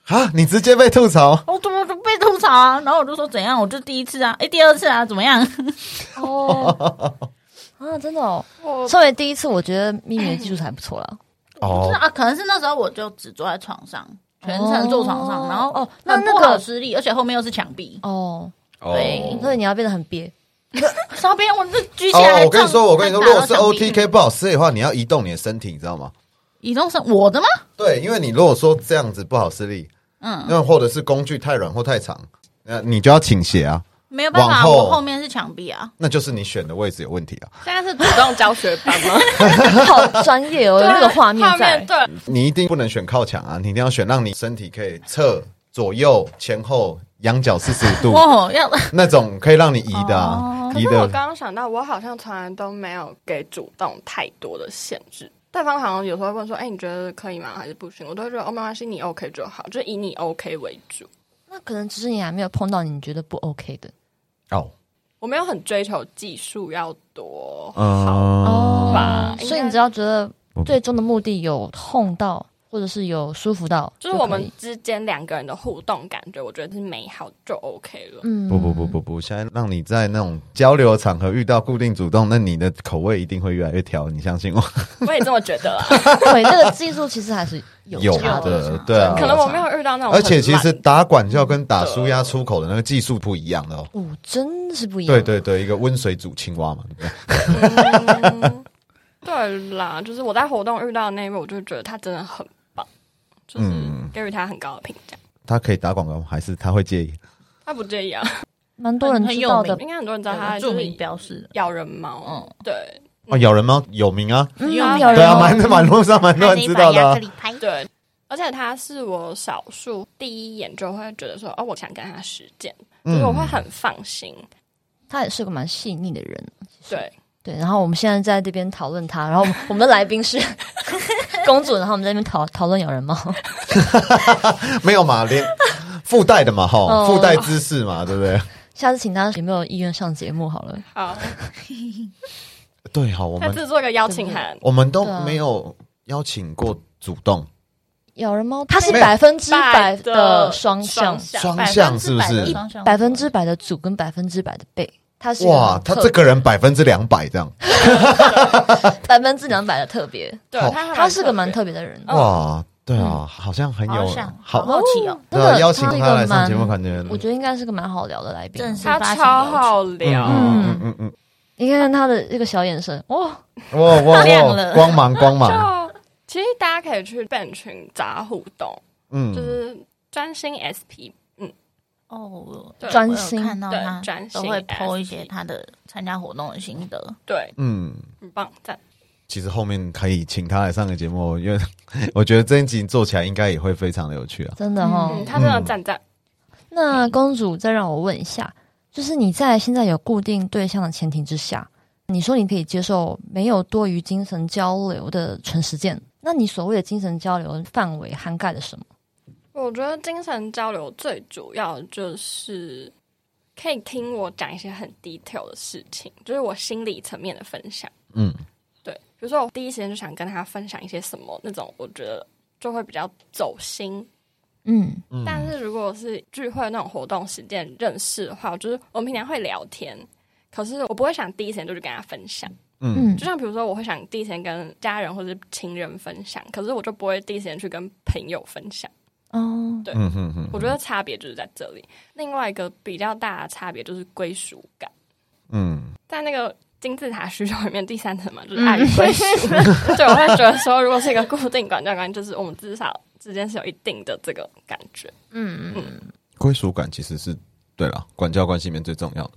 Speaker 1: 啊，你直接被吐
Speaker 2: 哦
Speaker 1: 槽，
Speaker 5: 我怎么就被吐槽啊？然后我就说怎样，我就第一次啊，哎，第二次啊，怎么样？
Speaker 2: 哦， 啊，真的哦。
Speaker 4: 我
Speaker 2: 身为第一次，我觉得咪咪的技术还不错 啦。
Speaker 5: 不
Speaker 1: 哦
Speaker 5: 是，啊，可能是那时候我就只坐在床上，全程坐床上，
Speaker 2: 哦
Speaker 5: 然后
Speaker 2: 哦那
Speaker 5: 很
Speaker 2: 那
Speaker 5: 不
Speaker 2: 个
Speaker 5: 好施力，而且后面又是墙壁，
Speaker 2: 哦，
Speaker 5: 对
Speaker 2: 所以你要变得很憋。
Speaker 5: 稍边我这举起来。
Speaker 1: 哦，我跟你说，我跟你说，
Speaker 5: 这
Speaker 1: 如
Speaker 5: 样
Speaker 1: 果是
Speaker 5: 打到墙壁
Speaker 1: OTK 不好吃的话，你要移动你的身体，你知道吗？
Speaker 5: 移动是我的吗？
Speaker 1: 对，因为你如果说这样子不好施力，
Speaker 5: 嗯，
Speaker 1: 那或者是工具太软或太长，那你就要倾斜啊，
Speaker 5: 没有办
Speaker 1: 往
Speaker 5: 法，
Speaker 1: 后
Speaker 5: 我后面是墙壁啊。
Speaker 1: 那就是你选的位置有问题啊。
Speaker 4: 现在是主动教学班 吗？
Speaker 2: 好专业 哦，有那个画面在。
Speaker 4: 对，
Speaker 1: 你一定不能选靠墙啊，你一定要选让你身体可以侧、左右、前后仰角四十五度
Speaker 5: 哦，要
Speaker 1: 那种，可以让你移的、啊，
Speaker 4: 可
Speaker 1: 移
Speaker 4: 是我
Speaker 1: 的。
Speaker 4: 刚刚想到，我好像从来都没有给主动太多的限制，对方好像有时候会问说：“哎、你觉得可以吗？还是不行？”我都会觉得：“哦，没关系，你 OK 就好，就以你 OK 为主。
Speaker 2: 那可能只是你还没有碰到你觉得不 OK 的
Speaker 1: 哦，”
Speaker 4: 我没有很追求技术要多好，
Speaker 6: 哦，
Speaker 4: 吧
Speaker 2: 所以你只要觉得
Speaker 6: 我
Speaker 2: 最终的目的有痛到，或者是有舒服到，
Speaker 4: 就是我
Speaker 2: 可
Speaker 4: 们
Speaker 2: 以
Speaker 4: 之间两个人的互动感觉，我觉得是美好就 OK 了。
Speaker 2: 嗯
Speaker 1: 不不不不不，现在让你在那种交流场合遇到固定主动，那你的口味一定会越来越挑，你相信我。
Speaker 4: 我也这么觉 得啦，
Speaker 2: 对，那个技术其实还是有
Speaker 1: 有
Speaker 2: 差的。
Speaker 1: 的，对啊。
Speaker 4: 可能我没有遇到那种很烂，
Speaker 1: 而且其实打管教跟打舒压出口的那个技术不一样的哦。
Speaker 2: 哦，真的是不一样。
Speaker 1: 对对对，一个温水煮青蛙嘛，对不对？
Speaker 4: 嗯对啦，就是我在活动遇到的那一位，我就觉得他真的很棒，就是
Speaker 1: 嗯
Speaker 4: 给予他很高的评价。
Speaker 1: 他可以打广告吗？还是他会介意？
Speaker 4: 他不介意啊，
Speaker 2: 蛮多人知道
Speaker 5: 很有
Speaker 2: 的
Speaker 4: 应该很多人知道他
Speaker 5: 有
Speaker 4: 就
Speaker 5: 著
Speaker 4: 是
Speaker 5: 名标示的，
Speaker 4: 咬人猫，嗯，对
Speaker 1: 哦，咬人猫有名啊，
Speaker 2: 嗯，
Speaker 5: 有
Speaker 2: 有
Speaker 1: 对
Speaker 2: 人
Speaker 1: 啊，
Speaker 2: 哦
Speaker 1: 蛮蛮路上蛮多人知道的啊。
Speaker 5: 拍
Speaker 4: 对，而且他是我少数第一眼就会觉得说，哦，我想跟他实践，
Speaker 1: 嗯
Speaker 4: 就是我会很放心。
Speaker 2: 他也是个蛮细腻的人。
Speaker 4: 对，
Speaker 2: 对，然后我们现在在这边讨论他，然后我们我们的来宾是公主，然后我们在那边讨讨论咬人猫。
Speaker 1: 没有嘛，连附带的嘛，哈，
Speaker 2: 哦
Speaker 1: 附带知识嘛，对不对？
Speaker 2: 下次请他有没有意愿上节目好了？
Speaker 4: 好，
Speaker 1: 对，好，我
Speaker 4: 他
Speaker 1: 们
Speaker 4: 制作个邀请函，
Speaker 1: 我们都
Speaker 2: 对啊
Speaker 1: 没有邀请过主动
Speaker 2: 咬人猫，它是
Speaker 1: 没有
Speaker 2: 百分之百
Speaker 4: 的
Speaker 2: 的双向，
Speaker 1: 双向，是不是？
Speaker 2: 百分之百的主跟百分之百的背，它是一啊
Speaker 1: 哇，
Speaker 2: 很
Speaker 1: 他
Speaker 2: 特
Speaker 1: 这个人百分之两百这样，
Speaker 2: 百分之两百的特别，
Speaker 4: 对
Speaker 1: 好
Speaker 4: 他还
Speaker 2: 他是个蛮
Speaker 4: 别
Speaker 2: 特别的人。
Speaker 1: 哇，对啊，好像很有
Speaker 5: 好像
Speaker 1: 好
Speaker 5: 好好奇哦，
Speaker 1: 对
Speaker 2: 真
Speaker 1: 啊，
Speaker 2: 的
Speaker 1: 邀请
Speaker 2: 他是一
Speaker 1: 他
Speaker 2: 个
Speaker 1: 来上节目，
Speaker 2: 蛮，
Speaker 1: 感觉
Speaker 2: 我觉得应该是个蛮好聊的来宾。啊
Speaker 5: 正式
Speaker 4: 他超好聊，
Speaker 1: 嗯嗯嗯
Speaker 2: 你看看他的这个小眼神，哦哇，
Speaker 1: 嗯，哇哇
Speaker 5: 亮
Speaker 1: 哇，
Speaker 5: 了
Speaker 1: 光芒光芒，
Speaker 4: 就其实大家可以去 b 群杂互动，
Speaker 1: 嗯
Speaker 4: 就，是专心 SP，
Speaker 5: 哦，
Speaker 4: 对
Speaker 2: 专
Speaker 5: 我
Speaker 2: 心
Speaker 5: 有看到
Speaker 4: 对
Speaker 5: 他
Speaker 4: 专心
Speaker 5: 都会
Speaker 4: SP
Speaker 5: 剖一些他的参加活动的心得，
Speaker 4: 对，
Speaker 1: 嗯。
Speaker 4: 很棒，赞。
Speaker 1: 其实后面可以请他来上个节目，因为我觉得这一集做起来应该也会非常的有趣啊。
Speaker 2: 真的哦。
Speaker 4: 嗯，他真的赞赞。
Speaker 2: 那公主再让我问一下，就是你在现在有固定对象的前提之下，你说你可以接受没有多余精神交流的纯实践，那你所谓的精神交流范围涵盖了什么？
Speaker 4: 我觉得精神交流最主要就是可以听我讲一些很 detail 的事情，就是我心理层面的分享。
Speaker 1: 嗯，
Speaker 4: 对，比如说我第一时间就想跟他分享一些什么那种，我觉得就会比较走心。
Speaker 2: 嗯，
Speaker 1: 嗯
Speaker 4: 但是如果是聚会那种活动时间认识的话，就是我们平常会聊天，可是我不会想第一时间就去跟他分享。
Speaker 1: 嗯
Speaker 2: 嗯
Speaker 4: 就像比如说，我会想第一时间跟家人或者情人分享，可是我就不会第一时间去跟朋友分享。
Speaker 2: 哦，
Speaker 1: 嗯嗯嗯，
Speaker 4: 我觉得差别就是在这里。另外一个比较大的差别就是归属感，
Speaker 1: 嗯，
Speaker 4: 在那个金字塔需求里面第三层嘛，就是爱与归属。 对，我会觉得说，如果是一个固定管教关系，就是我们至少之间是有一定的这个感觉。
Speaker 2: 嗯，
Speaker 1: 归属感其实是对了，管教关系里面最重要的。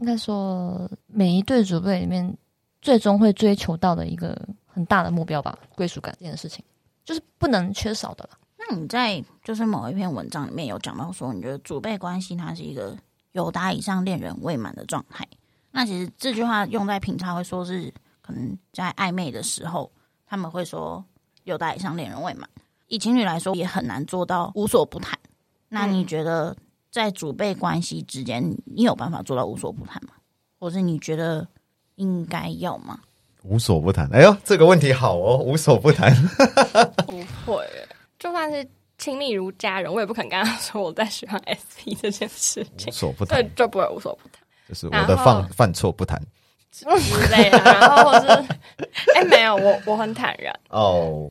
Speaker 2: 应该说每一对组队里面最终会追求到的一个很大的目标吧，归属感这件事情，就是不能缺少的了。
Speaker 5: 那你在就是某一篇文章里面有讲到说，你觉得主辈关系它是一个有达以上恋人未满的状态。那其实这句话用在平常会说是可能在暧昧的时候，他们会说有达以上恋人未满。以情侣来说，也很难做到无所不谈。那你觉得在主辈关系之间，你有办法做到无所不谈吗？或是你觉得应该要吗？
Speaker 1: 无所不谈，哎呦，这个问题好哦，无所不 谈。
Speaker 4: 不会耶，就算是亲密如家人，我也不肯跟他说我在喜欢 SP 这件事
Speaker 1: 无
Speaker 4: 情。
Speaker 1: 所不
Speaker 4: 对
Speaker 1: 谈，，
Speaker 4: 就不会无所不谈
Speaker 1: 就是我的犯
Speaker 4: 然后
Speaker 1: 犯错不谈
Speaker 4: 之类的。然后或是，哎、没有，我我很坦然，
Speaker 1: 哦，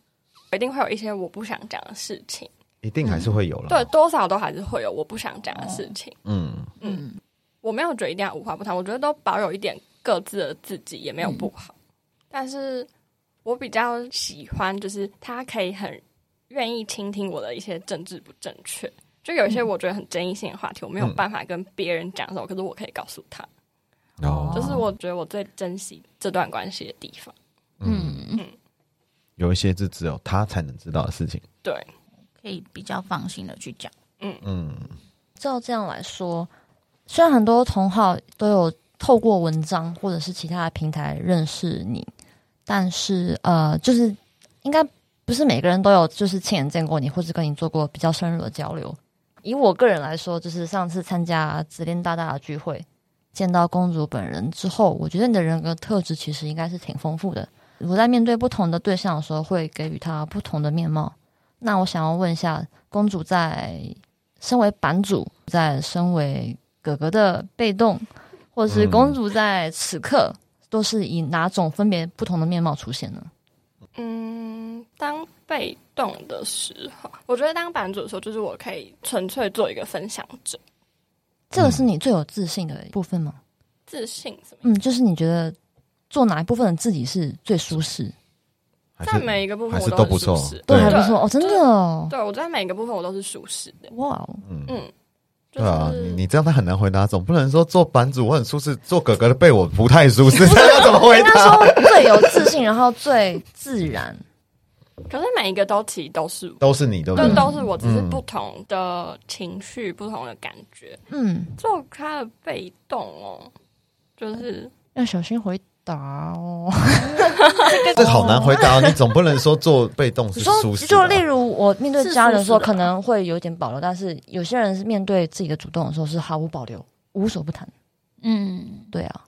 Speaker 4: 一定会有一些我不想讲的事情，
Speaker 1: 一定还是会有了。
Speaker 4: 对，，多少都还是会有我不想讲的事情。
Speaker 1: 嗯，
Speaker 4: 我没有觉得一定要无话不谈，我觉得都保有一点各自的自己也没有不好。但是我比较喜欢，就是他可以很愿意倾听我的一些政治不正确，就有一些我觉得很争议性的话题，我没有办法跟别人讲的时候，可是我可以告诉他，
Speaker 1: 哦，
Speaker 4: 就是我觉得我最珍惜这段关系的地方。
Speaker 5: 嗯，
Speaker 1: 有一些是只有他才能知道的事情。
Speaker 4: 对，
Speaker 5: 可以比较放心的去讲。
Speaker 1: 嗯，
Speaker 2: 照这样来说，虽然很多同好都有透过文章或者是其他的平台认识你，但是呃，就是应该不是每个人都有就是亲眼见过你，或是跟你做过比较深入的交流。以我个人来说，就是上次参加紫恋大大的聚会，见到公主本人之后，我觉得你的人格特质其实应该是挺丰富的。我在面对不同的对象的时候，会给予他不同的面貌。那我想要问一下，公主在身为版主，在身为哥哥的被动，或者是公主在此刻，都是以哪种分别不同的面貌出现呢？
Speaker 4: 嗯，当被动的时候，我觉得当版主的时候，就是我可以纯粹做一个分享者，
Speaker 2: 这个是
Speaker 1: 嗯
Speaker 2: 你最有自信的部分吗？
Speaker 4: 自信什么？
Speaker 2: 嗯，就是你觉得做哪一部分的自己是最舒适，
Speaker 1: 还
Speaker 4: 在
Speaker 1: 是
Speaker 4: 每一个部
Speaker 1: 还
Speaker 4: 分
Speaker 1: 是
Speaker 4: 我
Speaker 1: 都
Speaker 4: 很
Speaker 1: 不
Speaker 4: 舒
Speaker 1: 错
Speaker 4: 适，
Speaker 2: 都
Speaker 1: 对
Speaker 2: 还不错哦，真的哦，
Speaker 4: 对，我在每个部分我都是舒适的。
Speaker 2: 哇哦，
Speaker 4: 嗯，就
Speaker 1: 对
Speaker 4: 是、
Speaker 1: 啊，你你这样他很难回答，总不能说做版主我很舒适，做哥哥的被我不太舒 适，这要怎么回
Speaker 2: 应该
Speaker 1: 答？
Speaker 2: 说最有自信，然后最自然，
Speaker 4: 可是每一个都其实都是，
Speaker 1: 都是你，对不
Speaker 4: 都
Speaker 1: 对？
Speaker 4: 都是我，只是
Speaker 1: 嗯
Speaker 4: 不同的情绪、不同的感觉。
Speaker 2: 嗯，
Speaker 4: 做他的被动哦，就是
Speaker 2: 要小心回答哦。
Speaker 1: 这好难回答，你总不能说做被动是
Speaker 2: 你说
Speaker 1: 舒，适的
Speaker 2: 就
Speaker 1: 啊。
Speaker 2: 例如我面对
Speaker 5: 是
Speaker 2: 家人的时候，
Speaker 5: 舒适的
Speaker 2: 可能会有点保留，但是有些人是面对自己的主动的时候是毫无保留、无所不谈。
Speaker 5: 嗯，
Speaker 2: 对啊，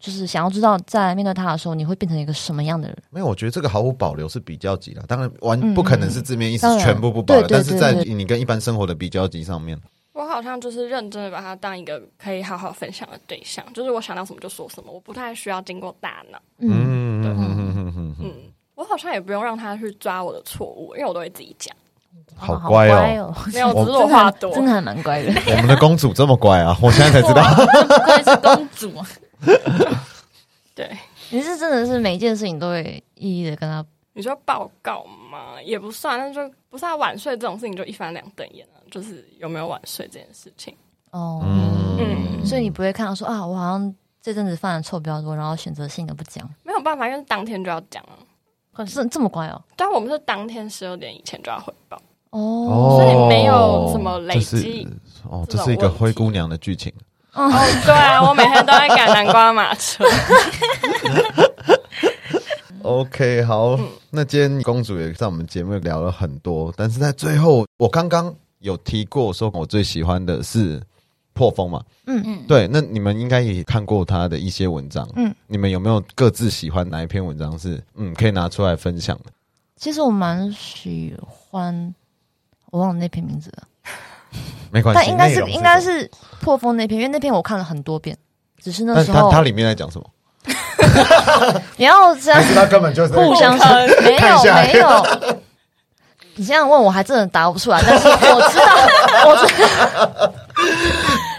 Speaker 2: 就是想要知道在面对他的时候，你会变成一个什么样的人。
Speaker 1: 没有，我觉得这个毫无保留是比较级啦。当然
Speaker 2: 嗯
Speaker 1: 完不可能是字面意思
Speaker 2: 当然
Speaker 1: 全部不保留，
Speaker 2: 对对
Speaker 1: 但是
Speaker 2: 对
Speaker 1: 在
Speaker 2: 对
Speaker 1: 你跟一般生活的比较级上面，
Speaker 4: 我好像就是认真的把它当一个可以好好分享的对象，就是我想到什么就说什么，我不太需要经过大脑。
Speaker 2: 嗯，
Speaker 1: 嗯
Speaker 4: 对
Speaker 1: 嗯嗯嗯嗯嗯，
Speaker 4: 嗯，我好像也不用让他去抓我的错误，因为我都会自己讲。
Speaker 1: 好
Speaker 5: 好
Speaker 1: 乖
Speaker 5: 乖
Speaker 1: 哦。
Speaker 5: 哦，
Speaker 4: 没有，只是
Speaker 2: 真
Speaker 4: 我
Speaker 2: 的还
Speaker 4: 话多。
Speaker 2: 真的还蛮乖的。
Speaker 4: 嗯
Speaker 1: 我们的公主这么乖 啊，我现在才知道。
Speaker 3: 不愧是公
Speaker 5: 啊
Speaker 3: 主，
Speaker 4: 对，
Speaker 2: 你是真的是每一件事情都会一一的跟他
Speaker 4: 你说报告嘛，也不算，但就不是啊。晚睡这种事情就一翻两瞪眼啊，就是有没有晚睡这件事情。
Speaker 2: 哦，
Speaker 4: 嗯
Speaker 2: 所以你不会看到说啊，我好像这阵子犯的错比较多，然后选择性的不讲，
Speaker 4: 没有办法，因为当天就要讲啊。
Speaker 2: 可是这么乖哦。
Speaker 4: 但我们是当天十二点以前就要汇报，
Speaker 2: 哦，
Speaker 4: 所以没有什么累积
Speaker 1: 这是哦，
Speaker 4: 这
Speaker 1: 这
Speaker 4: 种
Speaker 1: 是一个
Speaker 4: 问题
Speaker 1: 灰姑娘的剧情。
Speaker 4: 哦，对啊，我每天都在赶南瓜马车。嗯
Speaker 1: OK，好，那今天公主也在我们节目聊了很多，但是在最后，我刚刚有提过说，我最喜欢的是破风嘛，
Speaker 2: 嗯
Speaker 5: 嗯
Speaker 1: 对，那你们应该也看过他的一些文章，
Speaker 2: 嗯
Speaker 1: 嗯，你们有没有各自喜欢哪一篇文章是嗯可以拿出来分享的？
Speaker 2: 其实我蛮喜欢，我忘了那篇名字了，
Speaker 1: 没关系，
Speaker 2: 但应该
Speaker 1: 内
Speaker 2: 是
Speaker 1: 容
Speaker 2: 应该
Speaker 1: 什么，
Speaker 2: 是破风那篇，因为那篇我看了很多遍，只是那
Speaker 1: 但
Speaker 2: 时
Speaker 1: 是它
Speaker 2: 候
Speaker 1: 它里面在讲什么？
Speaker 2: 你要这样
Speaker 1: 还是它根本就是
Speaker 2: 互相成
Speaker 5: 哎
Speaker 2: 没
Speaker 1: 看
Speaker 2: 有
Speaker 1: 一下
Speaker 2: 没有。你这样问我还真的答不出来，但是我知道，我知道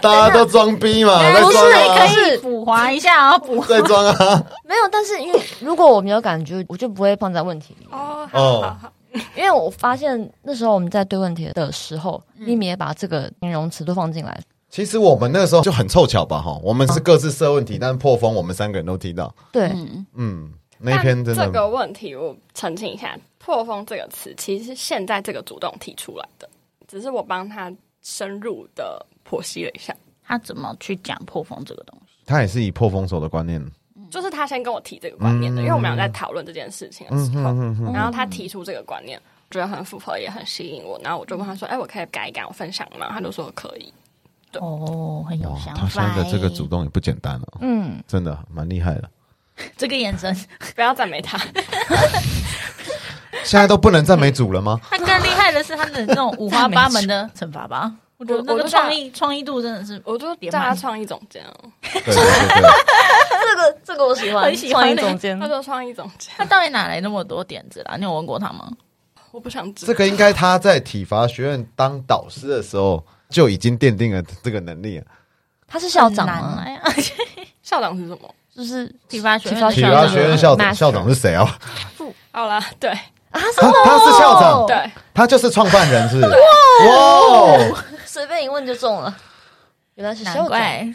Speaker 1: 大家都装逼嘛，在
Speaker 2: 哎不是
Speaker 1: 装啊，
Speaker 2: 可是
Speaker 5: 补滑一下啊，补
Speaker 1: 在装啊，
Speaker 2: 没有，但是因为如果我没有感觉，我就不会放在问题里。
Speaker 4: 哦，好好
Speaker 1: 哦
Speaker 4: 好，
Speaker 2: 因为我发现那时候我们在对问题的时候，咪咪也把这个形容词都放进来。
Speaker 1: 其实我们那个时候就很凑巧吧，哈，我们是各自设问题，但破风我们三个人都提到，
Speaker 2: 对，
Speaker 5: 嗯，
Speaker 1: 嗯，那一篇真
Speaker 4: 但这
Speaker 1: 的
Speaker 4: 个问题我澄清一下，“破风”这个词其实是现在这个主动提出来的，只是我帮他深入的剖析了一下，
Speaker 5: 他怎么去讲破风这个东西？
Speaker 1: 他也是以破风手的观念，
Speaker 4: 就是他先跟我提这个观念的，因为我们俩在讨论这件事情的时候，然后他提出这个观念，我觉得很符合，也很吸引我，然后我就问他说：“哎，我可以改一改，我分享吗？”他就说可以。
Speaker 5: 哦，很有
Speaker 1: 哇，
Speaker 5: 想
Speaker 1: 他现
Speaker 5: 法
Speaker 1: 在
Speaker 5: 欸。
Speaker 1: 的这个主动也不简单哦，
Speaker 2: 哎嗯，
Speaker 1: 真的蛮厉害的，
Speaker 5: 这个眼神，
Speaker 4: 不要赞美他，
Speaker 1: 现在都不能赞美主了 吗？
Speaker 5: 他更厉害的是他的那种五花八门 的惩罚吧。我觉得那
Speaker 4: 我
Speaker 5: 个
Speaker 4: 就
Speaker 5: 创意创意度真的是
Speaker 4: 我就
Speaker 5: 别
Speaker 4: 叫他
Speaker 5: 骂
Speaker 4: 创意总监哦，
Speaker 1: 对对对对。
Speaker 2: 这个这个我喜欢，
Speaker 5: 很喜欢
Speaker 2: 创意
Speaker 5: 欸
Speaker 2: 总监
Speaker 4: 他说创意总监，
Speaker 5: 他到底哪来那么多点子啦？你有问过他吗？
Speaker 4: 我不想知
Speaker 1: 这个应该他在体罚学院当导师的时候就已经奠定了这个能力了。
Speaker 2: 他是校长
Speaker 5: 很
Speaker 2: 吗？
Speaker 5: 难啊，
Speaker 4: 校长是什么？
Speaker 2: 就是
Speaker 5: 体罚学院
Speaker 2: 体
Speaker 1: 体罚
Speaker 2: 罚学
Speaker 1: 学
Speaker 2: 院
Speaker 1: 院
Speaker 2: 校
Speaker 1: 校
Speaker 2: 长
Speaker 1: 长，
Speaker 2: 校
Speaker 1: 校
Speaker 2: 长
Speaker 1: 长是谁 啊？
Speaker 4: 好啦，对
Speaker 2: 啊，
Speaker 1: 他他是校长，
Speaker 2: 对，
Speaker 4: 对，
Speaker 1: 他就是创办人，是不是？哇
Speaker 2: 随便一问就中了，原来是校
Speaker 5: 难
Speaker 2: 长。
Speaker 5: 怪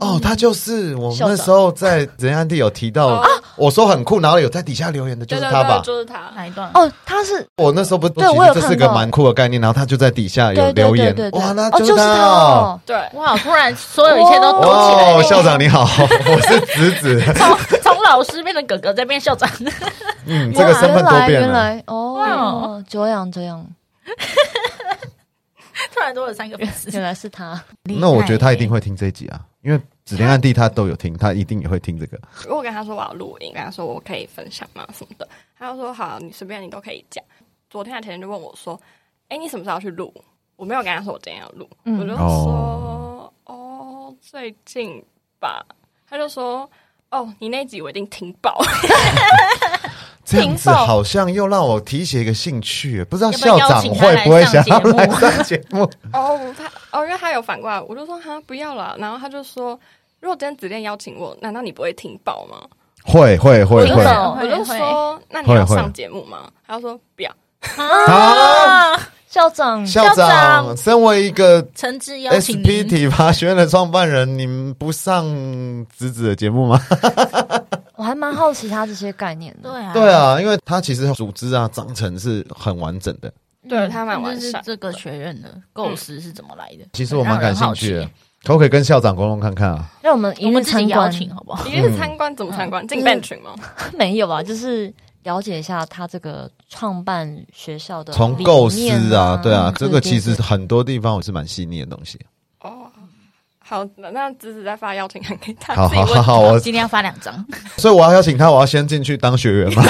Speaker 1: 哦，他就是我们
Speaker 2: 校长
Speaker 1: 那时候在仁安地有提
Speaker 2: 哦
Speaker 1: 到，我说很酷，然后有在底下留言的就
Speaker 4: 对
Speaker 1: 是
Speaker 4: 对
Speaker 1: 他吧
Speaker 4: 对，。就是他。
Speaker 5: 哪一段？
Speaker 2: 哦，他是
Speaker 1: 我那时候不，
Speaker 2: 对
Speaker 1: 其
Speaker 2: 我有
Speaker 1: 实这是
Speaker 2: 看
Speaker 1: 个
Speaker 2: 到
Speaker 1: 蛮酷的概念，然后他就在底下有
Speaker 2: 对对
Speaker 1: 留
Speaker 2: 对
Speaker 1: 言
Speaker 2: 对，对，
Speaker 1: 哇，那
Speaker 2: 哦就是
Speaker 1: 他
Speaker 2: 他
Speaker 1: 哦。
Speaker 2: 哦，
Speaker 4: 对，
Speaker 5: 哇，突然所有一切都
Speaker 2: 哇
Speaker 5: 躲起来
Speaker 1: 哇，
Speaker 5: 了。
Speaker 1: 校长你好，我是子子，
Speaker 5: 从从
Speaker 3: 老师变成哥哥，再变校长，
Speaker 1: 嗯，这个身份多变
Speaker 2: 原
Speaker 1: 了。
Speaker 2: 来
Speaker 3: 哇
Speaker 2: 哦，这样这样，
Speaker 3: 突然多了三个粉 丝。
Speaker 2: 原来是他。
Speaker 1: 那我觉得他一定会听这一集啊，因为指天暗地他都有听，他一定也会听这个。
Speaker 4: 如果跟他说我要录音，跟他说我可以分享吗什么的，他就说好，你随便你都可以讲。昨天还前天就问我说，哎、你什么时候要去录？我没有跟他说我今天要录，
Speaker 2: 嗯
Speaker 4: 我就说哦，最近吧。他就说哦，你那集我一定听爆。
Speaker 1: 这样子
Speaker 2: 听爆
Speaker 1: 好像又让我提起一个兴趣，不知道
Speaker 3: 要不要
Speaker 1: 校长会不会想要来上节目？
Speaker 4: 哦，他哦，因为他有反过来，我就说哈不要了，然后他就说。如果今天子恋邀请我，难道你不会听爆吗？
Speaker 1: 会会会
Speaker 3: 听
Speaker 1: 哦会，
Speaker 3: 爆
Speaker 4: 我就说，那你
Speaker 1: 会
Speaker 4: 要
Speaker 1: 会
Speaker 4: 上节目吗？他就说不要。
Speaker 1: 好，
Speaker 2: 校长，
Speaker 1: 校长，身为一个
Speaker 3: 诚挚邀请
Speaker 1: SP
Speaker 3: 您，
Speaker 1: 体罚学院的创办人，你们不上子子的节目吗？
Speaker 2: 我还蛮好奇他这些概念的。
Speaker 5: 对啊，
Speaker 1: 对，啊，因为他其实组织啊章程是很完整的。
Speaker 4: 对他蛮
Speaker 5: 这
Speaker 4: 完
Speaker 5: 是
Speaker 4: 善。
Speaker 5: 这个学院的构思是怎么来的？
Speaker 1: 其实我蛮
Speaker 5: 很让
Speaker 1: 感
Speaker 5: 人
Speaker 1: 兴
Speaker 5: 好
Speaker 1: 趣的
Speaker 5: 奇，，
Speaker 1: 可不可以跟校长沟通看看啊？
Speaker 2: 让我们一
Speaker 5: 我
Speaker 2: 日
Speaker 5: 们自己
Speaker 2: 参
Speaker 5: 邀
Speaker 2: 观，
Speaker 5: 请好不好？
Speaker 4: 一日参观怎么参
Speaker 1: 嗯
Speaker 4: 观？进蛋群吗？
Speaker 2: 没有啊，就是了解一下他这个创办学校的
Speaker 1: 从构
Speaker 2: 呃理念嗯
Speaker 1: 思啊，对啊，这个
Speaker 2: 对
Speaker 1: 其实
Speaker 2: 对
Speaker 1: 很多地方我是蛮细腻的东西。
Speaker 4: 哦，好，那那子子再发邀请函给他。
Speaker 1: 好
Speaker 4: 自己
Speaker 1: 好好，
Speaker 4: 问
Speaker 1: 好，我
Speaker 5: 今天要发两张，
Speaker 1: 所以我要邀请他，我要先进去当学员嘛。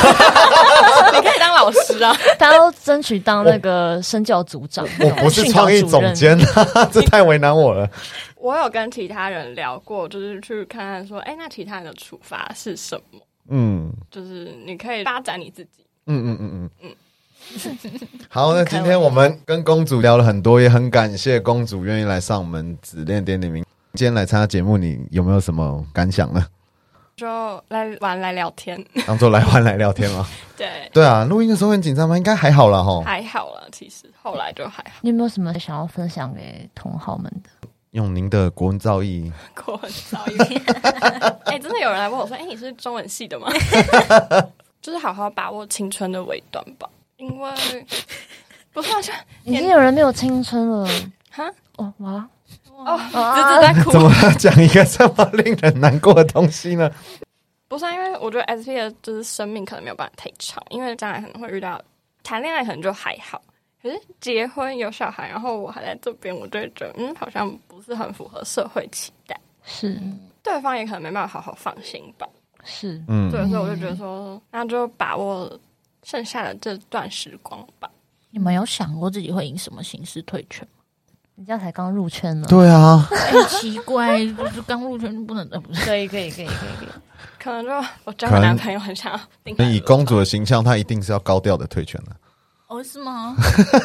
Speaker 4: 你可以当老 师啊。
Speaker 2: 他要争取当那个身教组长，
Speaker 1: 我不是创意总监，这太为难我了。
Speaker 4: 我有跟其他人聊过，就是去看看说，哎，那其他人的处罚是什么？
Speaker 1: 嗯
Speaker 4: 就是你可以发展你自己。
Speaker 1: 嗯嗯嗯嗯嗯。好，那今天我们跟公主聊了很多，也很感谢公主愿意来上我们指恋点点名。今天来参加节目，你有没有什么感想呢？
Speaker 4: 就来玩来聊天，
Speaker 1: 当做来玩来聊天吗？
Speaker 4: 对，
Speaker 1: 对啊，录音的时候很紧张吗？应该还好啦哈。
Speaker 4: 还好了。其实后来就还好。
Speaker 2: 你有没有什么想要分享给同好们的？
Speaker 1: 用您的国文造诣，
Speaker 4: 国文造诣，哎、真的有人来问我说，哎、你是中文系的 吗？就是好好把握青春的尾端吧，因 为不是好像
Speaker 2: 已经有人没有青春 了，
Speaker 4: 哈
Speaker 2: 哦哇！
Speaker 4: 哦， 子子
Speaker 2: 啊
Speaker 4: 在哭
Speaker 1: 怎。么讲一个这么令人难过的东西呢？
Speaker 4: 不是、啊，因为我觉得 SP 的就是生命可能没有办法太长，因为将来可能会遇到谈恋爱，可能就还好。可是结婚有小孩，然后我还在这边，我就会觉得，嗯，好像不是很符合社会期待，
Speaker 2: 是
Speaker 4: 对方也可能没办法好好放心吧。
Speaker 2: 是，
Speaker 1: 嗯，
Speaker 4: 对，所以我就觉得说，那就把握剩下的这段时光吧。
Speaker 5: 你们有想过自己会以什么形式退圈吗？
Speaker 2: 你这样才刚入圈呢。
Speaker 1: 对啊，
Speaker 5: 哎， 奇怪，不是刚入圈就不能，呃不是
Speaker 2: 可以可以可以可以可以，
Speaker 4: 可能就我交个男朋友很想要定下来
Speaker 1: 嗯以公主的形象，她一定是要高调的退圈啊了。
Speaker 5: 哦是吗？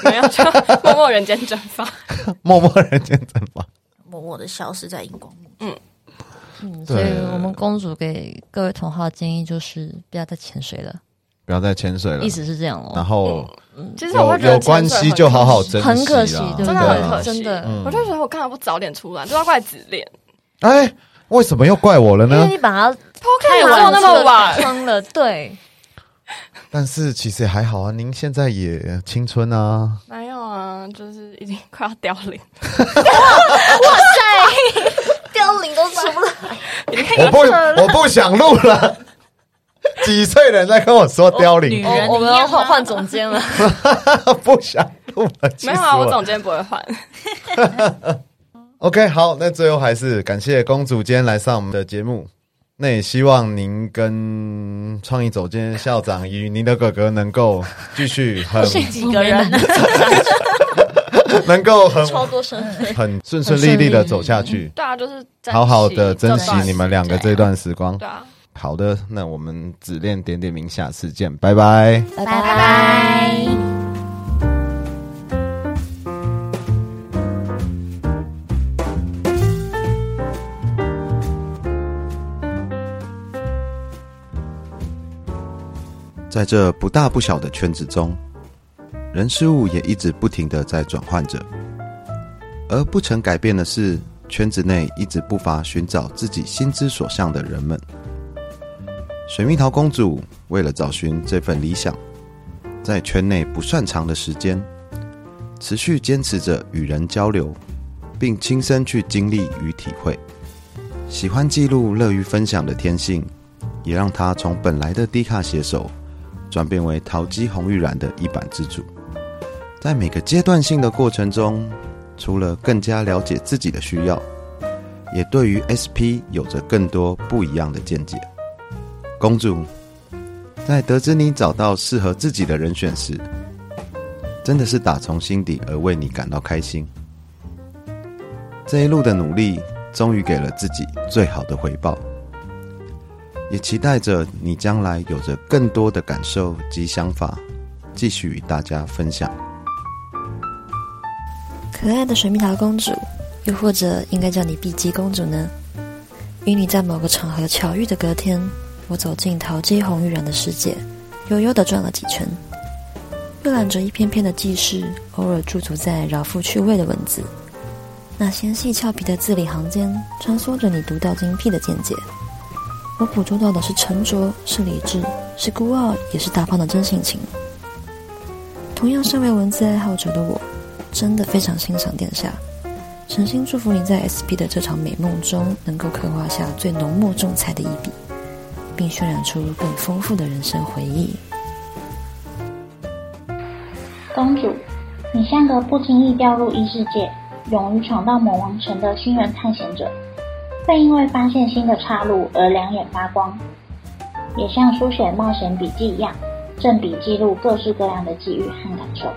Speaker 4: 没有就默默人间蒸 发。
Speaker 1: 默默人间蒸发。
Speaker 5: 默默的消失在荧光幕。
Speaker 1: 对
Speaker 2: 嗯，所以我们公主给各位同好的建议就是不要再潜水了，
Speaker 1: 不要再潜水了
Speaker 2: 意。思是这样哦
Speaker 1: 然。后
Speaker 4: 其嗯实我
Speaker 1: 有
Speaker 4: 会觉得
Speaker 1: 有关系就好啊好珍惜啦，啊
Speaker 2: 很可惜，对不对
Speaker 4: 真的很可
Speaker 1: 嗯
Speaker 2: 真
Speaker 4: 惜
Speaker 2: 的，
Speaker 4: 我就觉得我干嘛不早点出来，就要怪自恋。
Speaker 1: 哎，为什么又怪我了
Speaker 2: 因为
Speaker 1: 呢？
Speaker 2: 你把它
Speaker 4: 太晚
Speaker 2: 了
Speaker 4: 了那么晚，
Speaker 2: 坑了，对，
Speaker 1: 但是其实也还好啊，您现在也青春啊，
Speaker 4: 没有啊，就是已经快要凋零，
Speaker 2: 凋零都出不来。
Speaker 4: 哎
Speaker 1: 我不我不想录 了。几岁的人在跟我说凋零，
Speaker 4: 哦
Speaker 1: 哦
Speaker 5: 女人
Speaker 2: 哦我我们要
Speaker 5: 一样啊
Speaker 2: 换换总监了，
Speaker 1: 不想录了。气死
Speaker 4: 没有啊，
Speaker 1: 我
Speaker 4: 我
Speaker 1: 了
Speaker 4: 总监不会换。
Speaker 1: OK，好，那最后还是感谢公主今天来上我们的节目。那也希望您跟创意总监校长与您的哥哥能够继续很
Speaker 5: 几个人呢？
Speaker 1: 能够很
Speaker 2: 超多身份。
Speaker 1: 很顺顺利利的走下去，
Speaker 4: 对啊，就是珍惜
Speaker 1: 好好的珍惜
Speaker 4: 这段
Speaker 1: 你们两个这段时光。
Speaker 4: 对啊，
Speaker 1: 好的，那我们只练点点名，下次见，拜拜。
Speaker 2: 拜
Speaker 5: 拜拜。
Speaker 6: 在这不大不小的圈子中，人事物也一直不停的在转换着。而不曾改变的是，圈子内一直不乏寻找自己心之所向的人们。水蜜桃公主为了找寻这份理想，在圈内不算长的时间，持续坚持着与人交流，并亲身去经历与体会。喜欢记录、乐于分享的天性，
Speaker 1: 也让他从本来的低卡写手转变为淘机红玉染的一版之主。在每个阶段性的过程中，除了更加了解自己的需要，也对于 SP 有着更多不一样的见解。公主，在得知你找到适合自己的人选时，真的是打从心底而为你感到开心。这一路的努力，终于给了自己最好的回报，也期待着你将来有着更多的感受及想法，继续与大家分享。
Speaker 7: 可爱的水蜜桃公主，又或者应该叫你碧姬公主呢？与你在某个场合巧遇的隔天，我走进桃姬红玉染的世界，悠悠地转了几圈，阅览着一篇篇的记事，偶尔驻足在饶富趣味的文字。那纤细俏皮的字里行间，穿梭着你独到精辟的见解。我捕捉到的是沉着，是理智，是孤傲，也是大方的真性情。同样身为文字爱好者的我，真的非常欣赏殿下，诚心祝福您在 SP 的这场美梦中能够刻画下最浓墨重彩的一笔，并渲染出更丰富的人生回忆。
Speaker 8: 公主，你像个不经意掉入异世界、勇于闯到魔王城的新人探险者，会因为发现新的岔路而两眼发光，也像书写冒险笔记一样，正笔记录各式各样的际遇和感受。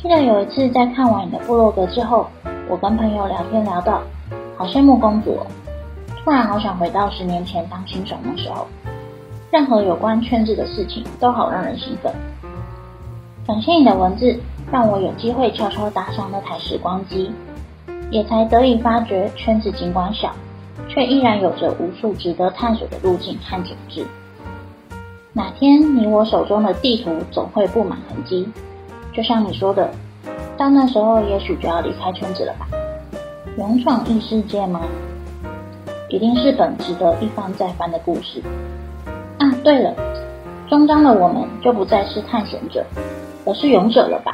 Speaker 8: 记得有一次在看完你的部落格之后，我跟朋友聊天聊到，好羡慕公主哦，突然好想回到十年前当新手那时候。任何有关圈子的事情都好让人兴奋。感谢你的文字，让我有机会悄悄搭上那台时光机，也才得以发觉圈子尽管小，却依然有着无数值得探索的路径和景致。哪天你我手中的地图总会布满痕迹，就像你说的，到那时候也许就要离开圈子了吧？勇闯异世界吗？一定是本值得一翻再翻的故事。啊，对了，终章的我们就不再是探险者，而是勇者了吧？